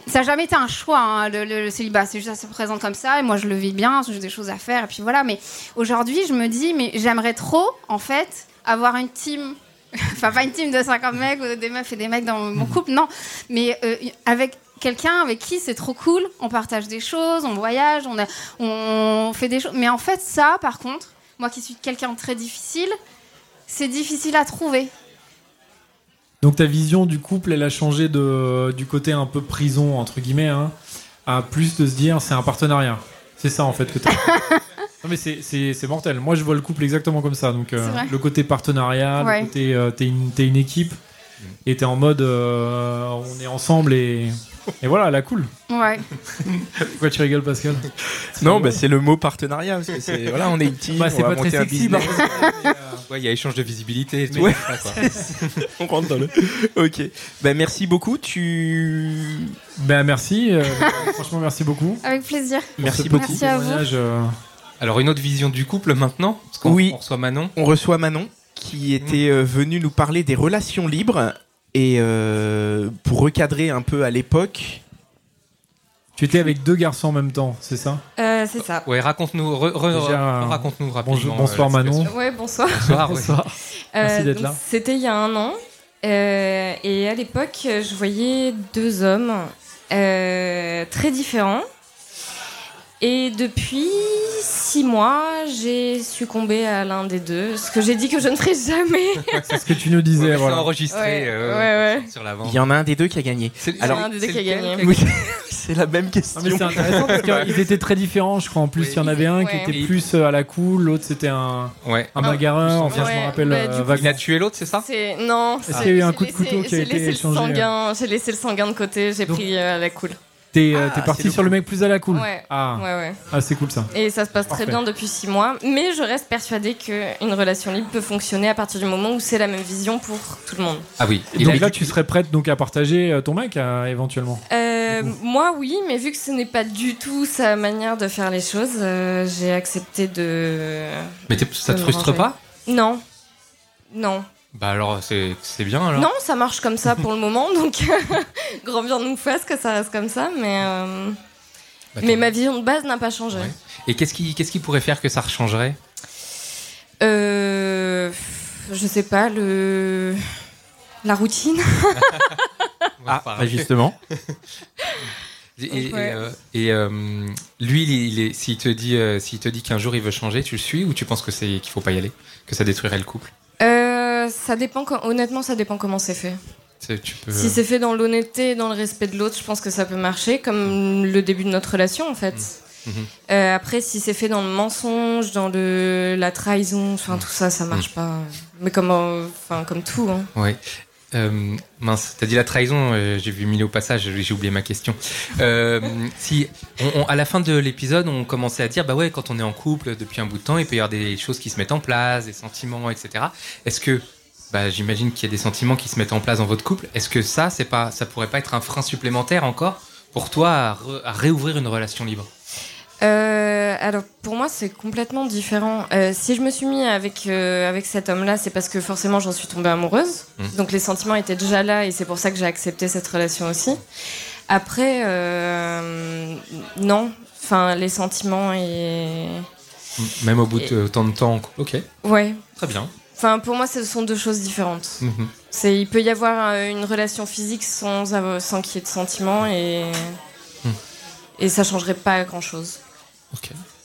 Speaker 13: ça n'a jamais été un choix, hein, le, le- le célibat. C'est juste ça se présente comme ça. Et moi, je le vis bien, j'ai des choses à faire. Et puis voilà. Mais aujourd'hui, je me dis, mais j'aimerais trop, en fait, avoir une team. Enfin, pas une team de 50 mecs ou des meufs et des mecs dans mon couple, non. Mais euh, avec quelqu'un avec qui c'est trop cool, on partage des choses, on voyage, on, a- on fait des choses. Mais en fait, ça, par contre, moi qui suis quelqu'un de très difficile, c'est difficile à trouver.
Speaker 3: Donc ta vision du couple, elle a changé de du côté un peu prison entre guillemets, hein, à plus de se dire c'est un partenariat. C'est ça en fait que t'as. non mais c'est- c'est c'est mortel. Moi je vois le couple exactement comme ça. Donc euh,
Speaker 13: C'est vrai.
Speaker 3: le côté partenariat,
Speaker 13: Ouais.
Speaker 3: le côté euh, t'es une t'es une équipe
Speaker 1: Mm.
Speaker 3: et t'es en mode euh, on est ensemble et et voilà la cool.
Speaker 13: Ouais.
Speaker 3: Pourquoi tu rigoles Pascal
Speaker 1: Non, bah, c'est le mot partenariat. Parce que c'est- voilà, on est une team,
Speaker 3: Bah,
Speaker 1: on
Speaker 3: c'est
Speaker 1: va
Speaker 3: pas très
Speaker 1: monter un
Speaker 3: sexy, euh,
Speaker 1: business.
Speaker 2: Ouais, il y a échange de visibilité. Et tout,
Speaker 1: Ouais,
Speaker 2: ça, quoi.
Speaker 1: on rentre dans le. Ok. Bah, merci beaucoup. Tu.
Speaker 3: Ben merci. euh, franchement merci beaucoup.
Speaker 13: Avec plaisir.
Speaker 1: Merci beaucoup.
Speaker 13: Merci à vous.
Speaker 3: euh,
Speaker 2: Alors une autre vision du couple maintenant. Parce qu'on
Speaker 1: Oui.
Speaker 2: on reçoit Manon.
Speaker 1: On reçoit Manon qui
Speaker 2: Mhm.
Speaker 1: était euh, venue nous parler des relations libres et euh, pour recadrer un peu à l'époque.
Speaker 3: Tu étais avec deux garçons en même temps, c'est ça
Speaker 9: Euh, c'est ça.
Speaker 2: Ouais, raconte-nous. re- re-
Speaker 3: Déjà,
Speaker 2: re- raconte-nous rapidement.
Speaker 3: bonjour-
Speaker 2: euh,
Speaker 3: bonsoir,
Speaker 2: la situation.
Speaker 3: Manon.
Speaker 9: Ouais, bonsoir.
Speaker 2: Bonsoir. ouais.
Speaker 3: Merci d'être
Speaker 12: Euh,
Speaker 9: donc,
Speaker 3: là.
Speaker 9: C'était il y a un an. euh, et à l'époque, je voyais deux hommes euh, très différents.
Speaker 12: Et depuis six mois, j'ai succombé à l'un des deux, ce que j'ai dit que je ne ferai jamais.
Speaker 3: C'est ce que tu nous disais.
Speaker 2: Ouais,
Speaker 3: voilà.
Speaker 2: c'est enregistré
Speaker 12: Ouais,
Speaker 2: euh,
Speaker 12: ouais, ouais.
Speaker 2: sur l'avant.
Speaker 1: Il y en a un des deux qui a gagné.
Speaker 12: Il y en a un des deux qui a gagné.
Speaker 1: Oui, c'est la même question.
Speaker 3: Non, Ah, mais c'est intéressant parce qu'ils étaient très différents, je crois. En plus, il y en avait un qui
Speaker 12: Ouais.
Speaker 3: était plus euh, à la cool, l'autre c'était un,
Speaker 2: Ouais.
Speaker 3: un bagarreur. Enfin, je
Speaker 12: Ouais,
Speaker 3: me rappelle.
Speaker 12: bah, du
Speaker 3: euh,
Speaker 12: coup,
Speaker 3: vaguement.
Speaker 2: Il a tué l'autre, c'est ça
Speaker 12: C'est- Non,
Speaker 3: Est-ce
Speaker 12: c'est-
Speaker 3: qu'il y a eu un
Speaker 12: j'ai
Speaker 3: coup de couteau
Speaker 12: laissé-
Speaker 3: qui a
Speaker 12: j'ai
Speaker 3: été
Speaker 12: laissé le
Speaker 3: échangé, euh
Speaker 12: sanguin- J'ai laissé le sanguin de côté, j'ai pris euh, la cool.
Speaker 3: T'es euh,
Speaker 12: Ah,
Speaker 3: t'es parti
Speaker 12: c'est
Speaker 3: sur le mec plus à la cool.
Speaker 12: Ouais.
Speaker 3: Ah,
Speaker 12: Ouais, ouais.
Speaker 3: Ah, c'est cool ça.
Speaker 12: Et ça se passe
Speaker 3: Parfait.
Speaker 12: très bien depuis six mois, mais je reste persuadée qu'une relation libre peut fonctionner à partir du moment où c'est la même vision pour tout le monde.
Speaker 2: Ah oui.
Speaker 3: Et donc là, tu serais prête donc à partager euh, ton mec euh, éventuellement.
Speaker 12: Euh, moi, oui, mais vu que ce n'est pas du tout sa manière de faire les choses, euh, j'ai accepté de.
Speaker 2: Mais t'es- ça
Speaker 12: de
Speaker 2: te
Speaker 12: me
Speaker 2: frustre
Speaker 12: ranger.
Speaker 2: pas
Speaker 12: Non. Non.
Speaker 2: Bah alors, c'est c'est bien alors.
Speaker 12: Non, ça marche comme ça pour le moment, donc grand bien nous fasse que ça reste comme ça, mais. euh,
Speaker 2: Bah,
Speaker 12: mais ma vision de base n'a pas changé.
Speaker 2: Et qu'est-ce qui, qu'est-ce qui pourrait faire que ça rechangerait
Speaker 12: Euh, je sais pas, le. La routine.
Speaker 2: Ah,
Speaker 1: bah, justement.
Speaker 2: Et, et,
Speaker 12: Ouais.
Speaker 2: euh, et, euh, lui, il, il est, s'il te dit, euh, s'il te dit qu'un jour il veut changer, tu le suis ou tu penses que c'est qu'il faut pas y aller, que ça détruirait le couple
Speaker 12: Euh, ça dépend, quand- honnêtement, ça dépend comment c'est fait.
Speaker 2: C'est- tu peux-
Speaker 12: Si c'est fait dans l'honnêteté et dans le respect de l'autre, je pense que ça peut marcher, comme le début de notre relation en fait.
Speaker 2: Mhm.
Speaker 12: Euh, après, si c'est fait dans le mensonge, dans le, la trahison, enfin tout ça, ça marche pas. Mais comme, euh, enfin, comme tout. hein.
Speaker 2: Ouais. Euh, mince, t'as dit la trahison, euh, j'ai vu mille au passage, j'ai j'ai oublié ma question. Euh, si, on- on- à la fin de l'épisode, on commençait à dire, bah ouais, quand on est en couple depuis un bout de temps, il peut y avoir des choses qui se mettent en place, des sentiments, etc. Est-ce que, bah, j'imagine qu'il y a des sentiments qui se mettent en place dans votre couple, est-ce que ça, c'est pas, ça pourrait pas être un frein supplémentaire encore pour toi à, re- à réouvrir une relation libre
Speaker 12: Euh, alors pour moi c'est complètement différent. Euh, si je me suis mis avec euh, avec cet homme-là, c'est parce que forcément j'en suis tombée amoureuse.
Speaker 2: Mmh.
Speaker 9: Mhm.
Speaker 12: Donc les sentiments étaient déjà là et c'est pour ça que j'ai accepté cette relation aussi. Après euh, non, enfin les sentiments et
Speaker 2: Même au bout
Speaker 12: Et-
Speaker 2: de tant de temps en couple Ok.
Speaker 12: ouais.
Speaker 2: Très bien.
Speaker 12: Enfin pour moi ce sont deux choses différentes.
Speaker 2: Mhm.
Speaker 12: C'est il peut y avoir euh, une relation physique sans avoir- sans qu'il y ait de sentiments et
Speaker 2: Mmh.
Speaker 12: et ça changerait pas grand-chose.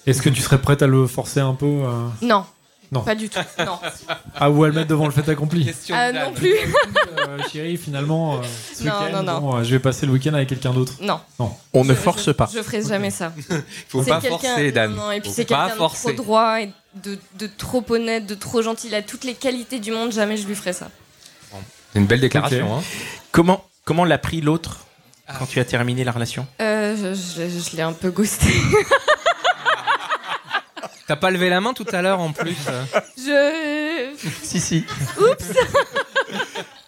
Speaker 3: Est-ce que tu serais prête à le forcer un peu euh,
Speaker 12: Non.
Speaker 3: Non.
Speaker 12: Pas du tout. Non.
Speaker 1: Ah,
Speaker 3: à ou à le mettre devant le fait accompli
Speaker 12: Ah, non plus.
Speaker 3: Euh, chérie, finalement, euh, ce
Speaker 12: Non, non,
Speaker 3: week-end,
Speaker 12: non.
Speaker 3: bon, euh, je vais passer le week-end avec quelqu'un d'autre.
Speaker 12: Non.
Speaker 3: Non.
Speaker 1: On ne
Speaker 12: Je- je- Je ferai jamais ça.
Speaker 2: Faut
Speaker 12: C'est
Speaker 2: pas
Speaker 12: quelqu'un-
Speaker 2: forcer, Dan.
Speaker 12: Non, non, et puis
Speaker 2: Faut
Speaker 12: c'est
Speaker 2: pas
Speaker 12: quelqu'un de trop
Speaker 2: forcer.
Speaker 12: droit et de, de trop honnête, de trop gentil. Il a toutes les qualités du monde, jamais je lui ferai ça.
Speaker 2: C'est une belle déclaration. hein. Ah.
Speaker 1: Ok. Comment, comment l'a pris l'autre quand tu as terminé la relation
Speaker 12: Euh, je je- je l'ai un peu ghosté.
Speaker 2: T'as pas levé la main tout à l'heure en plus euh.
Speaker 12: Je.
Speaker 1: Si, si.
Speaker 12: Oups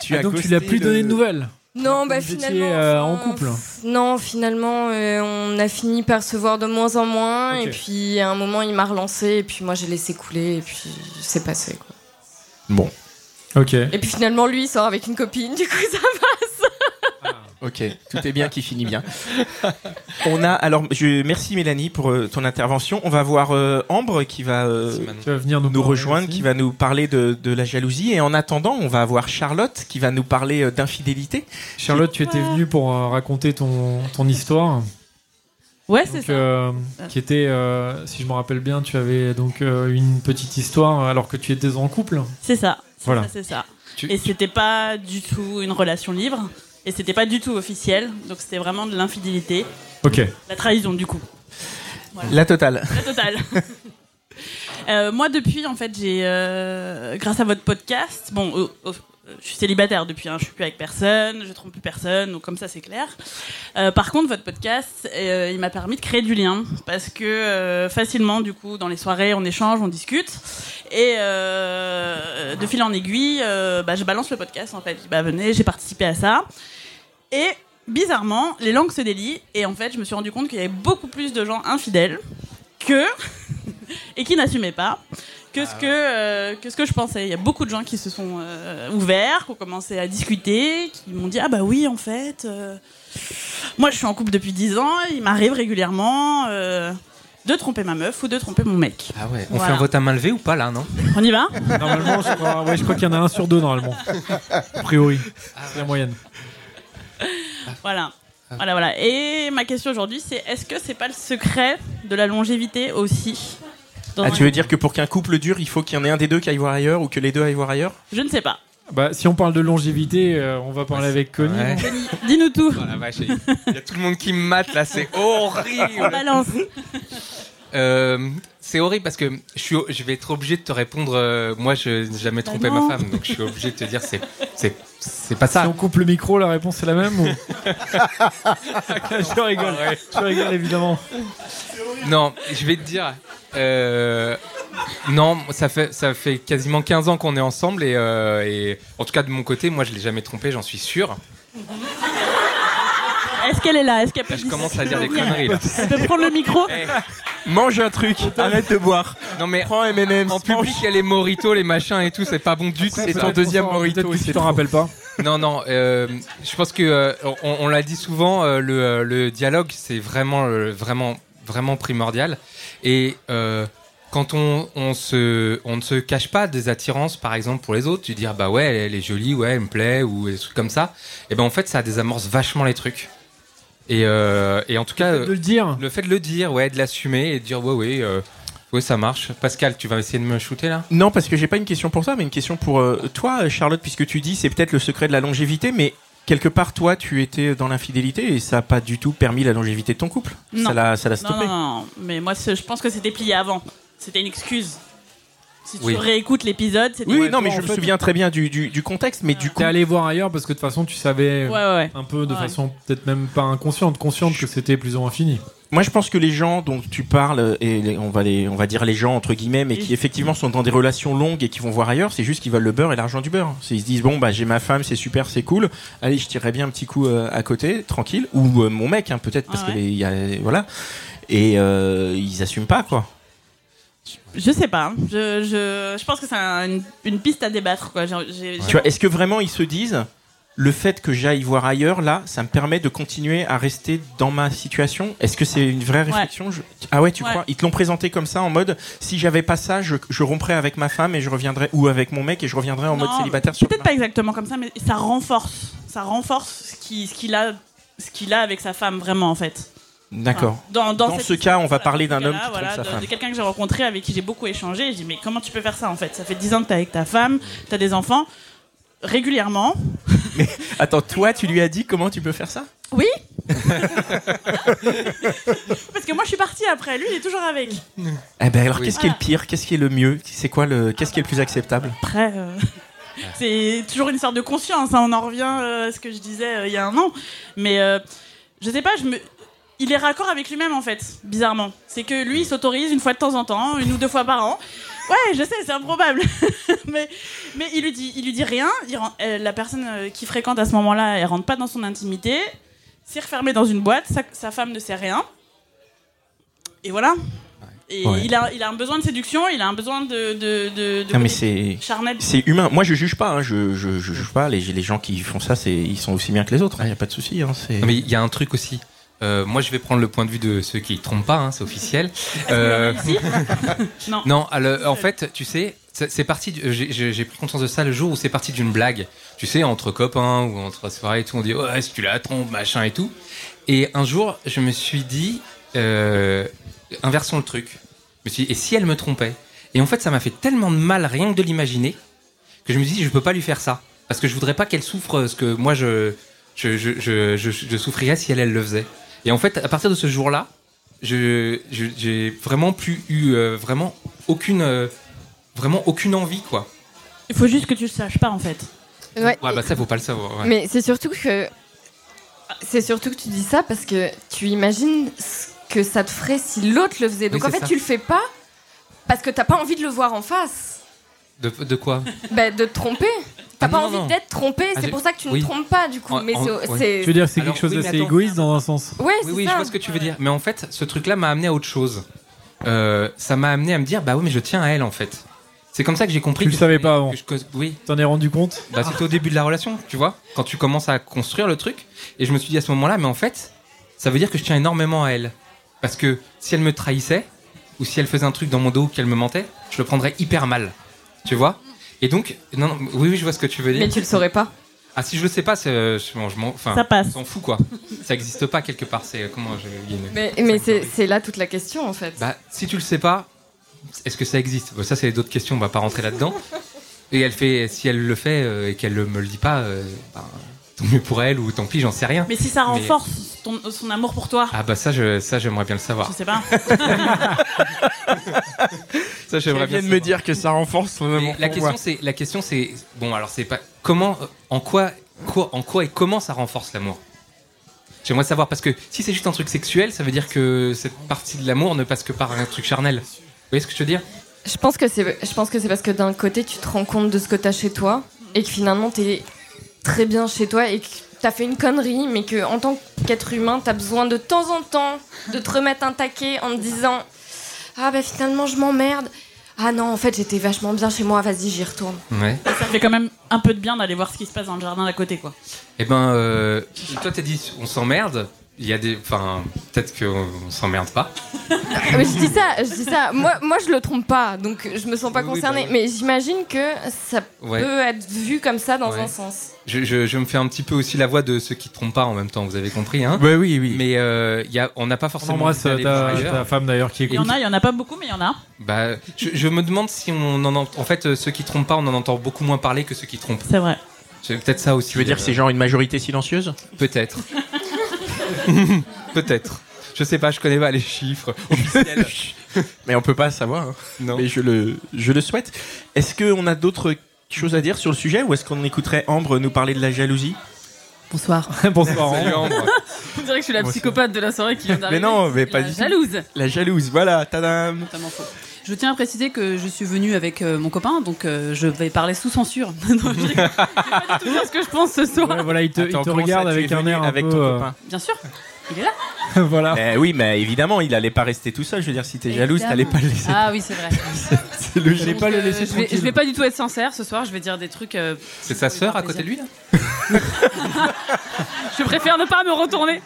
Speaker 1: Tu
Speaker 3: Ah,
Speaker 1: as
Speaker 3: donc tu
Speaker 1: ghosté
Speaker 3: lui as plus
Speaker 1: le-
Speaker 3: donné de nouvelles.
Speaker 12: Non, bah
Speaker 3: Vous étiez,
Speaker 12: finalement.
Speaker 3: euh, en
Speaker 12: enfin,
Speaker 3: couple.
Speaker 12: pff, Non, finalement, euh, on a fini par se voir de moins en moins.
Speaker 3: Ok.
Speaker 12: Et puis à un moment, il m'a relancé. Et puis moi, j'ai laissé couler. Et puis c'est passé. Quoi.
Speaker 1: Bon.
Speaker 3: Ok.
Speaker 12: Et puis finalement, lui, il sort avec une copine. Du coup, ça passe.
Speaker 1: Ok, tout est bien qui finit bien. On a alors, je, merci Mélanie pour euh, ton intervention. On va voir euh, Ambre qui va, euh,
Speaker 3: Tu vas venir nous,
Speaker 1: nous
Speaker 3: parler
Speaker 1: rejoindre,
Speaker 3: aussi.
Speaker 1: qui va nous parler de, de la jalousie. Et en attendant, on va avoir Charlotte qui va nous parler euh, d'infidélité.
Speaker 3: Charlotte, tu étais venue pour euh, raconter ton, ton histoire.
Speaker 14: Ouais,
Speaker 3: c'est ça. qui était, euh, si je me rappelle bien, tu avais donc euh, une petite histoire euh, alors que tu étais en couple.
Speaker 14: C'est ça. c'est
Speaker 3: Voilà.
Speaker 14: ça, C'est ça.
Speaker 3: Tu-
Speaker 14: Et c'était pas du tout une relation libre. Et c'était pas du tout officiel. Donc c'était vraiment de l'infidélité.
Speaker 3: Ok.
Speaker 14: La trahison, du coup. Voilà.
Speaker 1: La totale.
Speaker 14: La totale. Euh, moi, depuis, en fait, j'ai. euh, grâce à votre podcast. Bon, euh, euh, je suis célibataire depuis, hein, je suis plus avec personne, je trompe plus personne, donc comme ça, c'est clair. Euh, par contre, votre podcast, euh, il m'a permis de créer du lien. Parce que euh, facilement, du coup, dans les soirées, on échange, on discute. Et euh, de fil en aiguille, euh, bah, je balance le podcast, en fait. Je dis, Bah, venez, j'ai participé à ça. Et bizarrement, les langues se délient. Et en fait, je me suis rendu compte qu'il y avait beaucoup plus de gens infidèles que. et qui n'assumaient pas. Que
Speaker 2: Ah
Speaker 14: ce que, euh, que ce que je pensais. Il y a beaucoup de gens qui se sont euh, ouverts, qui ont commencé à discuter, qui m'ont dit Ah bah oui, en fait, euh, moi je suis en couple depuis 10 ans, il m'arrive régulièrement euh, de tromper ma meuf ou de tromper mon mec.
Speaker 2: Ah ouais, on
Speaker 14: Voilà.
Speaker 2: fait un vote à main levée ou pas là, non
Speaker 14: On y va
Speaker 3: Normalement, je crois, ouais, je crois qu'il y en a un sur deux normalement. A priori, c'est la moyenne.
Speaker 14: Voilà.
Speaker 2: Ah.
Speaker 14: Voilà, voilà. Et ma question aujourd'hui, c'est est-ce que c'est pas le secret de la longévité aussi dans
Speaker 1: Ah,
Speaker 14: un
Speaker 1: tu veux dire que pour qu'un couple dure, il faut qu'il y en ait un des deux qui aille voir ailleurs ou que les deux aillent voir ailleurs
Speaker 14: Je ne sais pas.
Speaker 3: Bah, si on parle de longévité, euh, on va parler avec Connie.
Speaker 2: Ouais.
Speaker 14: Dis-nous tout.
Speaker 2: Oh Il y a tout le monde qui me mate là, c'est horrible.
Speaker 14: On balance.
Speaker 2: Euh, c'est horrible parce que je, suis, je vais être obligé de te répondre. euh, moi, je n'ai jamais
Speaker 3: Bah
Speaker 2: trompé
Speaker 3: non.
Speaker 2: ma femme, donc je suis obligé de te dire c'est c'est c'est pas ça.
Speaker 3: Si on coupe le micro, la réponse est la même ou... Je rigole, je rigole évidemment.
Speaker 2: Ah Non, je vais te dire. euh, non, ça fait, ça fait quasiment 15 ans qu'on est ensemble et, euh, et en tout cas de mon côté, moi je l'ai jamais trompé, j'en suis sûr.
Speaker 14: Est-ce qu'elle est là Est-ce qu'elle peut
Speaker 2: je commence à dire des conneries, là. Eh,
Speaker 14: Tu peux prendre le micro
Speaker 2: Mange un truc, arrête de boire. Non mais prends M&M's. En public, elle est morito, les machins et tout, c'est pas bon du tout.
Speaker 1: C'est ton deuxième
Speaker 3: Peut-être
Speaker 1: morito.
Speaker 3: que tu t'en rappelles pas.
Speaker 2: Non, non, euh, je pense que euh, on, on l'a dit souvent, euh, le, euh, le dialogue, c'est vraiment, euh, vraiment, vraiment primordial. Et euh, quand on, on, se, on ne se cache pas des attirances, par exemple, pour les autres, tu dis, ah bah ouais, elle, elle est jolie, ouais, elle me plaît, ou des trucs comme ça, et ben en fait, ça désamorce vachement les trucs. Et, euh, et en tout cas.
Speaker 3: fait de le dire.
Speaker 2: Le fait de le dire, ouais, de l'assumer et de dire, ouais, ouais, euh, ouais, ça marche. Pascal, tu vas essayer de me shooter là
Speaker 1: Non, parce que j'ai pas une question pour ça, mais une question pour euh, toi, Charlotte, puisque tu dis c'est peut-être le secret de la longévité, mais quelque part, toi, tu étais dans l'infidélité et ça n'a pas du tout permis la longévité de ton couple.
Speaker 14: Non.
Speaker 1: Ça l'a ça l'a
Speaker 14: Non,
Speaker 1: stoppé.
Speaker 14: Non, non, non. mais moi, ce- je pense que c'était plié avant. C'était une excuse. Si tu
Speaker 1: Oui.
Speaker 14: réécoutes l'épisode, c'était.
Speaker 1: Oui, non, mais je me souviens très bien du, du- du contexte, mais du coup.
Speaker 3: T'es allé voir ailleurs parce que de toute façon, tu savais
Speaker 14: Ouais, ouais, ouais.
Speaker 3: un peu de
Speaker 14: Ouais.
Speaker 3: façon peut-être même pas inconsciente, consciente que c'était plus ou moins fini.
Speaker 1: Moi, je pense que les gens dont tu parles, et les- on va, les, on va dire les gens entre guillemets, mais qui effectivement sont dans des relations longues et qui vont voir ailleurs, c'est juste qu'ils veulent le beurre et l'argent du beurre. C'est- Ils se disent bon bah j'ai ma femme, c'est super, c'est cool. Allez, je tirerai bien un petit coup euh, à côté, tranquille, ou euh, mon mec hein, peut-être parce
Speaker 14: Ah ouais.
Speaker 1: qu'il y a voilà. Et euh, ils assument pas quoi.
Speaker 14: Je sais pas. hein. Je, je, je pense que c'est un- une, une piste à débattre. Quoi. J'ai- j'ai- j'ai-
Speaker 1: Tu vois, est-ce que vraiment ils se disent le fait que j'aille voir ailleurs là, ça me permet de continuer à rester dans ma situation Est-ce que c'est une vraie
Speaker 14: Ouais.
Speaker 1: réflexion Je- Ah ouais, tu
Speaker 14: Ouais.
Speaker 1: crois Ils te l'ont présenté comme ça en mode si j'avais pas ça, je, je romprais avec ma femme et je reviendrais ou avec mon mec et je reviendrais en
Speaker 14: Non,
Speaker 1: mode célibataire sur
Speaker 14: Peut-être pas exactement comme ça, mais ça renforce. Ça renforce ce qu'il ce qu'il a, ce qu'il a avec sa femme, vraiment, en fait.
Speaker 1: D'accord.
Speaker 14: Enfin, dans dans,
Speaker 1: Dans
Speaker 14: cette
Speaker 1: ce
Speaker 14: histoire,
Speaker 1: cas, on va
Speaker 14: dans
Speaker 1: parler
Speaker 14: ce
Speaker 1: d'un homme
Speaker 14: cas-là,
Speaker 1: qui trompe sa
Speaker 14: de-
Speaker 1: femme.
Speaker 14: De quelqu'un que j'ai rencontré, avec qui j'ai beaucoup échangé. et Je dis, mais comment tu peux faire ça, en fait Ça fait 10 ans que t'es avec ta femme, t'as des enfants, régulièrement.
Speaker 1: Attends, toi tu lui as dit comment tu peux faire ça
Speaker 14: Oui Parce que moi, je suis partie après. Lui, il est toujours avec.
Speaker 1: Eh ben alors
Speaker 14: Oui.
Speaker 1: qu'est-ce qui est le pire Qu'est-ce qui est le mieux C'est quoi le qu'est-ce qui est le plus acceptable
Speaker 14: Après, euh, c'est toujours une sorte de conscience. hein. On en revient euh, à ce que je disais euh, il y a un an. Mais euh, je sais pas, je me... il est raccord avec lui-même en fait, bizarrement. C'est que lui, il s'autorise une fois de temps en temps, une ou deux fois par an. Ouais, je sais, c'est improbable. mais, mais il lui dit, il lui dit rien. Il ren- euh, la personne euh, qui fréquente à ce moment-là, elle rentre pas dans son intimité. C'est refermé dans une boîte. Sa, sa femme ne sait rien. Et voilà. Et
Speaker 1: Ouais.
Speaker 14: il, a, il a un besoin de séduction, il a un besoin de, de, de- de
Speaker 1: Non mais
Speaker 14: côté
Speaker 1: c'est
Speaker 14: charnel.
Speaker 1: c'est humain. Moi je juge pas. hein. Je, je, je juge pas. Les, les gens qui font ça, c'est ils sont aussi bien que les autres. Il y a pas de souci. hein. C'est-
Speaker 2: Non, mais il y a un truc aussi. Euh, moi, je vais prendre le point de vue de ceux qui ne trompent pas, hein, c'est officiel. Euh,
Speaker 14: non.
Speaker 2: non, alors, en fait, tu sais, c'est c'est parti. du- j'ai- J'ai j'ai pris conscience de ça le jour où c'est parti d'une blague. Tu sais, entre copains ou entre soirées et tout, on dit ouais, si tu la trompes, machin et tout. Et un jour, je me suis dit, euh, inversons le truc. Je me suis dit, et si elle me trompait Et en fait, ça m'a fait tellement de mal rien que de l'imaginer que je me suis dit, je peux pas lui faire ça. Parce que je voudrais pas qu'elle souffre ce que moi je, je, je, je, je, je souffrirais si elle, elle le faisait. Et en fait, à partir de ce jour-là, je, je- j'ai vraiment plus eu euh, vraiment aucune, euh, vraiment aucune envie, quoi.
Speaker 14: Il faut juste que tu le saches pas en fait.
Speaker 13: Ouais.
Speaker 2: Ouais, bah ça, faut pas le savoir. ouais.
Speaker 13: Mais c'est surtout que c'est surtout que tu dis ça parce que tu imagines ce que ça te ferait si l'autre le faisait. Donc
Speaker 2: Oui,
Speaker 13: en
Speaker 2: c'est
Speaker 13: fait,
Speaker 2: ça.
Speaker 13: tu le fais pas parce que t'as pas envie de le voir en face,
Speaker 2: De, de quoi
Speaker 13: bah, de te tromper. T'as
Speaker 2: Ah
Speaker 13: pas
Speaker 2: non,
Speaker 13: envie
Speaker 2: non.
Speaker 13: d'être trompé.
Speaker 2: Ah,
Speaker 13: c'est
Speaker 2: j'ai-
Speaker 13: pour ça que tu ne
Speaker 2: oui.
Speaker 13: trompes pas du coup.
Speaker 2: En-
Speaker 13: mais
Speaker 2: en-
Speaker 13: c'est-
Speaker 2: ouais.
Speaker 13: c'est.
Speaker 3: Tu veux dire que c'est
Speaker 2: Alors,
Speaker 3: quelque chose
Speaker 2: oui, mais
Speaker 3: d'assez
Speaker 2: attends.
Speaker 3: égoïste dans un sens
Speaker 13: Ouais,
Speaker 2: oui,
Speaker 13: c'est
Speaker 2: oui,
Speaker 13: ça.
Speaker 2: je vois ce que tu veux dire. Mais en fait, ce truc-là m'a amené à autre chose. Euh, ça m'a amené à me dire, bah oui, mais je tiens à elle, en fait. C'est comme ça que j'ai compris.
Speaker 3: Tu le
Speaker 2: que-
Speaker 3: savais pas avant.
Speaker 2: que- oui.
Speaker 3: T'en es rendu compte
Speaker 2: Bah, c'était au début de la relation, tu vois, quand tu commences à construire le truc. Et je me suis dit à ce moment-là, mais en fait, ça veut dire que je tiens énormément à elle. Parce que si elle me trahissait, ou si elle faisait un truc dans mon dos ou qu'elle me mentait, je le prendrais hyper mal. Tu vois Et donc, non, non, oui, oui, je vois ce que tu veux dire.
Speaker 13: Mais tu le saurais pas.
Speaker 2: Ah, si je le sais pas, c'est, euh, je, bon, je m'en enfin,
Speaker 14: Ça passe.
Speaker 2: on s'en fout quoi. Ça existe pas quelque part. C'est euh, comment je- il y a une-
Speaker 12: Mais, mais c'est c'est là toute la question en fait.
Speaker 2: Bah, si tu le sais pas, est-ce que ça existe Bon, Ça, c'est d'autres questions. On va pas rentrer là-dedans. Et elle fait, si elle le fait euh, et qu'elle me le dit pas, euh, bah, tant mieux pour elle ou tant pis, j'en sais rien.
Speaker 14: Mais si ça renforce ton- son amour pour toi,
Speaker 2: Ah bah ça, je, ça j'aimerais bien le savoir.
Speaker 14: je sais pas.
Speaker 2: Ça, j'aimerais
Speaker 1: Elle vient
Speaker 2: bien
Speaker 1: de
Speaker 2: savoir.
Speaker 1: me dire que ça renforce son amour
Speaker 2: La
Speaker 1: pour
Speaker 2: question
Speaker 1: moi.
Speaker 2: c'est, la question c'est, bon alors c'est pas comment, euh, en quoi, quoi, en quoi et comment ça renforce l'amour. J'aimerais savoir parce que si c'est juste un truc sexuel, ça veut dire que cette partie de l'amour ne passe que par un truc charnel. Vous voyez ce que je veux dire
Speaker 12: Je pense que c'est je pense que c'est parce que d'un côté tu te rends compte de ce que t'as chez toi et que finalement t'es très bien chez toi et que t'as fait une connerie mais que en tant qu'être humain t'as besoin de temps en temps de te remettre un taquet en te disant ah bah finalement je m'emmerde ah non en fait j'étais vachement bien chez moi vas-y j'y retourne
Speaker 2: Ouais.
Speaker 14: Ça fait quand même un peu de bien d'aller voir ce qui se passe dans le jardin d'à côté, quoi.
Speaker 2: Eh ben, euh, toi t'as dit on s'emmerde. Il y a des, enfin peut-être qu'on on s'emmerde pas.
Speaker 12: Ah, mais je dis ça je dis ça moi moi je le trompe pas donc je me sens pas
Speaker 2: Oui, oui,
Speaker 12: concernée
Speaker 2: bah
Speaker 12: mais j'imagine que ça
Speaker 2: Ouais.
Speaker 12: peut être vu comme ça dans
Speaker 2: Ouais.
Speaker 12: un sens
Speaker 2: Je, je- je me fais un petit peu aussi la voix de ceux qui ne trompent pas en même temps, vous avez compris. Hein
Speaker 3: oui, oui.
Speaker 2: Mais euh, il y a, on n'a pas
Speaker 3: On
Speaker 2: forcément.
Speaker 3: embrasse
Speaker 2: envie
Speaker 3: euh,
Speaker 2: d'aller voir
Speaker 3: ta,
Speaker 2: ailleurs.
Speaker 3: ta femme d'ailleurs qui
Speaker 14: Il
Speaker 3: écoute.
Speaker 14: y en a, il y en a pas beaucoup, mais il y en a.
Speaker 2: Bah, je, je me demande si on en entend. En fait, euh, ceux qui trompent pas, on en entend beaucoup moins parler que ceux qui trompent.
Speaker 14: C'est vrai.
Speaker 2: C'est peut-être ça aussi.
Speaker 1: Tu veux dire que c'est genre une majorité silencieuse
Speaker 2: Peut-être. peut-être. Je sais pas, je connais pas les chiffres officiels.
Speaker 1: Mais on peut pas savoir. hein. Mais je le, je le souhaite. Est-ce qu'on a d'autres choses à dire sur le sujet ou est-ce qu'on écouterait Ambre nous parler de la jalousie
Speaker 15: Bonsoir.
Speaker 3: Bonsoir.
Speaker 1: Salut, Ambre.
Speaker 15: On dirait que je suis la
Speaker 1: Moi aussi.
Speaker 15: psychopathe de la soirée qui vient d'arriver.
Speaker 1: Mais non, mais pas
Speaker 15: La
Speaker 1: du tout.
Speaker 15: jalouse.
Speaker 1: La jalouse, voilà, tadam.
Speaker 15: Je tiens à préciser que je suis venue avec euh, mon copain, donc euh, je vais parler sous censure. Non, je rigole. Je vais pas du tout dire ce que je pense ce soir.
Speaker 3: voilà, il te, il
Speaker 1: Attends,
Speaker 3: te
Speaker 1: comment ça,
Speaker 3: regarde
Speaker 1: tu es
Speaker 3: avec un
Speaker 1: venu
Speaker 3: air un
Speaker 1: avec
Speaker 3: peu,
Speaker 1: ton
Speaker 3: euh,
Speaker 1: copain Eh
Speaker 15: Bien sûr, il est là.
Speaker 3: voilà.
Speaker 1: oui, mais évidemment, il allait pas rester tout seul. Je veux dire, si t'es jalouse, t'allais
Speaker 15: Évidemment.
Speaker 1: pas le laisser.
Speaker 15: Ah oui, c'est vrai.
Speaker 1: C'est logique.
Speaker 15: Donc, euh, je, vais, je vais pas du tout être sincère ce soir, je vais dire des trucs. euh,
Speaker 2: C'est sa sœur à côté de lui là
Speaker 15: je préfère ne pas me retourner.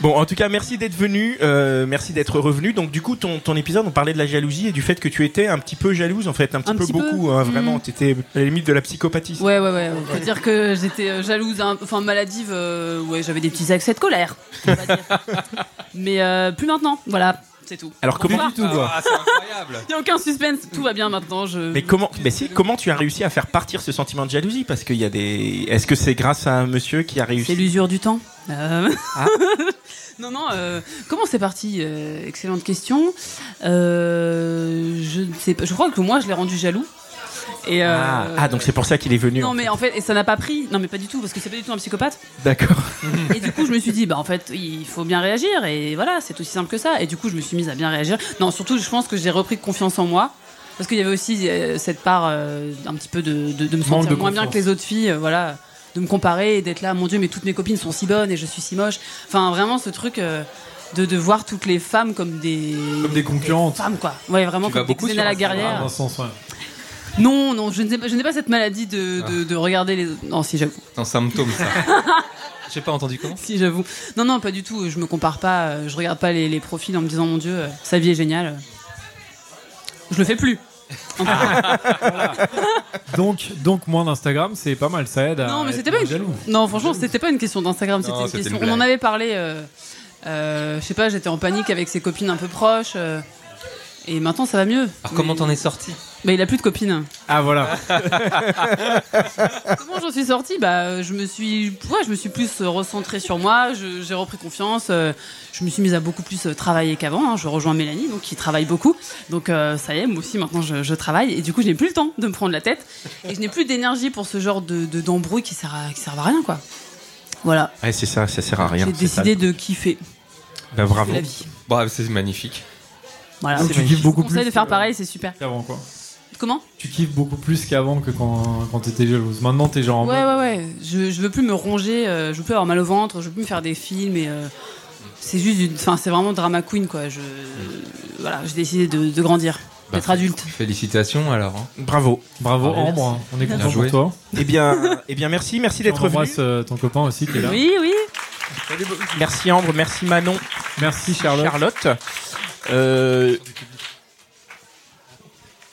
Speaker 1: Bon, en tout cas, merci d'être venu, euh, merci d'être revenu. Donc, du coup, ton, ton épisode, on parlait de la jalousie et du fait que tu étais un petit peu jalouse, en fait, un petit
Speaker 15: Un
Speaker 1: peu
Speaker 15: petit peu.
Speaker 1: beaucoup, hein, vraiment.
Speaker 15: Mm.
Speaker 1: T'étais à la limite de la psychopathie.
Speaker 15: Ouais, ouais, ouais. On peut dire que j'étais euh, jalouse, hein, enfin maladive. euh, ouais, j'avais des petits accès de colère. on va dire. Mais euh, plus maintenant, voilà, c'est tout.
Speaker 1: Alors, comment
Speaker 15: Bonsoir.
Speaker 1: du tout, quoi
Speaker 2: Ah, c'est incroyable.
Speaker 15: Il n'y a aucun suspense, tout va bien maintenant. Je...
Speaker 1: Mais comment, mais si, comment tu as réussi à faire partir ce sentiment de jalousie Parce qu'il y a des. Est-ce que c'est grâce à un monsieur qui a réussi
Speaker 15: C'est l'usure du temps. Euh,
Speaker 1: Ah.
Speaker 15: non, non, euh, comment c'est parti Euh, Excellente question. Euh, je ne sais pas, je crois que moi je l'ai rendu jaloux. Et, euh,
Speaker 1: ah, ah, donc c'est pour ça qu'il est venu.
Speaker 15: Non, mais en fait, et ça n'a pas pris. Non, mais pas du tout, parce que c'est pas du tout un psychopathe.
Speaker 1: D'accord.
Speaker 15: Et du coup, je me suis dit, bah en fait, il faut bien réagir, et voilà, c'est aussi simple que ça. Et du coup, je me suis mise à bien réagir. Non, surtout, je pense que j'ai repris confiance en moi. Parce qu'il y avait aussi euh, cette part euh, un petit peu de, de- de me
Speaker 3: Manque
Speaker 15: sentir
Speaker 3: de
Speaker 15: moins bien que
Speaker 3: confiance.
Speaker 15: les autres filles, euh, voilà, de me comparer et d'être là, mon Dieu, mais toutes mes copines sont si bonnes et je suis si moche. Enfin, vraiment, ce truc euh, de, de voir toutes les femmes comme des.
Speaker 3: Comme des concurrentes.
Speaker 15: femmes, quoi. Ouais, vraiment,
Speaker 3: Tu vas
Speaker 15: comme des
Speaker 3: beaucoup
Speaker 15: Xena
Speaker 3: sur
Speaker 15: la
Speaker 3: Instagram,
Speaker 15: guerrière.
Speaker 3: dans ce sens, ouais.
Speaker 15: Non, non, je n'ai pas, je n'ai pas cette maladie de,
Speaker 3: Ah.
Speaker 15: de- de regarder les autres. Non, si j'avoue.
Speaker 2: C'est un symptôme ça. J'ai pas entendu comment.
Speaker 15: Si j'avoue. Non, non, pas du tout. Je me compare pas. euh, Je regarde pas les, les profils en me disant mon Dieu, euh, sa vie est géniale. Je le fais plus.
Speaker 3: Donc, donc moins d'Instagram, c'est pas mal, ça aide à.
Speaker 15: non, mais
Speaker 3: être
Speaker 15: c'était pas.
Speaker 3: moins
Speaker 15: Une...
Speaker 3: jaloux.
Speaker 15: Non, franchement, c'était pas une question d'Instagram. C'était
Speaker 3: Non,
Speaker 15: une
Speaker 3: c'était une
Speaker 15: question.
Speaker 3: blague.
Speaker 15: On en avait parlé. euh, euh, je sais pas. J'étais en panique avec ses copines un peu proches. euh, et maintenant, ça va mieux.
Speaker 2: Alors comment t'en es sorti
Speaker 15: Mais il a plus de copines.
Speaker 3: Ah voilà.
Speaker 15: Comment j'en suis sortie Bah, euh, je me suis, ouais, je me suis plus euh, recentrée sur moi. je- J'ai repris confiance. euh, je me suis mise à beaucoup plus euh, travailler qu'avant. hein. Je rejoins Mélanie, donc qui travaille beaucoup. Donc euh, ça y est, moi aussi maintenant je, je travaille et du coup je n'ai plus le temps de me prendre la tête et je n'ai plus d'énergie pour ce genre de de- d'embrouille qui sert à, qui servent à rien quoi. Voilà.
Speaker 1: Ouais, c'est ça, ça sert à rien.
Speaker 15: J'ai
Speaker 1: c'est
Speaker 15: décidé
Speaker 1: ça.
Speaker 15: de kiffer.
Speaker 1: Bah, bravo.
Speaker 15: la vie.
Speaker 2: Bravo, c'est magnifique.
Speaker 15: Voilà.
Speaker 3: Donc, tu kiffes
Speaker 15: Je vous
Speaker 3: beaucoup
Speaker 15: conseille
Speaker 3: plus
Speaker 15: de faire pareil, c'est super.
Speaker 3: qu'avant, quoi.
Speaker 15: Comment
Speaker 3: Tu kiffes beaucoup plus qu'avant que quand, quand t'étais jalouse. Maintenant, t'es genre. en
Speaker 15: Ouais
Speaker 3: mode-
Speaker 15: ouais ouais. Je, je veux plus me ronger. euh, je veux plus avoir mal au ventre. Je veux plus me faire des films et. euh, c'est juste, une- enfin, c'est vraiment drama queen quoi. Je, voilà, j'ai décidé de, de grandir,
Speaker 2: Bah,
Speaker 15: d'être adulte.
Speaker 2: Félicitations alors. hein.
Speaker 1: Bravo.
Speaker 3: Bravo,
Speaker 2: Bravo,
Speaker 3: Ambre.
Speaker 2: merci.
Speaker 3: On est
Speaker 2: Bien
Speaker 3: content
Speaker 2: joué.
Speaker 3: pour toi.
Speaker 1: Eh bien, eh bien, merci, merci d'être
Speaker 3: On
Speaker 1: venu.
Speaker 3: embrasse euh, ton copain aussi qui est là.
Speaker 15: Oui, oui.
Speaker 1: Merci Ambre, merci Manon.
Speaker 3: Merci Charlotte.
Speaker 1: Charlotte. Euh,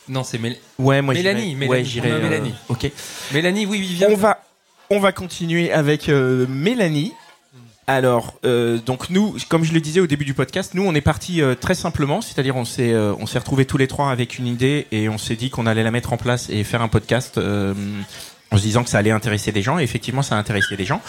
Speaker 2: Non, c'est Mél-
Speaker 1: ouais, moi
Speaker 2: Mélanie.
Speaker 1: j'irai-
Speaker 2: Mélanie.
Speaker 1: Ouais, j'irai.
Speaker 2: On a
Speaker 1: euh,
Speaker 2: Mélanie.
Speaker 1: Ok.
Speaker 2: Mélanie, oui, oui, viens.
Speaker 1: On va. On va continuer avec euh, Mélanie. Alors, euh, donc nous, comme je le disais au début du podcast, nous on est parti très simplement, c'est-à-dire on s'est euh, on s'est retrouvés tous les trois avec une idée et on s'est dit qu'on allait la mettre en place et faire un podcast euh, en se disant que ça allait intéresser des gens. Et effectivement, ça a intéressé des gens.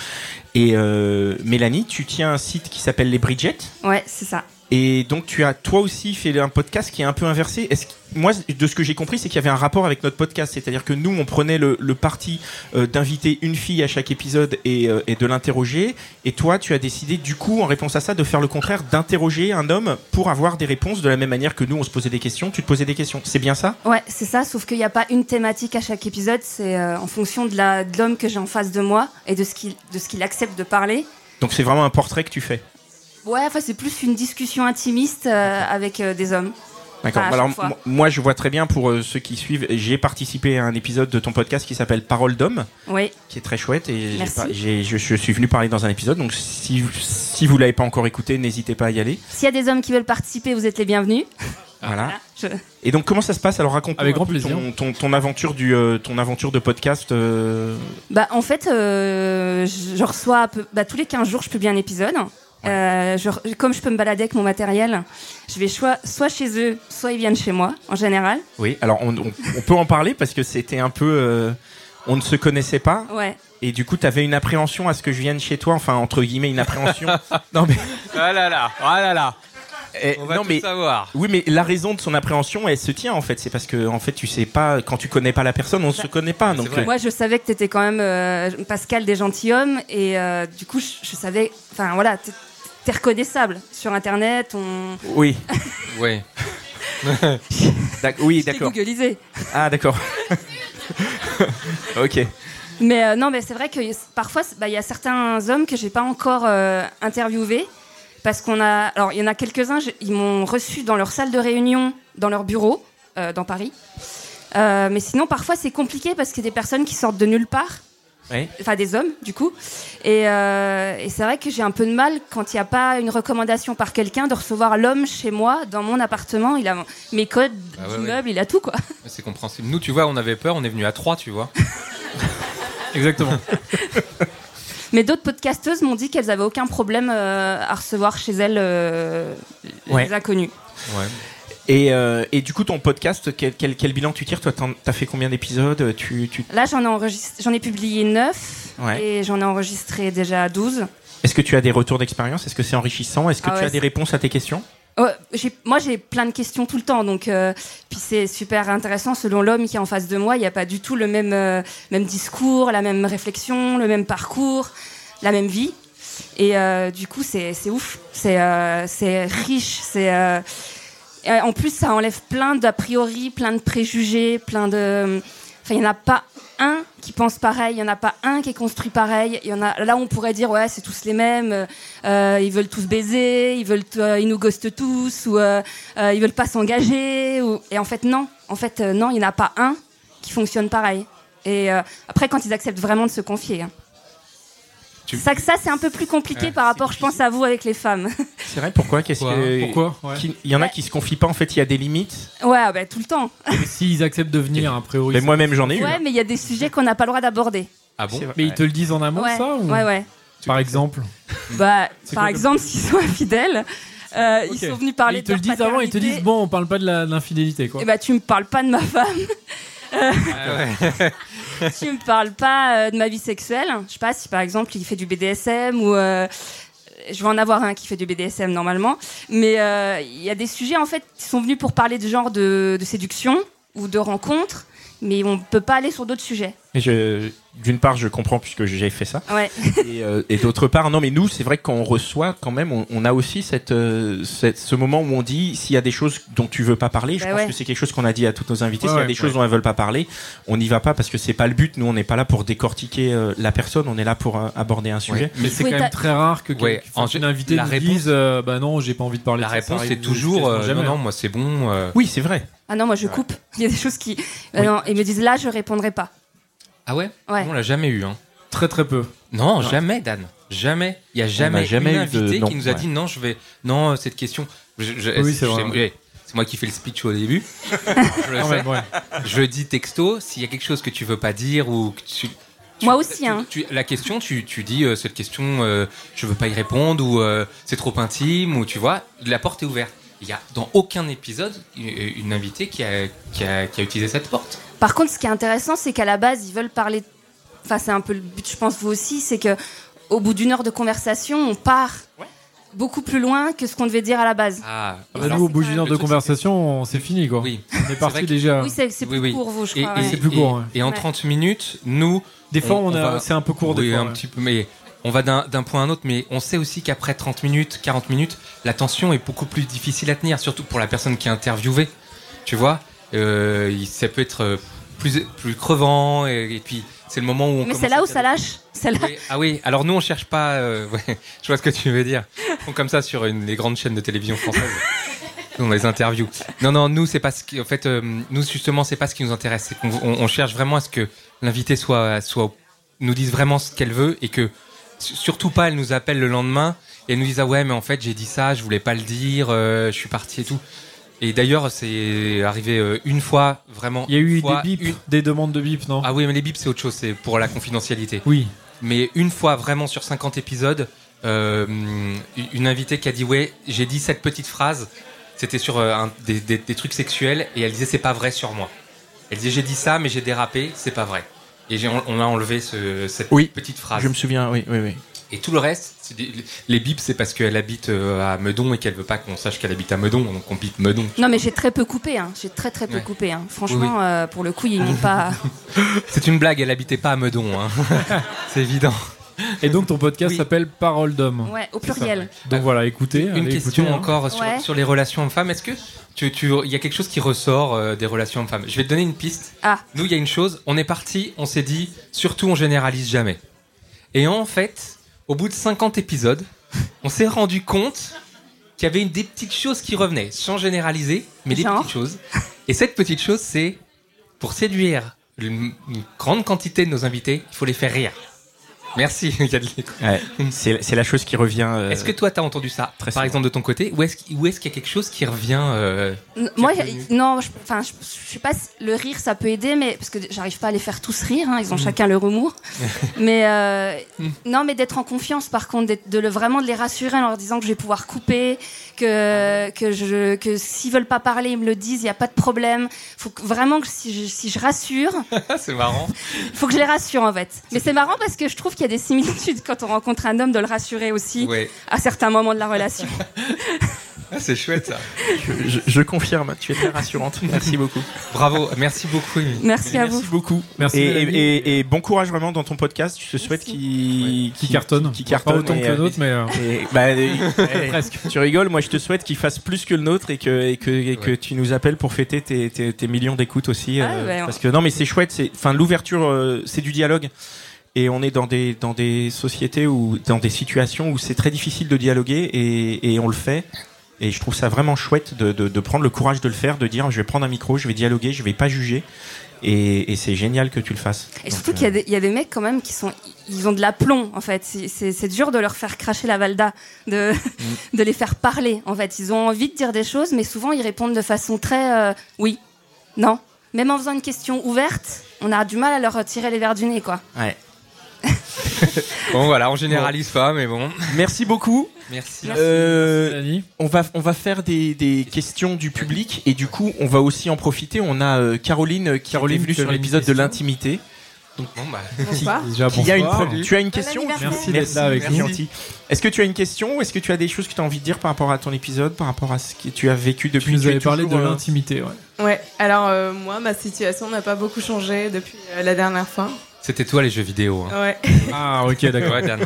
Speaker 1: Et euh, Mélanie, tu tiens un site qui s'appelle les Bridget.
Speaker 10: Ouais, c'est ça.
Speaker 1: Et donc tu as toi aussi fait un podcast qui est un peu inversé. Est-ce que- moi de ce que j'ai compris c'est qu'il y avait un rapport avec notre podcast, c'est-à-dire que nous on prenait le, le parti euh, d'inviter une fille à chaque épisode et, euh, et de l'interroger. Et toi tu as décidé du coup en réponse à ça de faire le contraire, d'interroger un homme pour avoir des réponses de la même manière que nous on se posait des questions, tu te posais des questions. C'est bien ça
Speaker 10: Ouais, c'est ça, sauf qu'il n'y a pas une thématique à chaque épisode, c'est euh, en fonction de la- de l'homme que j'ai en face de moi et de ce qu'il de ce qu'il accepte de parler.
Speaker 1: Donc c'est vraiment un portrait que tu fais.
Speaker 10: Ouais, enfin, c'est plus une discussion intimiste euh, avec euh, des hommes. Enfin,
Speaker 1: D'accord. Bah,
Speaker 10: à
Speaker 1: Alors
Speaker 10: chaque fois.
Speaker 1: mo- moi je vois très bien pour euh, ceux qui suivent, j'ai participé à un épisode de ton podcast qui s'appelle Parole d'homme.
Speaker 10: Oui.
Speaker 1: qui est très chouette et j'ai
Speaker 10: Merci.
Speaker 1: pas- j'ai- je, je suis venu parler dans un épisode donc si, si vous l'avez pas encore écouté n'hésitez pas à y aller
Speaker 10: S'il y a des hommes qui veulent participer, vous êtes les bienvenus. Ah,
Speaker 1: voilà
Speaker 10: Je-
Speaker 1: et donc comment ça se passe alors raconte
Speaker 3: Avec grand
Speaker 1: ton,
Speaker 3: plaisir.
Speaker 1: ton, ton aventure du euh, ton aventure de podcast euh,
Speaker 10: Bah, en fait, euh, je je reçois à peu- bah, tous les 15 jours, je publie un épisode. Euh, je re- comme je peux me balader avec mon matériel, je vais choi- soit chez eux, soit ils viennent chez moi, en général.
Speaker 1: oui alors on, on- on peut en parler parce que c'était un peu euh, on ne se connaissait pas
Speaker 10: Ouais.
Speaker 1: et du coup t'avais une appréhension à ce que je vienne chez toi enfin entre guillemets une appréhension non mais
Speaker 2: Ah là là, ah là là.
Speaker 1: Eh,
Speaker 2: On va
Speaker 1: non,
Speaker 2: tout
Speaker 1: mais-
Speaker 2: savoir.
Speaker 1: Oui, mais la raison de son appréhension, elle se tient en fait. C'est parce que en fait, tu sais pas quand tu connais pas la personne, on
Speaker 10: Bah,
Speaker 1: se connaît pas. Donc euh,
Speaker 10: Moi, je savais que t'étais quand même euh, Pascal des gentilshommes, et euh, du coup, je, je savais. Enfin, voilà, t'es t'es reconnaissable sur Internet. On...
Speaker 1: Oui.
Speaker 2: Oui.
Speaker 1: D'ac- oui,
Speaker 10: t'ai
Speaker 1: d'accord.
Speaker 10: googlisé.
Speaker 1: Ah, d'accord. ok.
Speaker 10: Mais euh, non, mais c'est vrai que y- parfois, c'est- bah, il y a certains hommes que j'ai pas encore euh, interviewés. Parce qu'on a. Alors, il y en a quelques-uns, je- ils m'ont reçu dans leur salle de réunion, dans leur bureau, euh, dans Paris. Euh, mais sinon, parfois, c'est compliqué parce qu'il y a des personnes qui sortent de nulle part.
Speaker 1: Ouais.
Speaker 10: Enfin, des hommes, du coup. Et, euh, et c'est vrai que j'ai un peu de mal quand il n'y a pas une recommandation par quelqu'un de recevoir l'homme chez moi, dans mon appartement. Il a mes codes
Speaker 2: Ah ouais,
Speaker 10: d'immeuble, il a tout, quoi.
Speaker 2: C'est compréhensible. Nous, tu vois, on avait peur, on est venu à 3, tu vois.
Speaker 3: Exactement.
Speaker 10: Mais d'autres podcasteuses m'ont dit qu'elles n'avaient aucun problème euh, à recevoir chez elles euh,
Speaker 1: Ouais.
Speaker 10: les inconnus.
Speaker 1: Et, euh, et du coup, ton podcast, quel, quel- quel bilan tu tires Toi, t'en- t'as fait combien d'épisodes tu, tu...
Speaker 10: Là, j'en ai, enregistré- j'en ai publié 9
Speaker 1: Ouais.
Speaker 10: et j'en ai enregistré déjà 12.
Speaker 1: Est-ce que tu as des retours d'expérience Est-ce que c'est enrichissant Est-ce que
Speaker 10: Ah
Speaker 1: tu
Speaker 10: ouais,
Speaker 1: as des
Speaker 10: c'est-
Speaker 1: réponses à tes questions
Speaker 10: Ouais, Oh, j'ai- moi, j'ai plein de questions tout le temps, donc euh, puis c'est super intéressant. Selon l'homme qui est en face de moi, il n'y a pas du tout le même euh, même discours, la même réflexion, le même parcours, la même vie. Et euh, du coup, c'est c'est ouf, c'est euh, c'est riche, c'est euh, et en plus ça enlève plein d'a priori, plein de préjugés, plein de. Enfin, il n'y en a pas un qui pense pareil, il n'y en a pas un qui est construit pareil. Il y en a. Là, on pourrait dire ouais, c'est tous les mêmes. euh, ils veulent tous baiser, ils veulent, t- euh, ils nous ghostent tous, ou euh, euh, ils veulent pas s'engager. Ou... Et en fait, non. En fait, euh, non, il n'y en a pas un qui fonctionne pareil. Et euh, après, quand ils acceptent vraiment de se confier. hein.
Speaker 2: Tu-
Speaker 10: Ça, ça c'est un peu plus compliqué
Speaker 1: Ouais,
Speaker 10: par rapport, je pense, à vous avec les femmes.
Speaker 1: C'est vrai Pourquoi Qu'est-ce
Speaker 3: Pourquoi
Speaker 1: que
Speaker 3: Pourquoi Ouais.
Speaker 1: qui- Il y en a qui se confient pas. En fait, il y a des limites.
Speaker 10: ouais, bah, tout le temps.
Speaker 3: Et S'ils acceptent de venir, a priori.
Speaker 1: Mais moi-même, j'en ai eu. hein.
Speaker 3: hein.
Speaker 10: Ouais, mais il y a des sujets qu'on n'a pas le droit d'aborder.
Speaker 2: Ah bon
Speaker 3: Mais ils te le disent en amont,
Speaker 10: Ouais,
Speaker 3: Ah ça ou-
Speaker 10: ouais, ouais.
Speaker 3: Par exemple.
Speaker 10: Bah,
Speaker 3: C'est
Speaker 10: par
Speaker 3: quoi le-
Speaker 10: exemple, s'ils sont infidèles, euh, ils sont venus parler
Speaker 3: Ils te
Speaker 10: de
Speaker 3: le
Speaker 10: leur
Speaker 3: disent avant, ils te
Speaker 10: paternité.
Speaker 3: disent bon, on parle pas de la- de l'infidélité, quoi.
Speaker 10: Eh bah, tu me parles pas de ma femme. Euh, tu me parles pas euh, de ma vie sexuelle. Je sais pas si par exemple il fait du BDSM ou euh, je vais en avoir un qui fait du BDSM normalement. Mais euh, il y a des sujets en fait qui sont venus pour parler de genre de, de séduction ou de rencontre, mais on peut pas aller sur d'autres sujets.
Speaker 1: Et je, d'une part, je comprends puisque j'ai fait ça.
Speaker 10: Ah Ouais.
Speaker 1: Et, euh, et d'autre part, non, mais nous, c'est vrai que quand on reçoit, quand même, on, on a aussi cette, euh, cette- ce moment où on dit s'il y a des choses dont tu veux pas parler. Je
Speaker 10: Bah
Speaker 1: pense
Speaker 10: ouais.
Speaker 1: que c'est quelque chose qu'on a dit à toutes nos invités.
Speaker 3: Ouais,
Speaker 1: s'il y a
Speaker 3: ouais,
Speaker 1: des choses
Speaker 3: ouais.
Speaker 1: dont elles veulent pas parler, on n'y va pas parce que c'est pas le but. Nous, on n'est pas là pour décortiquer euh, la personne. On est là pour euh, aborder un sujet.
Speaker 3: Mais c'est quand même très rare que
Speaker 2: Ouais,
Speaker 3: quelqu'un
Speaker 2: en-
Speaker 3: une invitée
Speaker 2: la
Speaker 3: nous
Speaker 2: réponse-
Speaker 3: dise euh, bah non, j'ai pas envie de parler.
Speaker 2: La
Speaker 3: de ça, ça
Speaker 2: réponse,
Speaker 3: arrive
Speaker 2: c'est toujours euh,
Speaker 3: quasiment
Speaker 2: non,
Speaker 3: jamais. hein.
Speaker 2: non, moi, c'est bon. euh.
Speaker 1: Oui, c'est vrai.
Speaker 10: Ah non, moi je coupe. Il y a des choses qui. Ah non, ils me disent là, je répondrai pas.
Speaker 2: Ah ouais,
Speaker 10: Ouais.
Speaker 2: On l'a jamais eu. Hein.
Speaker 3: Très très peu.
Speaker 2: Non,
Speaker 3: Ouais.
Speaker 2: jamais, Dan. Jamais. Il y a
Speaker 3: On
Speaker 2: jamais,
Speaker 3: n'a jamais
Speaker 2: une
Speaker 3: eu de-
Speaker 2: invitée
Speaker 3: non,
Speaker 2: qui nous a
Speaker 3: ouais.
Speaker 2: dit non, je vais. Non, euh, cette question. je- je-
Speaker 3: Oui, c'est
Speaker 2: je-
Speaker 3: vrai.
Speaker 2: eh, c'est moi qui fais le speech au début. je, le
Speaker 3: Non,
Speaker 2: sais.
Speaker 3: mais ouais.
Speaker 2: Je dis texto. S'il y a quelque chose que tu veux pas dire ou que tu.
Speaker 10: Moi aussi, hein.
Speaker 2: Tu- la question, tu, tu dis euh, cette question, euh, je veux pas y répondre ou euh, c'est trop intime ou tu vois, la porte est ouverte. Il y a dans aucun épisode une- une invitée qui a, qui a, qui a utilisé cette porte.
Speaker 10: Par contre, ce qui est intéressant, c'est qu'à la base, ils veulent parler. Enfin, c'est un peu le but, je pense, vous aussi, c'est que au bout d'une heure de conversation, on part beaucoup plus loin que ce qu'on devait dire à la base.
Speaker 2: Ah,
Speaker 3: Bah, nous, au bout d'une heure de conversation, on- c'est fini quoi. On est parti déjà.
Speaker 10: Oui, c'est- c'est plus court, vous, je
Speaker 2: et,
Speaker 10: crois,
Speaker 2: et-
Speaker 10: ouais.
Speaker 3: C'est plus court, hein. ouais.
Speaker 2: et- et en
Speaker 10: Ouais.
Speaker 2: 30 minutes, nous.
Speaker 3: Des fois, on a- c'est un peu court, des
Speaker 2: oui,
Speaker 3: fois,
Speaker 2: un
Speaker 3: ouais.
Speaker 2: petit peu, mais on va d'un d'un point à un autre. Mais on sait aussi qu'après 30 minutes, 40 minutes, la tension est beaucoup plus difficile à tenir, surtout pour la personne qui est interviewée. Tu vois, Euh, il- ça peut être euh, plus, plus crevant. Et, et puis, c'est le moment où on
Speaker 10: Mais
Speaker 2: commence
Speaker 10: c'est là
Speaker 2: à
Speaker 10: où
Speaker 2: dire
Speaker 10: ça
Speaker 2: des-
Speaker 10: lâche. C'est là.
Speaker 2: Oui, Ah oui, alors nous on cherche pas. euh, ouais, je vois ce que tu veux dire. On, comme ça sur une des grandes chaînes de télévision françaises. On les interviews. Non, non, nous c'est pas ce qui. En fait, euh, nous justement c'est pas ce qui nous intéresse. C'est qu'on on- on cherche vraiment à ce que l'invité soit soit nous dise vraiment ce qu'elle veut et que su- surtout pas elle nous appelle le lendemain et elle nous dise ah ouais mais en fait j'ai dit ça, je voulais pas le dire, euh, je suis parti et tout. Et d'ailleurs c'est arrivé euh, une fois vraiment.
Speaker 3: Il y a
Speaker 2: une
Speaker 3: eu des
Speaker 2: fois,
Speaker 3: bips, des demandes de bips, non
Speaker 2: ah oui, mais les bips, c'est autre chose, c'est pour la confidentialité.
Speaker 3: Oui.
Speaker 2: Mais une fois vraiment sur 50 épisodes, euh, une invitée qui a dit Ouais, j'ai dit cette petite phrase, c'était sur euh, un- des, des- des trucs sexuels, et elle disait C'est pas vrai sur moi. Elle disait J'ai dit ça, mais j'ai dérapé, c'est pas vrai. Et j'ai- on, on a enlevé ce- cette petite phrase.
Speaker 1: Je me souviens, oui, oui, oui.
Speaker 2: Et tout le reste, c'est des- les bips, c'est parce qu'elle habite euh, à Meudon et qu'elle veut pas qu'on sache qu'elle habite à Meudon, donc on bip Meudon.
Speaker 10: Non, mais j'ai très peu coupé. Hein. J'ai très très peu
Speaker 2: Ouais.
Speaker 10: coupé. Hein. Franchement,
Speaker 2: Oui, oui.
Speaker 10: euh, pour le coup, ils n'ont pas.
Speaker 2: C'est une blague, elle habitait pas à Meudon, hein. c'est évident.
Speaker 3: Et donc ton podcast s'appelle Parole d'homme.
Speaker 10: Ouais, au pluriel.
Speaker 3: Donc voilà, écoutez.
Speaker 2: Une
Speaker 3: allez
Speaker 2: question
Speaker 3: écouter, hein.
Speaker 2: encore sur,
Speaker 10: Ouais.
Speaker 2: sur les relations hommes-femmes. Est-ce que tu, tu- il y a quelque chose qui ressort euh, des relations hommes-femmes Je vais te donner une piste.
Speaker 10: Ah.
Speaker 2: Nous, il y a une chose. On est parti, on s'est dit, surtout, on généralise jamais. Et en fait, au bout de 50 épisodes, on s'est rendu compte qu'il y avait une- des petites choses qui revenaient, sans généraliser, mais des petites choses. Et cette petite chose, c'est pour séduire une, une grande quantité de nos invités, il faut les faire rire. Merci, Yadeline.
Speaker 1: Ouais, c'est c'est la chose qui revient. euh,
Speaker 2: Est-ce que toi, t'as entendu ça, par
Speaker 1: souvent.
Speaker 2: exemple, de ton côté Ou est-ce qu'- ou est-ce qu'il y a quelque chose qui revient euh,
Speaker 10: N- Moi, j'ai- non, je- enfin, je, je sais pas si le rire ça peut aider, mais parce que j'arrive pas à les faire tous rire, hein, ils ont
Speaker 2: Mhm.
Speaker 10: chacun leur humour. mais euh, non, mais d'être en confiance, par contre, d'être- de le, vraiment de les rassurer en leur disant que je vais pouvoir couper, que que je que s'ils veulent pas parler, ils me le disent, il y a pas de problème. Faut que- vraiment que si je, si je rassure,
Speaker 2: C'est marrant.
Speaker 10: faut que je les rassure en fait. Mais c'est marrant parce que je trouve qu'il y a des similitudes quand on rencontre un homme de le rassurer aussi
Speaker 2: Ouais.
Speaker 10: à certains moments de la relation.
Speaker 2: Ah, C'est chouette, ça.
Speaker 1: Je, je- je confirme, tu es très rassurante. Merci beaucoup.
Speaker 2: Bravo, merci beaucoup.
Speaker 10: Merci à vous.
Speaker 1: Merci beaucoup.
Speaker 3: Merci,
Speaker 1: et,
Speaker 3: Mélanie.
Speaker 1: et- et- et bon courage vraiment dans ton podcast. Je te souhaite qu'il
Speaker 3: Qui cartonne.
Speaker 1: Qui
Speaker 3: Pas
Speaker 1: cartonne.
Speaker 3: autant que le nôtre, mais, euh,
Speaker 1: et- bah, et-
Speaker 3: Presque.
Speaker 1: Tu rigoles, moi je te souhaite qu'il fasse plus que le nôtre et que, et que, et que tu nous appelles pour fêter tes, tes- tes millions d'écoutes aussi. euh,
Speaker 10: Ah, ouais, on-
Speaker 1: parce que non, mais c'est chouette. c'est- Enfin, l'ouverture, euh, c'est du dialogue. Et on est dans des, dans des sociétés ou dans des situations où c'est très difficile de dialoguer et, et on le fait. Et je trouve ça vraiment chouette de, de- de prendre le courage de le faire, de dire je vais prendre un micro, je vais dialoguer, je vais pas juger. Et, et c'est génial que tu le fasses.
Speaker 10: Et
Speaker 1: Donc, euh,
Speaker 10: surtout qu'il y, a des- il y a des mecs quand même qui sont, ils ont de l'aplomb en fait. C'est- C'est c'est dur de leur faire cracher la valda, de, de les faire parler en fait. Ils ont envie de dire des choses, mais souvent ils répondent de façon très euh, oui, non. Même en faisant une question ouverte, on a du mal à leur retirer les verres du nez quoi.
Speaker 1: Ouais.
Speaker 2: Bon, voilà, on généralise pas, mais bon.
Speaker 1: Merci beaucoup.
Speaker 2: Merci.
Speaker 1: Euh, on va on va faire des, des questions du public et du coup on va aussi en profiter. On a euh, Caroline euh, qui est venue sur
Speaker 3: Caroline
Speaker 1: l'épisode de
Speaker 3: Question.
Speaker 1: l'intimité. Donc, bah. qui-
Speaker 3: Bonsoir. Déjà,
Speaker 1: qui a une
Speaker 3: bonsoir.
Speaker 1: pro- tu as une
Speaker 3: Bon
Speaker 1: question
Speaker 3: anniversaire. Merci d'être là avec
Speaker 1: merci.
Speaker 3: nous.
Speaker 1: Gentil. Est-ce que tu as une question ou est-ce que tu as des choses que tu as envie de dire par rapport à ton épisode, par rapport à ce que tu as vécu depuis
Speaker 3: nous
Speaker 1: tu es
Speaker 3: avais parlé
Speaker 1: toujours,
Speaker 3: de
Speaker 1: euh,
Speaker 3: l'intimité, ouais.
Speaker 16: Ouais, alors euh, moi, ma situation n'a pas beaucoup changé depuis euh, la dernière fois.
Speaker 2: C'était toi, les jeux vidéo. hein.
Speaker 16: Ouais.
Speaker 3: Ah, ok, d'accord.
Speaker 2: Ouais, Dan.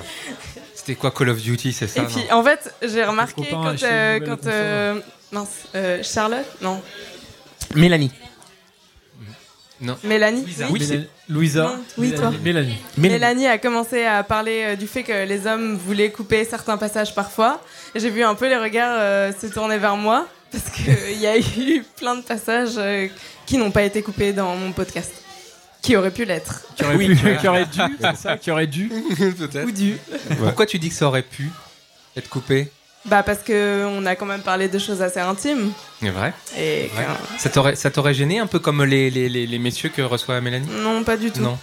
Speaker 2: C'était quoi Call of Duty, c'est ça
Speaker 16: Et
Speaker 2: non
Speaker 16: puis, en fait, j'ai remarqué
Speaker 2: copain a
Speaker 16: quand,
Speaker 2: acheté une
Speaker 16: euh,
Speaker 2: nouvelle
Speaker 16: quand
Speaker 2: console.
Speaker 16: euh, mince, euh, Charlotte, non,
Speaker 1: Mélanie.
Speaker 2: Non.
Speaker 16: Mélanie,
Speaker 3: Oui, c'est- Louisa.
Speaker 16: Oui, toi.
Speaker 3: Mélanie.
Speaker 16: Mélanie a commencé à parler euh, du fait que les hommes voulaient couper certains passages parfois. J'ai vu un peu les regards euh, se tourner vers moi parce qu'il y a eu plein de passages euh, qui n'ont pas été coupés dans mon podcast, qui auraient pu l'être.
Speaker 3: Qui aurait,
Speaker 2: Oui,
Speaker 3: pu-
Speaker 2: tu vois.
Speaker 3: qui aurait dû, c'est ça, qui aurait dû.
Speaker 2: Peut-être.
Speaker 16: Ou dû.
Speaker 2: Pourquoi tu dis que ça aurait pu être coupé
Speaker 16: Bah parce que on a quand même parlé de choses assez intimes.
Speaker 2: C'est vrai.
Speaker 16: Et
Speaker 2: Ouais. Ça t'aurait ça t'aurait gêné un peu comme les, les, les, les messieurs que reçoit Mélanie
Speaker 16: Non, pas du tout.
Speaker 2: Non.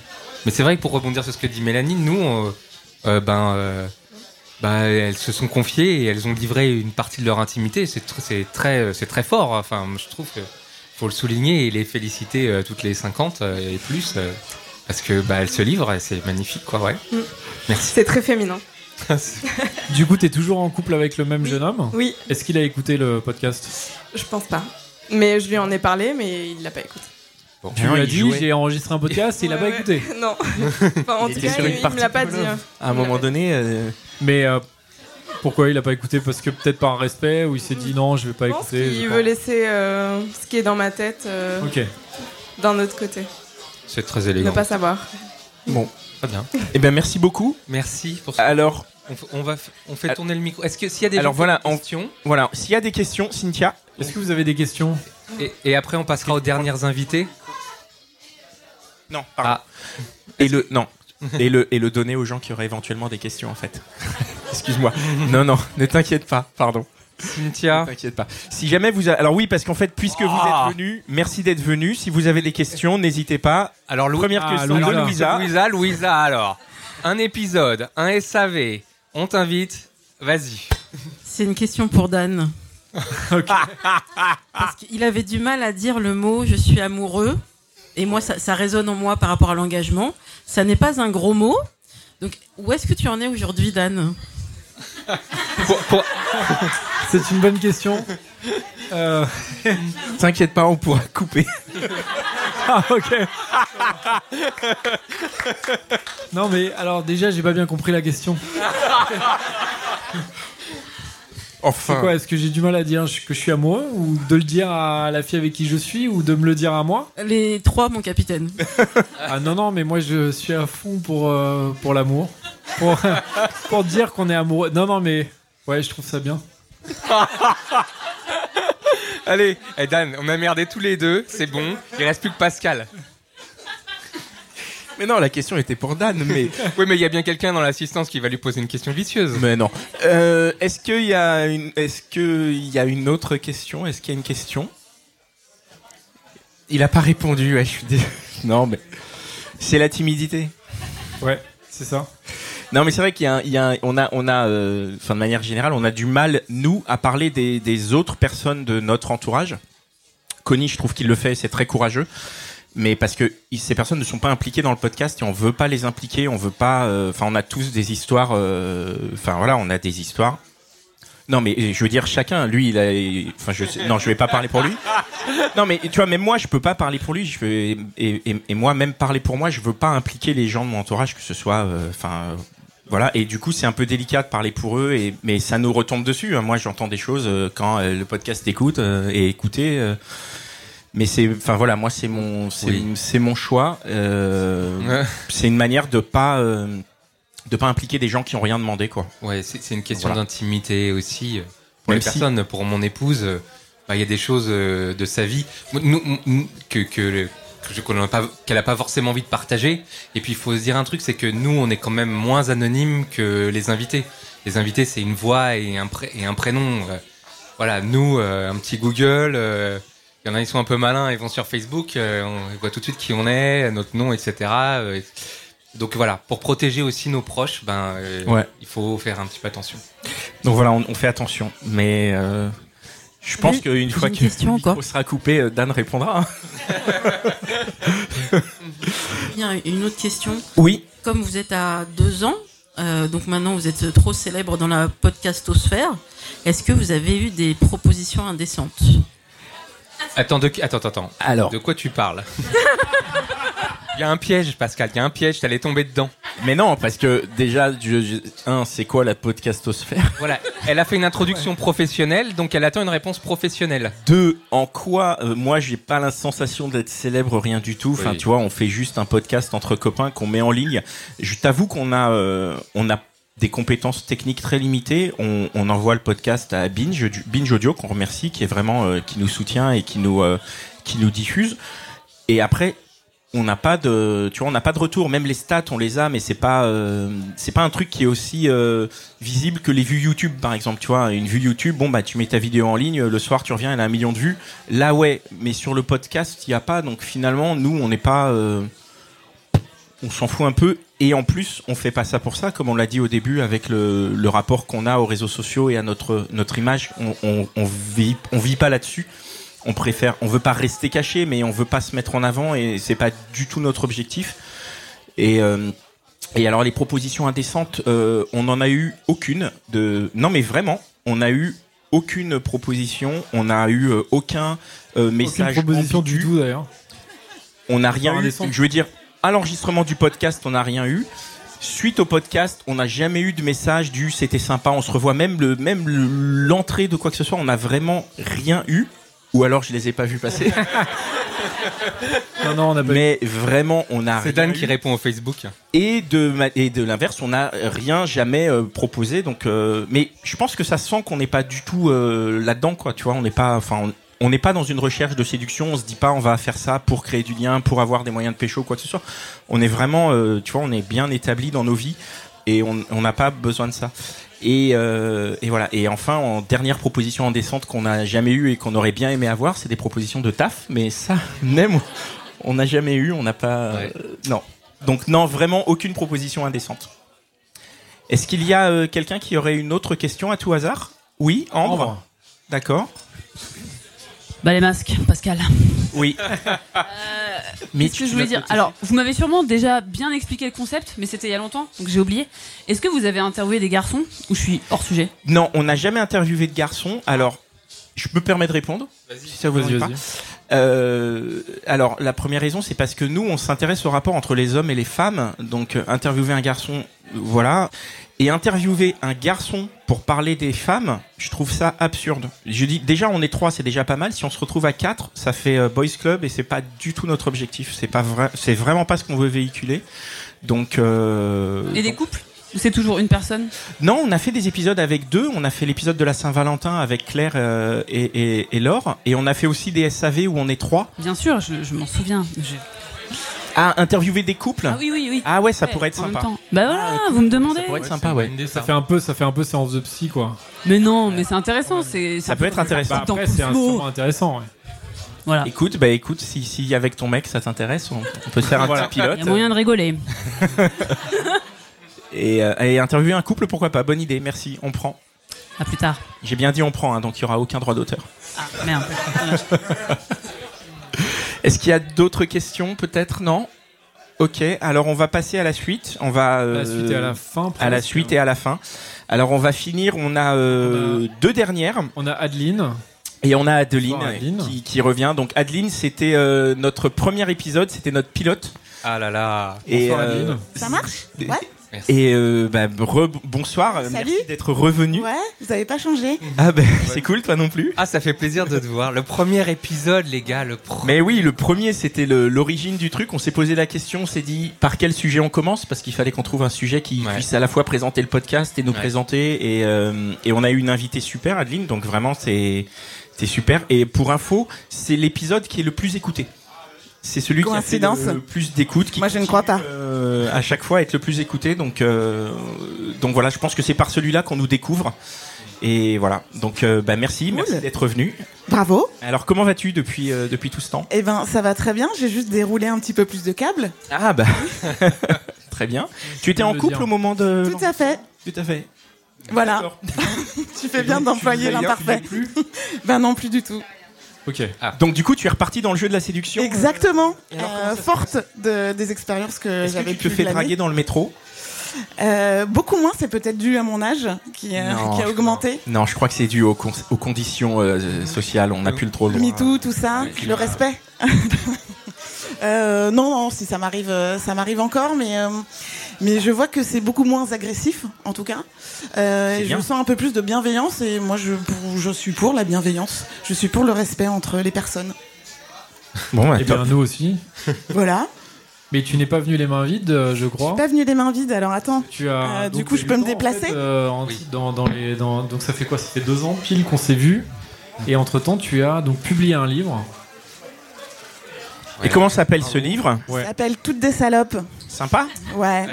Speaker 2: Mais c'est vrai que pour rebondir sur ce que dit Mélanie, nous, on- euh, ben, euh, ben, elles se sont confiées et elles ont livré une partie de leur intimité. C'est tr- c'est très, euh, c'est très fort. Enfin, je trouve que faut le souligner et les féliciter euh, toutes les 50 euh, et plus euh, parce que bah, elles se livrent et c'est magnifique, quoi. Ouais.
Speaker 16: Mm.
Speaker 2: Merci.
Speaker 16: C'est très féminin.
Speaker 3: Du coup, t'es toujours en couple avec le même jeune homme
Speaker 16: Oui.
Speaker 3: Est-ce qu'il a écouté le podcast
Speaker 16: Je pense pas. Mais je lui en ai parlé, mais il l'a pas écouté.
Speaker 3: Tu lui as dit, j'ai enregistré un podcast et il a
Speaker 16: Ouais,
Speaker 3: pas
Speaker 16: ouais.
Speaker 3: écouté.
Speaker 16: Non. Enfin, en
Speaker 3: Il
Speaker 16: tout
Speaker 3: était
Speaker 16: cas,
Speaker 3: sur une
Speaker 16: il, il me
Speaker 3: partie
Speaker 16: l'a pas
Speaker 3: de
Speaker 16: dit.
Speaker 3: Pologne.
Speaker 16: hein.
Speaker 1: À un moment donné.
Speaker 3: Mais euh, pourquoi il a pas écouté Parce que peut-être par respect ou il s'est dit non, je vais pas
Speaker 16: Je pense
Speaker 3: écouter. je
Speaker 16: qu'il
Speaker 3: vais
Speaker 16: veut
Speaker 3: pas.
Speaker 16: laisser euh, ce qui est dans ma tête euh,
Speaker 3: Ok.
Speaker 16: d'un autre côté.
Speaker 2: C'est très
Speaker 16: Ne
Speaker 2: élégant.
Speaker 16: pas savoir.
Speaker 1: Bon.
Speaker 2: Très bien.
Speaker 1: Eh ben merci beaucoup.
Speaker 2: Merci pour
Speaker 1: Alors.
Speaker 2: On, f- on va, f- on fait tourner le micro. Est-ce que s'il y a des gens
Speaker 1: Alors
Speaker 2: qui ont
Speaker 1: voilà,
Speaker 2: des
Speaker 1: on-
Speaker 2: questions,
Speaker 1: voilà, s'il y a des questions, Cynthia.
Speaker 3: Est-ce que vous avez des questions
Speaker 2: et, et après on passera aux dernières invitées.
Speaker 1: Non, pardon. Et le non. et le et le donner aux gens qui auraient éventuellement des questions en fait. Excuse-moi. Non non, ne t'inquiète pas, pardon.
Speaker 2: Cynthia,
Speaker 1: ne t'inquiète pas. Si jamais vous a- alors oui parce qu'en fait puisque vous
Speaker 2: Ah.
Speaker 1: êtes venu, merci d'être venu. Si vous avez des questions, n'hésitez pas.
Speaker 2: Alors Lou-
Speaker 1: première
Speaker 2: Ah,
Speaker 1: question
Speaker 2: Louisa.
Speaker 1: de Louisa.
Speaker 2: Louisa, Louisa, alors. Un épisode, un SAV. On t'invite. Vas-y.
Speaker 4: C'est une question pour Dan. Parce qu'il avait du mal à dire le mot je suis amoureux. Et moi, ça, ça résonne en moi par rapport à l'engagement. Ça n'est pas un gros mot. Donc, où est-ce que tu en es aujourd'hui, Dan
Speaker 3: C'est une bonne question. Euh,
Speaker 1: T'inquiète pas, on pourra couper.
Speaker 3: ah ok. Non mais alors déjà j'ai pas bien compris la question.
Speaker 1: Enfin.
Speaker 3: C'est quoi Est-ce que j'ai du mal à dire que je suis amoureux ou de le dire à la fille avec qui je suis ou de me le dire à moi
Speaker 4: Les trois, mon capitaine.
Speaker 3: Ah non non mais moi je suis à fond pour euh, pour l'amour, pour pour dire qu'on est amoureux. Non non mais ouais je trouve ça bien.
Speaker 2: Allez, eh, Dan, on a merdé tous les deux, c'est bon. Il reste plus que Pascal.
Speaker 1: Mais non, la question était pour Dan, mais
Speaker 2: oui, mais il y a bien quelqu'un dans l'assistance qui va lui poser une question vicieuse.
Speaker 1: Mais non. Euh, est-ce qu'il y a une est-ce que il y a une autre question Est-ce qu'il y a une question Il a pas répondu. ouais, je suis dé- Non mais c'est la timidité.
Speaker 3: Ouais, c'est ça.
Speaker 1: Hein. Non, mais c'est vrai qu'il y a, un- il y a un- on a, on a, euh, enfin de manière générale, on a du mal nous à parler des, des autres personnes de notre entourage. Connie, je trouve qu'il le fait, c'est très courageux. Mais parce que il- ces personnes ne sont pas impliquées dans le podcast et on veut pas les impliquer, on veut pas. euh, Enfin, on a tous des histoires. euh, Enfin voilà, on a des histoires. Non mais je veux dire chacun, lui il a, il- enfin je sais- non je vais pas parler pour lui. Non mais tu vois même moi je peux pas parler pour lui, je veux- et, et- et moi même parler pour moi je veux pas impliquer les gens de mon entourage que ce soit, euh, enfin euh, voilà et du coup c'est un peu délicat de parler pour eux et mais ça nous retombe dessus. hein. Moi j'entends des choses euh, quand euh, le podcast écoute euh, et écouter. euh, mais c'est, enfin voilà, moi c'est mon, c'est c'est mon choix. euh,
Speaker 2: Ouais.
Speaker 1: C'est une manière de pas, euh, de pas impliquer des gens qui ont rien demandé quoi.
Speaker 2: Ouais, c'est c'est une question
Speaker 1: Voilà.
Speaker 2: d'intimité aussi. euh, Pour
Speaker 1: Même
Speaker 2: les
Speaker 1: si-
Speaker 2: personnes, pour mon épouse, euh, bah, il y a des choses euh, de sa vie moi, nous- nous- que que le- que je- qu'on n'a pas- qu'elle n'a pas forcément envie de partager. Et puis il faut se dire un truc, c'est que nous, on est quand même moins anonyme que les invités. Les invités, c'est une voix et un, pré- et un prénom. euh. Voilà, nous, euh, un petit Google. euh, il y en a, ils sont un peu malins, ils vont sur Facebook, euh, on ils voient tout de suite qui on est, notre nom, etc. euh, et- donc voilà, pour protéger aussi nos proches, ben, euh,
Speaker 1: Ouais.
Speaker 2: il faut faire un petit peu attention.
Speaker 1: Donc voilà, on, on fait attention. Mais euh, je pense
Speaker 2: Oui,
Speaker 1: qu'une
Speaker 2: j'ai
Speaker 1: fois
Speaker 2: une
Speaker 1: que
Speaker 2: question
Speaker 1: le micro sera coupé, euh, Dan répondra. hein.
Speaker 4: Il y a une autre question.
Speaker 1: Oui.
Speaker 4: Comme vous êtes à deux ans, euh, donc maintenant vous êtes trop célèbre dans la podcastosphère, est-ce que vous avez eu des propositions indécentes
Speaker 2: Attends, de... qui- attends, attends, attends.
Speaker 1: Alors.
Speaker 2: De quoi tu parles Il y a un piège, Pascal, il y a un piège, t'allais tomber dedans.
Speaker 1: Mais non, parce que déjà, je- je- un, c'est quoi la podcastosphère
Speaker 2: Voilà, elle a fait une introduction professionnelle, donc elle attend une réponse professionnelle.
Speaker 1: Deux, en quoi euh, moi j'ai pas la sensation d'être célèbre rien du tout. Enfin,
Speaker 2: Oui.
Speaker 1: tu vois, on fait juste un podcast entre copains qu'on met en ligne. Je t'avoue qu'on a, euh, on a des compétences techniques très limitées. On, on envoie le podcast à Binge, du- Binge Audio qu'on remercie, qui est vraiment euh, qui nous soutient et qui nous euh, qui nous diffuse. Et après, on n'a pas de, tu vois, on n'a pas de retour. Même les stats, on les a, mais c'est pas, euh, c'est pas un truc qui est aussi euh, visible que les vues YouTube, par exemple. Tu vois, une vue YouTube, bon bah tu mets ta vidéo en ligne, le soir tu reviens, elle a un million de vues. Là ouais, mais sur le podcast, il y a pas. Donc finalement, nous, on n'est pas. euh, on s'en fout un peu. Et en plus, on fait pas ça pour ça, comme on l'a dit au début, avec le, le rapport qu'on a aux réseaux sociaux et à notre, notre image. On, on, on vit, on vit pas là-dessus. On préfère, on veut pas rester caché, mais on veut pas se mettre en avant et c'est pas du tout notre objectif. Et, euh, et alors, les propositions indécentes, euh, on n'en a eu aucune de, non mais vraiment, on a eu aucune proposition, on n'a eu euh, aucun euh, message.
Speaker 3: Aucune proposition du tout d'ailleurs.
Speaker 1: On n'a rien
Speaker 3: Par
Speaker 1: eu.
Speaker 3: décembre.
Speaker 1: Je veux dire, à l'enregistrement du podcast, on n'a rien eu. Suite au podcast, on n'a jamais eu de message du c'était sympa, on se revoit. Même le même le- l'entrée de quoi que ce soit, on n'a vraiment rien eu. Ou alors je les ai pas vus passer.
Speaker 3: non, non, on n'a
Speaker 1: pas Mais vraiment, on a.
Speaker 2: C'est
Speaker 1: rien
Speaker 2: Dan qui
Speaker 1: eu.
Speaker 2: répond au Facebook.
Speaker 1: Et de ma- et de l'inverse, on n'a rien jamais euh, proposé. Donc, euh, mais je pense que ça sent qu'on n'est pas du tout euh, là-dedans, quoi. Tu vois, on n'est pas, enfin, on- on n'est pas dans une recherche de séduction. On se dit pas, on va faire ça pour créer du lien, pour avoir des moyens de pécho, quoi que ce soit. On est vraiment, euh, tu vois, on est bien établi dans nos vies et on on n'a pas besoin de ça. Et, euh, et voilà. Et enfin, en dernière proposition en descente qu'on n'a jamais eue et qu'on aurait bien aimé avoir, c'est des propositions de taf. Mais ça, même, on n'a jamais eu, on n'a pas. euh, non. Donc non, vraiment aucune proposition indécente. Est-ce qu'il y a euh, quelqu'un qui aurait une autre question à tout hasard Oui, Ambre.
Speaker 14: Ambre.
Speaker 1: D'accord.
Speaker 14: Bah les masques, Pascal.
Speaker 1: Oui.
Speaker 14: Qu'est-ce Euh,
Speaker 1: Mais tu-
Speaker 14: que
Speaker 1: tu
Speaker 14: je voulais
Speaker 1: l'as
Speaker 14: dire
Speaker 1: noté.
Speaker 14: Alors, vous m'avez sûrement déjà bien expliqué le concept, mais c'était il y a longtemps, donc j'ai oublié. Est-ce que vous avez interviewé des garçons ou je suis hors sujet
Speaker 1: Non, on n'a jamais interviewé de garçon. Alors, je me permets de répondre. Si ça vous
Speaker 3: Vas-y,
Speaker 1: ennuie pas.
Speaker 3: vas-y.
Speaker 1: Euh, alors, la première raison, c'est parce que nous, on s'intéresse au rapport entre les hommes et les femmes. Donc, euh, interviewer un garçon, euh, voilà. Et interviewer un garçon pour parler des femmes, je trouve ça absurde. Je dis, déjà, on est trois, c'est déjà pas mal. Si on se retrouve à quatre, ça fait euh, boys club et c'est pas du tout notre objectif. C'est pas vrai, c'est vraiment pas ce qu'on veut véhiculer. Donc, euh,
Speaker 14: Et des couples Ou c'est toujours une personne
Speaker 1: non, on a fait des épisodes avec deux. On a fait l'épisode de la Saint-Valentin avec Claire euh, et, et, et Laure. Et on a fait aussi des SAV où on est trois.
Speaker 14: Bien sûr, je, je m'en souviens. Je-
Speaker 1: À interviewer des couples.
Speaker 14: Ah oui, oui, oui.
Speaker 1: Ah ouais, ça pourrait être
Speaker 14: en même
Speaker 1: sympa.
Speaker 14: temps. Bah voilà, vous me demandez.
Speaker 3: Ça fait un peu, ça fait un peu séance de psy quoi.
Speaker 14: Mais non, mais c'est intéressant. C'est,
Speaker 1: Ça peut être intéressant.
Speaker 3: Bah, après, c'est un- sûrement intéressant. ouais.
Speaker 14: Voilà.
Speaker 1: Écoute, bah écoute, si, si avec ton mec ça t'intéresse, on, on peut se faire un
Speaker 14: Voilà.
Speaker 1: petit pilote.
Speaker 14: Il y a moyen de rigoler.
Speaker 1: Et, euh, et interviewer un couple, pourquoi pas Bonne idée, merci, on prend.
Speaker 14: À plus tard.
Speaker 1: J'ai bien dit on prend, hein, donc il y aura aucun droit d'auteur.
Speaker 14: Ah merde.
Speaker 1: Est-ce qu'il y a d'autres questions peut-être Non Ok, alors on va passer à la suite. On va euh,
Speaker 3: La suite et à la fin,
Speaker 1: À la
Speaker 3: presque.
Speaker 1: suite et à la fin. Alors on va finir. On a euh, deux dernières.
Speaker 3: On a Adeline.
Speaker 1: Et on a Adeline,
Speaker 3: Bonsoir, Adeline.
Speaker 1: Qui, qui revient. Donc Adeline, c'était euh, notre premier épisode, c'était notre pilote.
Speaker 2: Ah là là.
Speaker 1: Et,
Speaker 2: Bonsoir,
Speaker 1: euh,
Speaker 2: Adeline.
Speaker 17: Ça marche
Speaker 1: Et-
Speaker 17: Ouais.
Speaker 1: Et euh, bah, re- bonsoir, euh,
Speaker 17: Salut.
Speaker 1: merci d'être revenu.
Speaker 17: Ouais, vous avez pas changé.
Speaker 2: Mhm.
Speaker 1: Ah ben c'est cool, toi non plus.
Speaker 2: Ah, ça fait plaisir de te voir. Le premier épisode, les gars, le premier.
Speaker 1: Mais oui, le premier, c'était le- l'origine du truc. On s'est posé la question, on s'est dit par quel sujet on commence, parce qu'il fallait qu'on trouve un sujet qui puisse à la fois présenter le podcast et nous
Speaker 2: Ouais.
Speaker 1: présenter. Et, euh, et on a eu une invitée super, Adeline. Donc vraiment, c'est c'est super. Et pour info, c'est l'épisode qui est le plus écouté. C'est celui qui a fait
Speaker 17: Coïncidence.
Speaker 1: le, le plus d'écoute. Moi, je ne crois pas. euh, à chaque fois, être le plus écouté. Donc, euh, donc voilà, je pense que c'est par celui-là qu'on nous découvre. Et voilà. Donc, euh, bah, merci, merci d'être venu.
Speaker 17: Bravo.
Speaker 1: Alors, comment vas-tu depuis euh, depuis tout ce temps
Speaker 17: Eh ben, ça va très bien. J'ai juste déroulé un petit peu plus de câbles.
Speaker 1: Ah bah très bien. Tu étais en couple au moment de
Speaker 17: Tout à fait.
Speaker 1: Tout à fait.
Speaker 17: Voilà. tu fais bien d'employer
Speaker 1: d'ailleurs,
Speaker 17: l'imparfait. ben non, plus du tout.
Speaker 1: Ok. Donc du coup, tu es reparti dans le jeu de la séduction.
Speaker 17: Exactement. Euh, forte de- des expériences que
Speaker 1: Est-ce que
Speaker 17: j'avais
Speaker 1: tu te
Speaker 17: pu
Speaker 1: fais
Speaker 17: glaner.
Speaker 1: draguer dans le métro
Speaker 17: Euh, beaucoup moins, c'est peut-être dû à mon âge qui, euh,
Speaker 1: Non,
Speaker 17: qui
Speaker 1: je
Speaker 17: a augmenté.
Speaker 1: Non, je crois que c'est dû aux, cons- aux conditions euh, sociales. On n'a plus le trop le
Speaker 3: hein.
Speaker 1: droit.
Speaker 17: MeToo, tout ça,
Speaker 1: puis
Speaker 17: le
Speaker 1: voilà.
Speaker 17: respect. Euh, non, non, si ça m'arrive, euh, ça m'arrive encore, mais euh, mais je vois que c'est beaucoup moins agressif, en tout cas. Euh,
Speaker 1: C'est
Speaker 17: et je
Speaker 1: bien.
Speaker 17: sens un peu plus de bienveillance et moi je pour- je suis pour la bienveillance, je suis pour le respect entre les personnes.
Speaker 1: Bon, bah,
Speaker 3: et Eh bien nous aussi.
Speaker 17: Voilà.
Speaker 3: Mais tu n'es pas venu les mains vides, euh, je crois.
Speaker 17: Pas venu les mains vides, alors attends.
Speaker 3: Tu as
Speaker 17: Euh, du
Speaker 3: donc
Speaker 17: coup,
Speaker 3: eu
Speaker 17: je
Speaker 3: le
Speaker 17: peux me
Speaker 3: temps, en
Speaker 17: déplacer
Speaker 3: fait, euh, en- dans, dans les, dans- donc ça fait quoi Ça fait deux ans pile qu'on s'est vu. Et entre temps, tu as donc publié un livre.
Speaker 1: Et comment s'appelle ce livre
Speaker 17: Ça s'appelle Toutes des salopes.
Speaker 1: Sympa.
Speaker 17: Ouais.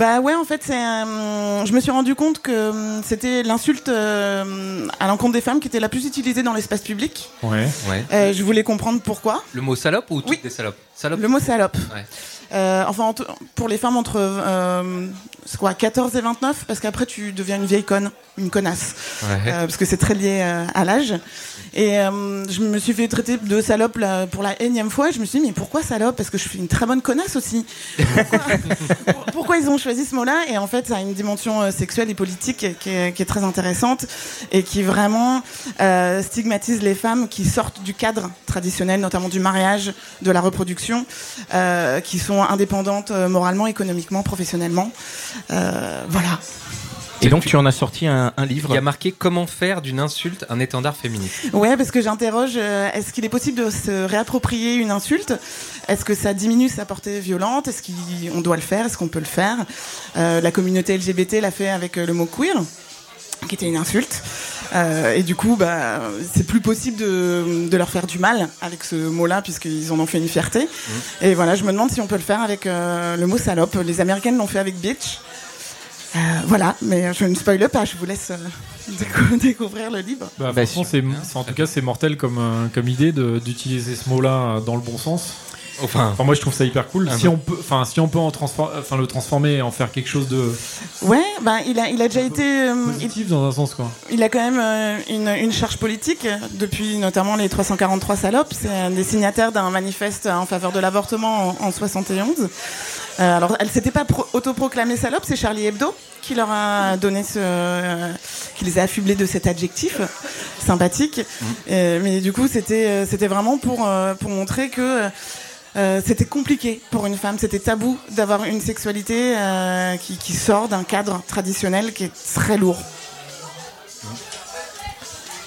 Speaker 17: bah ouais, en fait, c'est. euh, je me suis rendu compte que euh, c'était l'insulte euh, à l'encontre des femmes qui était la plus utilisée dans l'espace public.
Speaker 3: Ouais.
Speaker 2: Ouais.
Speaker 17: Euh, je voulais comprendre pourquoi.
Speaker 2: Le mot salope ou toutes des salopes Salope.
Speaker 17: Le mot salope.
Speaker 2: Ouais.
Speaker 17: Euh, enfin, en tout- pour les femmes entre euh, c'est quoi, 14 et 29, parce qu'après tu deviens une vieille conne, une connasse,
Speaker 2: Ouais.
Speaker 17: Euh, parce que c'est très lié euh, à l'âge. Et euh, je me suis fait traiter de salope là, pour la énième fois. Et je me suis dit, mais pourquoi salope Parce que je suis une très bonne connasse aussi. Pourquoi, pourquoi ils ont choisi ce mot-là Et en fait, ça a une dimension euh, sexuelle et politique qui est, qui est très intéressante et qui vraiment euh, stigmatise les femmes qui sortent du cadre traditionnel, notamment du mariage, de la reproduction, euh, qui sont indépendantes euh, moralement, économiquement, professionnellement. Euh, voilà.
Speaker 1: Et donc, tu en as sorti un, un livre.
Speaker 2: Il y a marqué comment faire d'une insulte un étendard féministe.
Speaker 17: Ouais, parce que j'interroge, euh, est-ce qu'il est possible de se réapproprier une insulte Est-ce que ça diminue sa portée violente Est-ce qu'on doit le faire Est-ce qu'on peut le faire Euh, La communauté LGBT l'a fait avec euh, le mot queer qui était une insulte. Euh, et du coup, bah, c'est plus possible de, de leur faire du mal avec ce mot-là, puisqu'ils en ont fait une fierté.
Speaker 1: Mm.
Speaker 17: Et voilà, je me demande si on peut le faire avec euh, le mot salope. Les Américaines l'ont fait avec bitch. Euh, voilà, mais je ne spoile pas, je vous laisse euh, décou- découvrir le livre.
Speaker 3: Bah, franchement, c'est, c'est- en tout cas, c'est mortel comme, euh, comme idée de- d'utiliser ce mot-là euh, dans le bon sens.
Speaker 2: Enfin-
Speaker 3: moi, je trouve ça hyper cool.
Speaker 2: Ah
Speaker 3: si,
Speaker 2: bah.
Speaker 3: on peut, enfin, si on peut en transfor- enfin, le transformer et en faire quelque chose de
Speaker 17: Ouais, ben il a, il a déjà été. euh, il,
Speaker 3: positif dans un sens, quoi.
Speaker 17: il a quand même euh, une, une charge politique depuis notamment les 343 salopes. C'est un des signataires d'un manifeste en faveur de l'avortement en, en 71. Euh, alors, elle s'était pas pro- autoproclamée salope, c'est Charlie Hebdo qui leur a donné ce, euh, qui les a affublés de cet adjectif sympathique. Euh, mais du coup, c'était, euh, c'était vraiment pour euh, pour montrer que. euh, euh, c'était compliqué pour une femme, c'était tabou d'avoir une sexualité euh, qui, qui sort d'un cadre traditionnel qui est très lourd.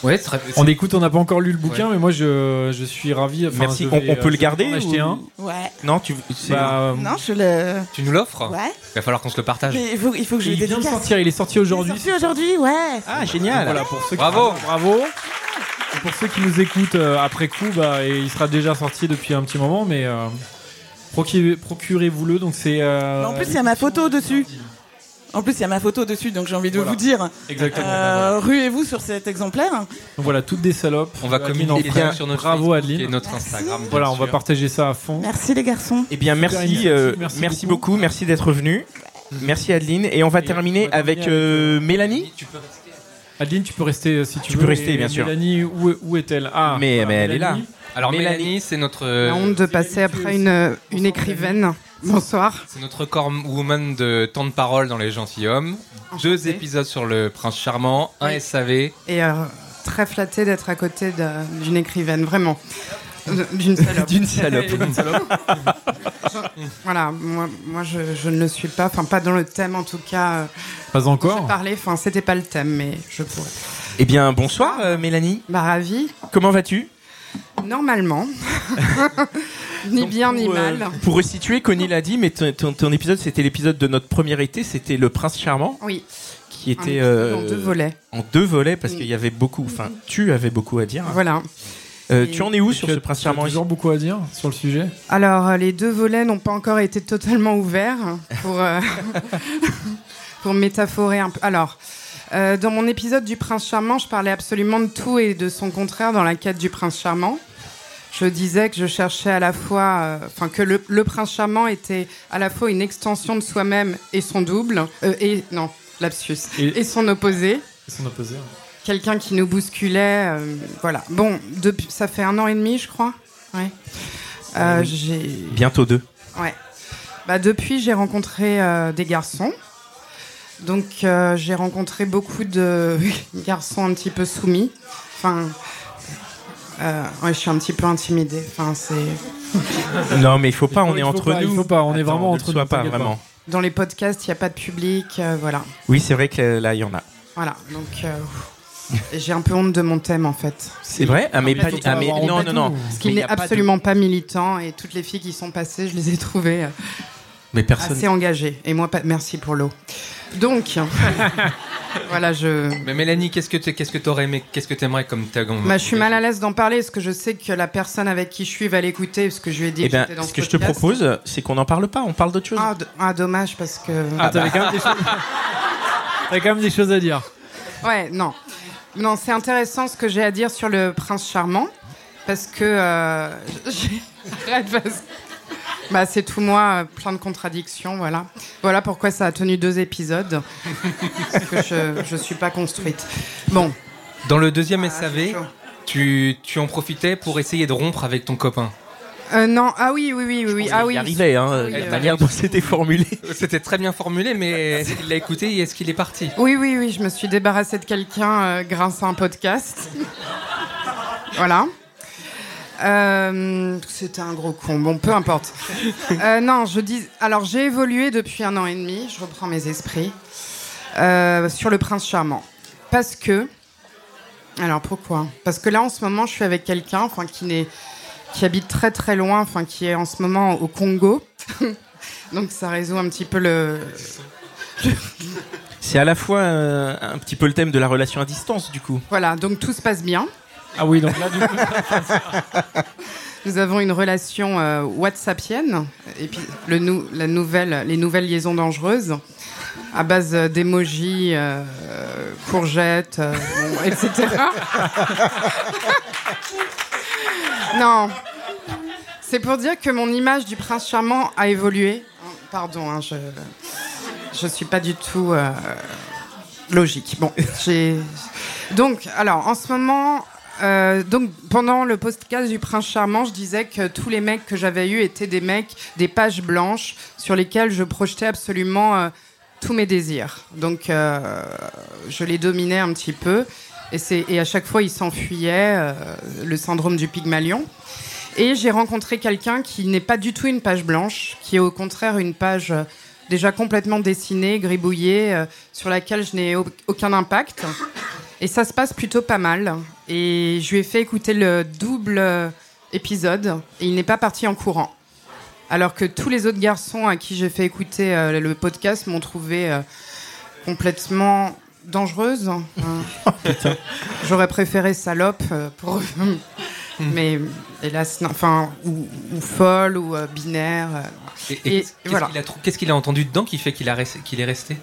Speaker 2: Ouais, très-
Speaker 3: On écoute, on n'a pas encore lu le bouquin,
Speaker 2: Ouais.
Speaker 3: mais moi, je, je suis ravi. enfin,
Speaker 1: Merci.
Speaker 3: je
Speaker 1: On-
Speaker 3: vais,
Speaker 1: on peut
Speaker 3: euh,
Speaker 1: le
Speaker 3: je vais en
Speaker 1: garder
Speaker 3: acheter
Speaker 1: ou-
Speaker 3: un.
Speaker 17: Ouais.
Speaker 1: Non, tu. c'est-
Speaker 3: Bah,
Speaker 17: Non, je le.
Speaker 2: Tu nous l'offres
Speaker 17: Ouais.
Speaker 2: Il va falloir qu'on se le partage.
Speaker 17: Mais il faut, il faut que je
Speaker 3: Ah. il
Speaker 17: le
Speaker 3: vient de
Speaker 17: dédicace.
Speaker 3: sortir, il est sorti aujourd'hui.
Speaker 17: Sorti aujourd'hui, ouais.
Speaker 1: Ah, génial.
Speaker 3: Voilà, pour ceux qui-
Speaker 2: Bravo.
Speaker 3: bravo. Et pour ceux qui nous écoutent euh, après coup, bah, et il sera déjà sorti depuis un petit moment, mais euh, procurez- procurez-vous-le. Donc c'est. euh,
Speaker 17: Mais Bah, en plus, il y a ma photo dessus. En plus, il y a ma photo dessus, donc j'ai envie de
Speaker 3: Voilà.
Speaker 17: vous dire.
Speaker 3: Exactement.
Speaker 17: euh, Ruez-vous sur cet exemplaire.
Speaker 3: donc voilà, toutes des salopes.
Speaker 2: On va
Speaker 3: Adeline
Speaker 2: communiquer
Speaker 3: Enfray.
Speaker 2: bien sur notre
Speaker 3: Bravo
Speaker 2: Facebook
Speaker 3: Adeline.
Speaker 2: et notre Instagram, bien
Speaker 3: Voilà, on va
Speaker 2: sûr.
Speaker 3: partager ça à fond.
Speaker 17: Merci les garçons.
Speaker 1: Eh bien, merci, euh, merci, beaucoup. merci d'être venu. Merci Adeline. Et on va terminer avec euh, Mélanie.
Speaker 3: Adeline, tu peux rester euh, si tu,
Speaker 1: Tu
Speaker 3: veux.
Speaker 1: peux rester,
Speaker 3: Et
Speaker 1: bien sûr.
Speaker 3: Mélanie, où, où est-elle Ah,
Speaker 1: Mais-
Speaker 3: voilà,
Speaker 1: mais elle est là.
Speaker 3: Mélanie.
Speaker 2: Alors Mélanie, c'est notre euh,
Speaker 18: La honte de passer après une, euh, une écrivaine. Bonsoir.
Speaker 2: c'est notre corps woman de temps de parole dans les gentilshommes. Deux épisodes sur le prince charmant, un
Speaker 18: Oui.
Speaker 2: SAV.
Speaker 18: Et euh, très flattée d'être à côté d'un- d'une écrivaine, vraiment. Euh, D'une salope.
Speaker 2: D'une salope. D'une
Speaker 18: salope. voilà, moi, moi, je, je ne le suis pas, enfin pas dans le thème en tout cas. euh,
Speaker 3: Pas
Speaker 18: J'ai
Speaker 3: encore.
Speaker 18: parlé, enfin c'était pas le thème, mais je pourrais.
Speaker 1: Eh bien, bonsoir euh, Mélanie.
Speaker 18: Bah ravi.
Speaker 1: Comment vas-tu
Speaker 18: Normalement. ni bien ni
Speaker 1: Pour, euh,
Speaker 18: mal.
Speaker 1: Pour resituer, Connie l'a dit, mais ton, ton- ton épisode, c'était l'épisode de notre premier été, c'était Le Prince Charmant.
Speaker 18: Oui.
Speaker 1: Qui
Speaker 18: Un
Speaker 1: était. euh,
Speaker 18: épisode en deux volets.
Speaker 1: En deux volets, parce
Speaker 18: Mm.
Speaker 1: qu'il y avait beaucoup. Enfin, tu avais beaucoup à dire. hein.
Speaker 18: Voilà.
Speaker 1: Euh,
Speaker 18: Et-
Speaker 1: tu en es où
Speaker 18: Et
Speaker 1: sur
Speaker 18: tu as-
Speaker 1: ce Prince
Speaker 18: tu as
Speaker 1: Charmant
Speaker 18: toujours
Speaker 3: beaucoup à dire sur le sujet
Speaker 18: Alors, euh, les deux volets n'ont pas encore été totalement ouverts pour, euh, pour métaphorer un peu. Alors, euh, dans mon épisode du Prince Charmant, je parlais absolument de tout et de son contraire dans la quête du Prince Charmant. Je disais que je cherchais à la fois, euh, enfin que le, le Prince Charmant était à la fois une extension de soi-même et son double, euh, et non, lapsus, et son opposé
Speaker 3: Son opposé. ouais.
Speaker 18: quelqu'un qui nous bousculait. euh, voilà. Bon, depuis, ça fait un an et demi, je crois. Ouais. Euh, j'ai.
Speaker 1: Ah Bientôt deux.
Speaker 18: Ouais. Bah, depuis, j'ai rencontré euh, des garçons. Donc, euh, j'ai rencontré beaucoup de garçons un petit peu soumis. Enfin. euh, ouais, je suis un petit peu intimidée. Enfin, c'est.
Speaker 1: Non, mais il faut pas, on est
Speaker 18: il faut
Speaker 1: entre
Speaker 18: pas, il
Speaker 1: nous.
Speaker 18: faut pas, on est
Speaker 1: Attends,
Speaker 18: vraiment
Speaker 1: ne
Speaker 18: entre
Speaker 1: le sois
Speaker 18: nous,
Speaker 1: pas
Speaker 18: t'inquiète pas.
Speaker 1: vraiment.
Speaker 18: Dans les podcasts, il n'y a pas de public. euh, voilà.
Speaker 1: Oui, c'est vrai que euh, là, il y en a.
Speaker 18: Voilà, donc euh, j'ai un peu honte de mon thème en fait.
Speaker 1: C'est vrai Ah, mais
Speaker 18: En fait,
Speaker 1: pas- ah, mais-
Speaker 18: il-
Speaker 1: non, non, non.
Speaker 18: Ce
Speaker 1: Mais
Speaker 18: qui
Speaker 1: il y
Speaker 18: n'est
Speaker 1: a pas de-
Speaker 18: absolument pas militant et toutes les filles qui sont passées, je les ai trouvées euh,
Speaker 1: Mais personne.
Speaker 18: assez engagées. Et moi, pas... merci pour l'eau. Donc, voilà, je.
Speaker 2: Mais Mélanie, qu'est-ce que tu qu'est-ce que t'aurais aimé, qu'est-ce que t'aimerais comme tag
Speaker 18: bah, je suis mal à l'aise d'en parler parce que je sais que la personne avec qui je suis va l'écouter parce que je lui ai dit
Speaker 1: Eh
Speaker 18: que
Speaker 1: bien,
Speaker 18: j'étais dans
Speaker 1: ce que je te
Speaker 18: podcast.
Speaker 1: propose, c'est qu'on n'en parle pas, on parle d'autre chose.
Speaker 18: Ah, d- ah, dommage parce que.
Speaker 1: Ah, t'avais quand même
Speaker 3: des choses- T'as quand même des choses à dire.
Speaker 18: Ouais, non. Non, c'est intéressant ce que j'ai à dire sur le prince charmant. Parce que. euh, j'ai- Arrête, parce Bah, c'est tout moi, euh, plein de contradictions, voilà. Voilà pourquoi ça a tenu deux épisodes. parce que je, je suis pas construite. Bon.
Speaker 2: Dans le
Speaker 18: Ah,
Speaker 2: deuxième SAV, tu, tu en profitais pour essayer de rompre avec ton copain.
Speaker 18: Euh, non, ah oui, oui, oui, oui, oui. Ah oui. Oui, euh,
Speaker 2: hein, dont c'était formulé. C'était très bien formulé, mais est-ce qu'il l'a écouté et est-ce qu'il est parti
Speaker 18: Oui, oui, oui, je me suis débarrassée de quelqu'un euh, grâce à un podcast. voilà. Euh, C'était un gros con. Bon, peu importe. Euh, non, je dis. Alors, j'ai évolué depuis un an et demi. Je reprends mes esprits euh, sur le Prince Charmant, parce que. Alors pourquoi Parce que là, en ce moment, je suis avec quelqu'un, enfin, qui n'est, qui habite très très loin, enfin, qui est en ce moment au Congo. Donc, ça résout un petit peu le.
Speaker 1: C'est à la fois euh, un petit peu le thème de la relation à distance, du coup.
Speaker 18: Voilà. Donc, tout se passe bien.
Speaker 3: Ah oui, donc là, du coup.
Speaker 18: Nous avons une relation euh, WhatsAppienne, et puis le nou- la nouvelle, les nouvelles liaisons dangereuses, à base euh, d'émojis, euh, courgettes, euh, bon, etc. non, c'est pour dire que mon image du prince charmant a évolué. Pardon, hein, je je suis pas du tout euh, logique. Bon, j'ai donc alors en ce moment. euh, donc pendant le podcast du Prince Charmant, je disais que tous les mecs que j'avais eus étaient des mecs, des pages blanches sur lesquelles je projetais absolument euh, tous mes désirs. Donc euh, je les dominais un petit peu et, c'est- et à chaque fois ils s'enfuyaient, euh, le syndrome du Pygmalion. Et j'ai rencontré quelqu'un qui n'est pas du tout une page blanche, qui est au contraire une page euh, déjà complètement dessinée, gribouillée, euh, sur laquelle je n'ai au- aucun impact. Et ça se passe plutôt pas mal. Et je lui ai fait écouter le double euh, épisode et il n'est pas parti en courant. Alors que tous les autres garçons à qui j'ai fait écouter euh, le podcast m'ont trouvé euh, complètement dangereuse. Euh, J'aurais préféré salope euh, pour mais hélas, non, enfin, ou, ou folle ou euh, binaire. euh.
Speaker 2: Et, et
Speaker 18: Et
Speaker 2: qu'est-ce qu'est-ce
Speaker 18: voilà.
Speaker 2: qu'il a, trou- qu'est-ce qu'il a entendu dedans qui fait qu'il a res- qu'il est resté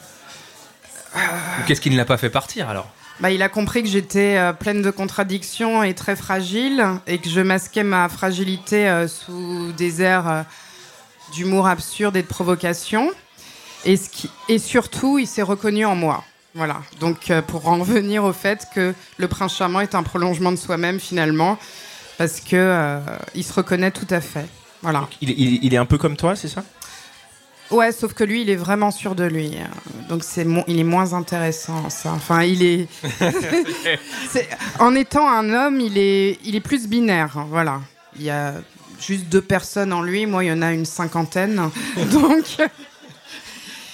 Speaker 18: Euh.
Speaker 2: Ou qu'est-ce qu'il ne l'a pas fait partir alors
Speaker 18: Bah, il a compris que j'étais euh, pleine de contradictions et très fragile, et que je masquais ma fragilité euh, sous des airs euh, d'humour absurde et de provocation. Et, ce qui- et surtout, il s'est reconnu en moi. Voilà. Donc, euh, pour en revenir au fait que le prince charmant est un prolongement de soi-même finalement, parce que euh, il se reconnaît tout à fait. Voilà.
Speaker 1: Il, il- il est un peu comme toi, c'est ça
Speaker 18: Ouais, sauf que lui, il est vraiment sûr de lui. Euh, Donc c'est mo- il est moins intéressant ça. Enfin, il est c'est- en étant un homme, il est il est plus binaire, hein, voilà. Il y a juste deux personnes en lui, moi il y en a une cinquantaine. Donc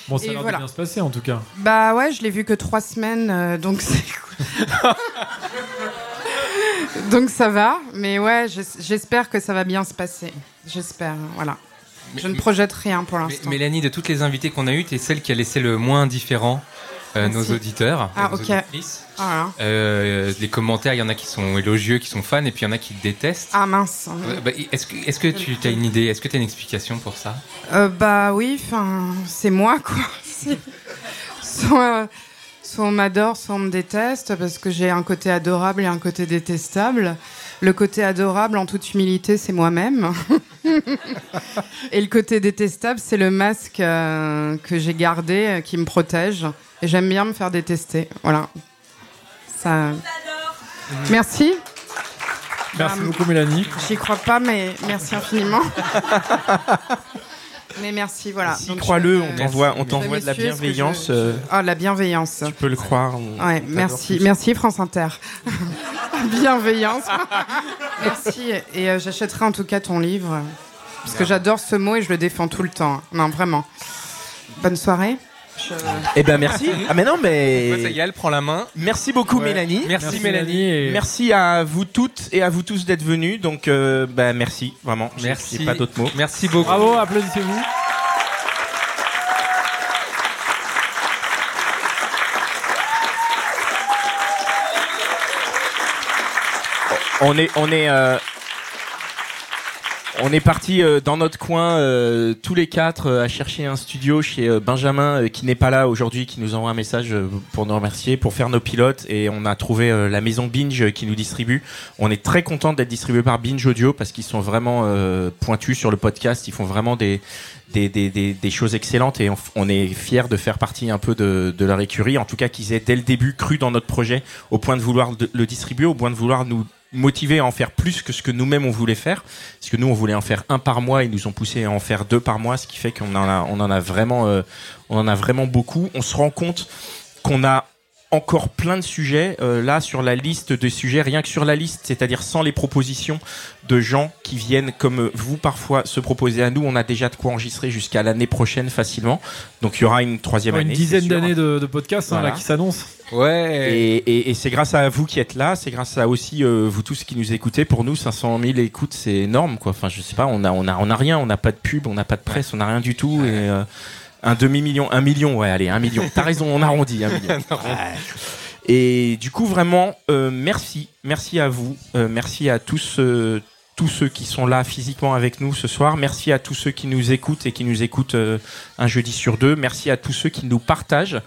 Speaker 3: Bon, ça a
Speaker 18: Et
Speaker 3: l'air de
Speaker 18: voilà.
Speaker 3: bien se passer en tout cas.
Speaker 18: bah ouais, je l'ai vu que trois semaines, euh, donc c'est donc ça va. Mais ouais, j'es- j'espère que ça va bien se passer. J'espère, voilà. Je ne projette rien pour
Speaker 2: Mais-
Speaker 18: l'instant.
Speaker 2: Mélanie, de toutes les invitées qu'on a eues, t'es celle qui a laissé le moins indifférent euh, nos
Speaker 18: Merci.
Speaker 2: auditeurs.
Speaker 18: Ah
Speaker 2: nos
Speaker 18: ok. Ah,
Speaker 2: auditrices.
Speaker 18: Voilà.
Speaker 2: Euh, les commentaires, il y en a qui sont élogieux, qui sont fans, et puis il y en a qui détestent.
Speaker 18: Ah mince.
Speaker 2: Euh, bah, est-ce que, est-ce que tu as une idée Est-ce que tu as une explication pour ça
Speaker 18: Euh, bah oui, enfin, c'est moi quoi. C'est- Soit, soit on m'adore, soit on me déteste, parce que j'ai un côté adorable et un côté détestable. Le côté adorable, en toute humilité, c'est moi-même. et le côté détestable, c'est le masque euh, que j'ai gardé, euh, qui me protège. Et j'aime bien me faire détester. Voilà. Ça. Merci.
Speaker 3: Merci
Speaker 18: Ah,
Speaker 3: beaucoup, Mélanie.
Speaker 18: J'y crois pas, mais merci infiniment. mais merci, voilà.
Speaker 1: Si,
Speaker 18: Donc,
Speaker 1: crois-le,
Speaker 18: je-
Speaker 1: on t'envoie, on
Speaker 18: je
Speaker 1: t'envoie
Speaker 18: me
Speaker 1: de la
Speaker 18: suis, est-ce que
Speaker 1: bienveillance.
Speaker 18: je-
Speaker 1: euh,
Speaker 18: Ah, la bienveillance.
Speaker 1: tu peux le croire. on- on
Speaker 18: Ouais,
Speaker 1: t'adore
Speaker 18: merci,
Speaker 1: tous.
Speaker 18: merci France Inter. bienveillance. merci, et euh, j'achèterai en tout cas ton livre, euh, parce que
Speaker 1: Bien.
Speaker 18: j'adore ce mot et je le défends tout le temps. Non, vraiment. Bonne soirée.
Speaker 1: Eh ben merci. Ah mais non mais.
Speaker 2: Ça y est, elle prend la main.
Speaker 1: Merci beaucoup
Speaker 2: Ouais.
Speaker 1: Mélanie.
Speaker 2: Merci, Mélanie. et-
Speaker 1: Merci à vous toutes et à vous tous d'être venus. Donc euh, bah, merci vraiment. J'ai-
Speaker 2: Merci.
Speaker 1: j'ai pas d'autres mots.
Speaker 2: Merci beaucoup.
Speaker 3: Bravo, applaudissez-vous.
Speaker 1: On est on est euh, On est parti euh, dans notre coin euh, tous les quatre euh, à chercher un studio chez euh, Benjamin euh, qui n'est pas là aujourd'hui, qui nous envoie un message euh, pour nous remercier, pour faire nos pilotes et on a trouvé euh, la maison Binge euh, qui nous distribue. On est très content d'être distribué par Binge Audio parce qu'ils sont vraiment euh, pointus sur le podcast, ils font vraiment des des, des, des, des choses excellentes et on, f- on est fiers de faire partie un peu de, de leur écurie, en tout cas qu'ils aient dès le début cru dans notre projet au point de vouloir de- le distribuer, au point de vouloir nous motiver à en faire plus que ce que nous-mêmes on voulait faire, parce que nous on voulait en faire un par mois, ils nous ont poussé à en faire deux par mois, ce qui fait qu'on en a, on en a vraiment, euh, on en a vraiment beaucoup. On se rend compte qu'on a encore plein de sujets euh, là sur la liste de sujets, rien que sur la liste, c'est-à-dire sans les propositions de gens qui viennent comme vous parfois se proposer à nous. On a déjà de quoi enregistrer jusqu'à l'année prochaine facilement. Donc il y aura une troisième
Speaker 3: Une
Speaker 1: année.
Speaker 3: dizaine
Speaker 1: c'est sûr.
Speaker 3: d'années de, de podcasts hein,
Speaker 1: Voilà.
Speaker 3: là, qui s'annoncent.
Speaker 1: Ouais. Et, et- et c'est grâce à vous qui êtes là, c'est grâce à aussi euh, vous tous qui nous écoutez. Pour nous, 500 000 écoutes, c'est énorme, quoi. Enfin, je sais pas, on a, on a, on a rien, on n'a pas de pub, on n'a pas de presse, on n'a rien du tout. Et, euh, un demi-million, un million, ouais, allez, un million. T'as raison, on arrondit, un million. Ouais. Et du coup, vraiment, euh, merci. Merci à vous. Euh, merci à tous, euh, tous ceux qui sont là physiquement avec nous ce soir. Merci à tous ceux qui nous écoutent et qui nous écoutent euh, un jeudi sur deux. Merci à tous ceux qui nous partagent,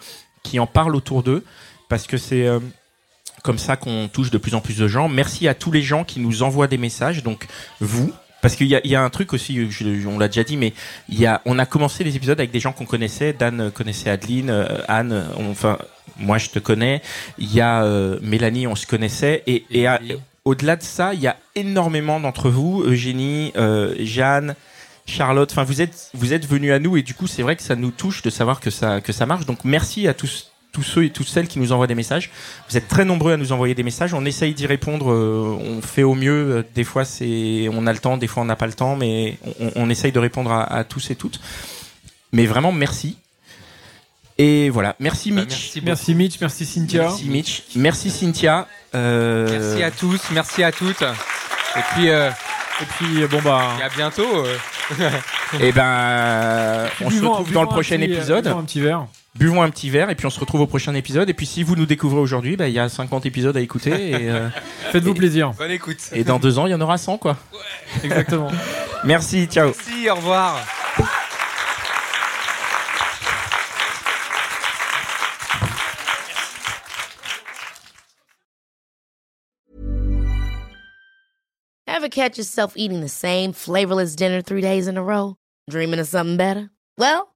Speaker 1: qui en parlent autour d'eux. Parce que c'est. euh, comme ça qu'on touche de plus en plus de gens. Merci à tous les gens qui nous envoient des messages. Donc vous, parce qu'il y, a- il y a un truc aussi, je- on l'a déjà dit, mais il y a, on a commencé les épisodes avec des gens qu'on connaissait. Dan connaissait Adeline, euh, Anne, on- enfin moi je te connais. Il y a euh, Mélanie, on se connaissait. Et, et à- au-delà de ça, il y a énormément d'entre vous, Eugénie, euh, Jeanne. Charlotte, enfin vous êtes vous êtes venus à nous et du coup c'est vrai que ça nous touche de savoir que ça que ça marche. Donc merci à tous tous ceux et toutes celles qui nous envoient des messages. Vous êtes très nombreux à nous envoyer des messages. On essaye d'y répondre. euh, on fait au mieux. Euh, Des fois c'est on a le temps, des fois on n'a pas le temps, mais on, on essaye de répondre à, à tous et toutes. Mais vraiment merci. Et voilà, merci Mitch.
Speaker 3: Bah, merci beaucoup. Merci Mitch, merci Cynthia.
Speaker 1: Merci Mitch, merci Cynthia. Euh,
Speaker 2: Merci à tous, merci à toutes. Et puis, euh,
Speaker 3: et puis bon bah.
Speaker 2: à bientôt. euh.
Speaker 1: Et Eh ben, on se
Speaker 3: Buvons-
Speaker 1: retrouve
Speaker 3: buvons
Speaker 1: dans le
Speaker 3: un
Speaker 1: prochain
Speaker 3: petit, euh,
Speaker 1: épisode.
Speaker 3: buvons un petit verre.
Speaker 1: Buvons un petit verre et puis on se retrouve au prochain épisode. Et puis si vous nous découvrez aujourd'hui, bah, il y a 50 épisodes à écouter. et, euh,
Speaker 3: Faites-vous
Speaker 1: et-
Speaker 3: plaisir.
Speaker 2: Bonne écoute.
Speaker 1: Et dans deux ans, il y en aura 100 quoi.
Speaker 3: Exactement.
Speaker 1: Merci, ciao.
Speaker 2: Merci, au revoir.
Speaker 19: Ever catch yourself eating the same flavorless dinner three days in a row? Dreaming of something better? Well,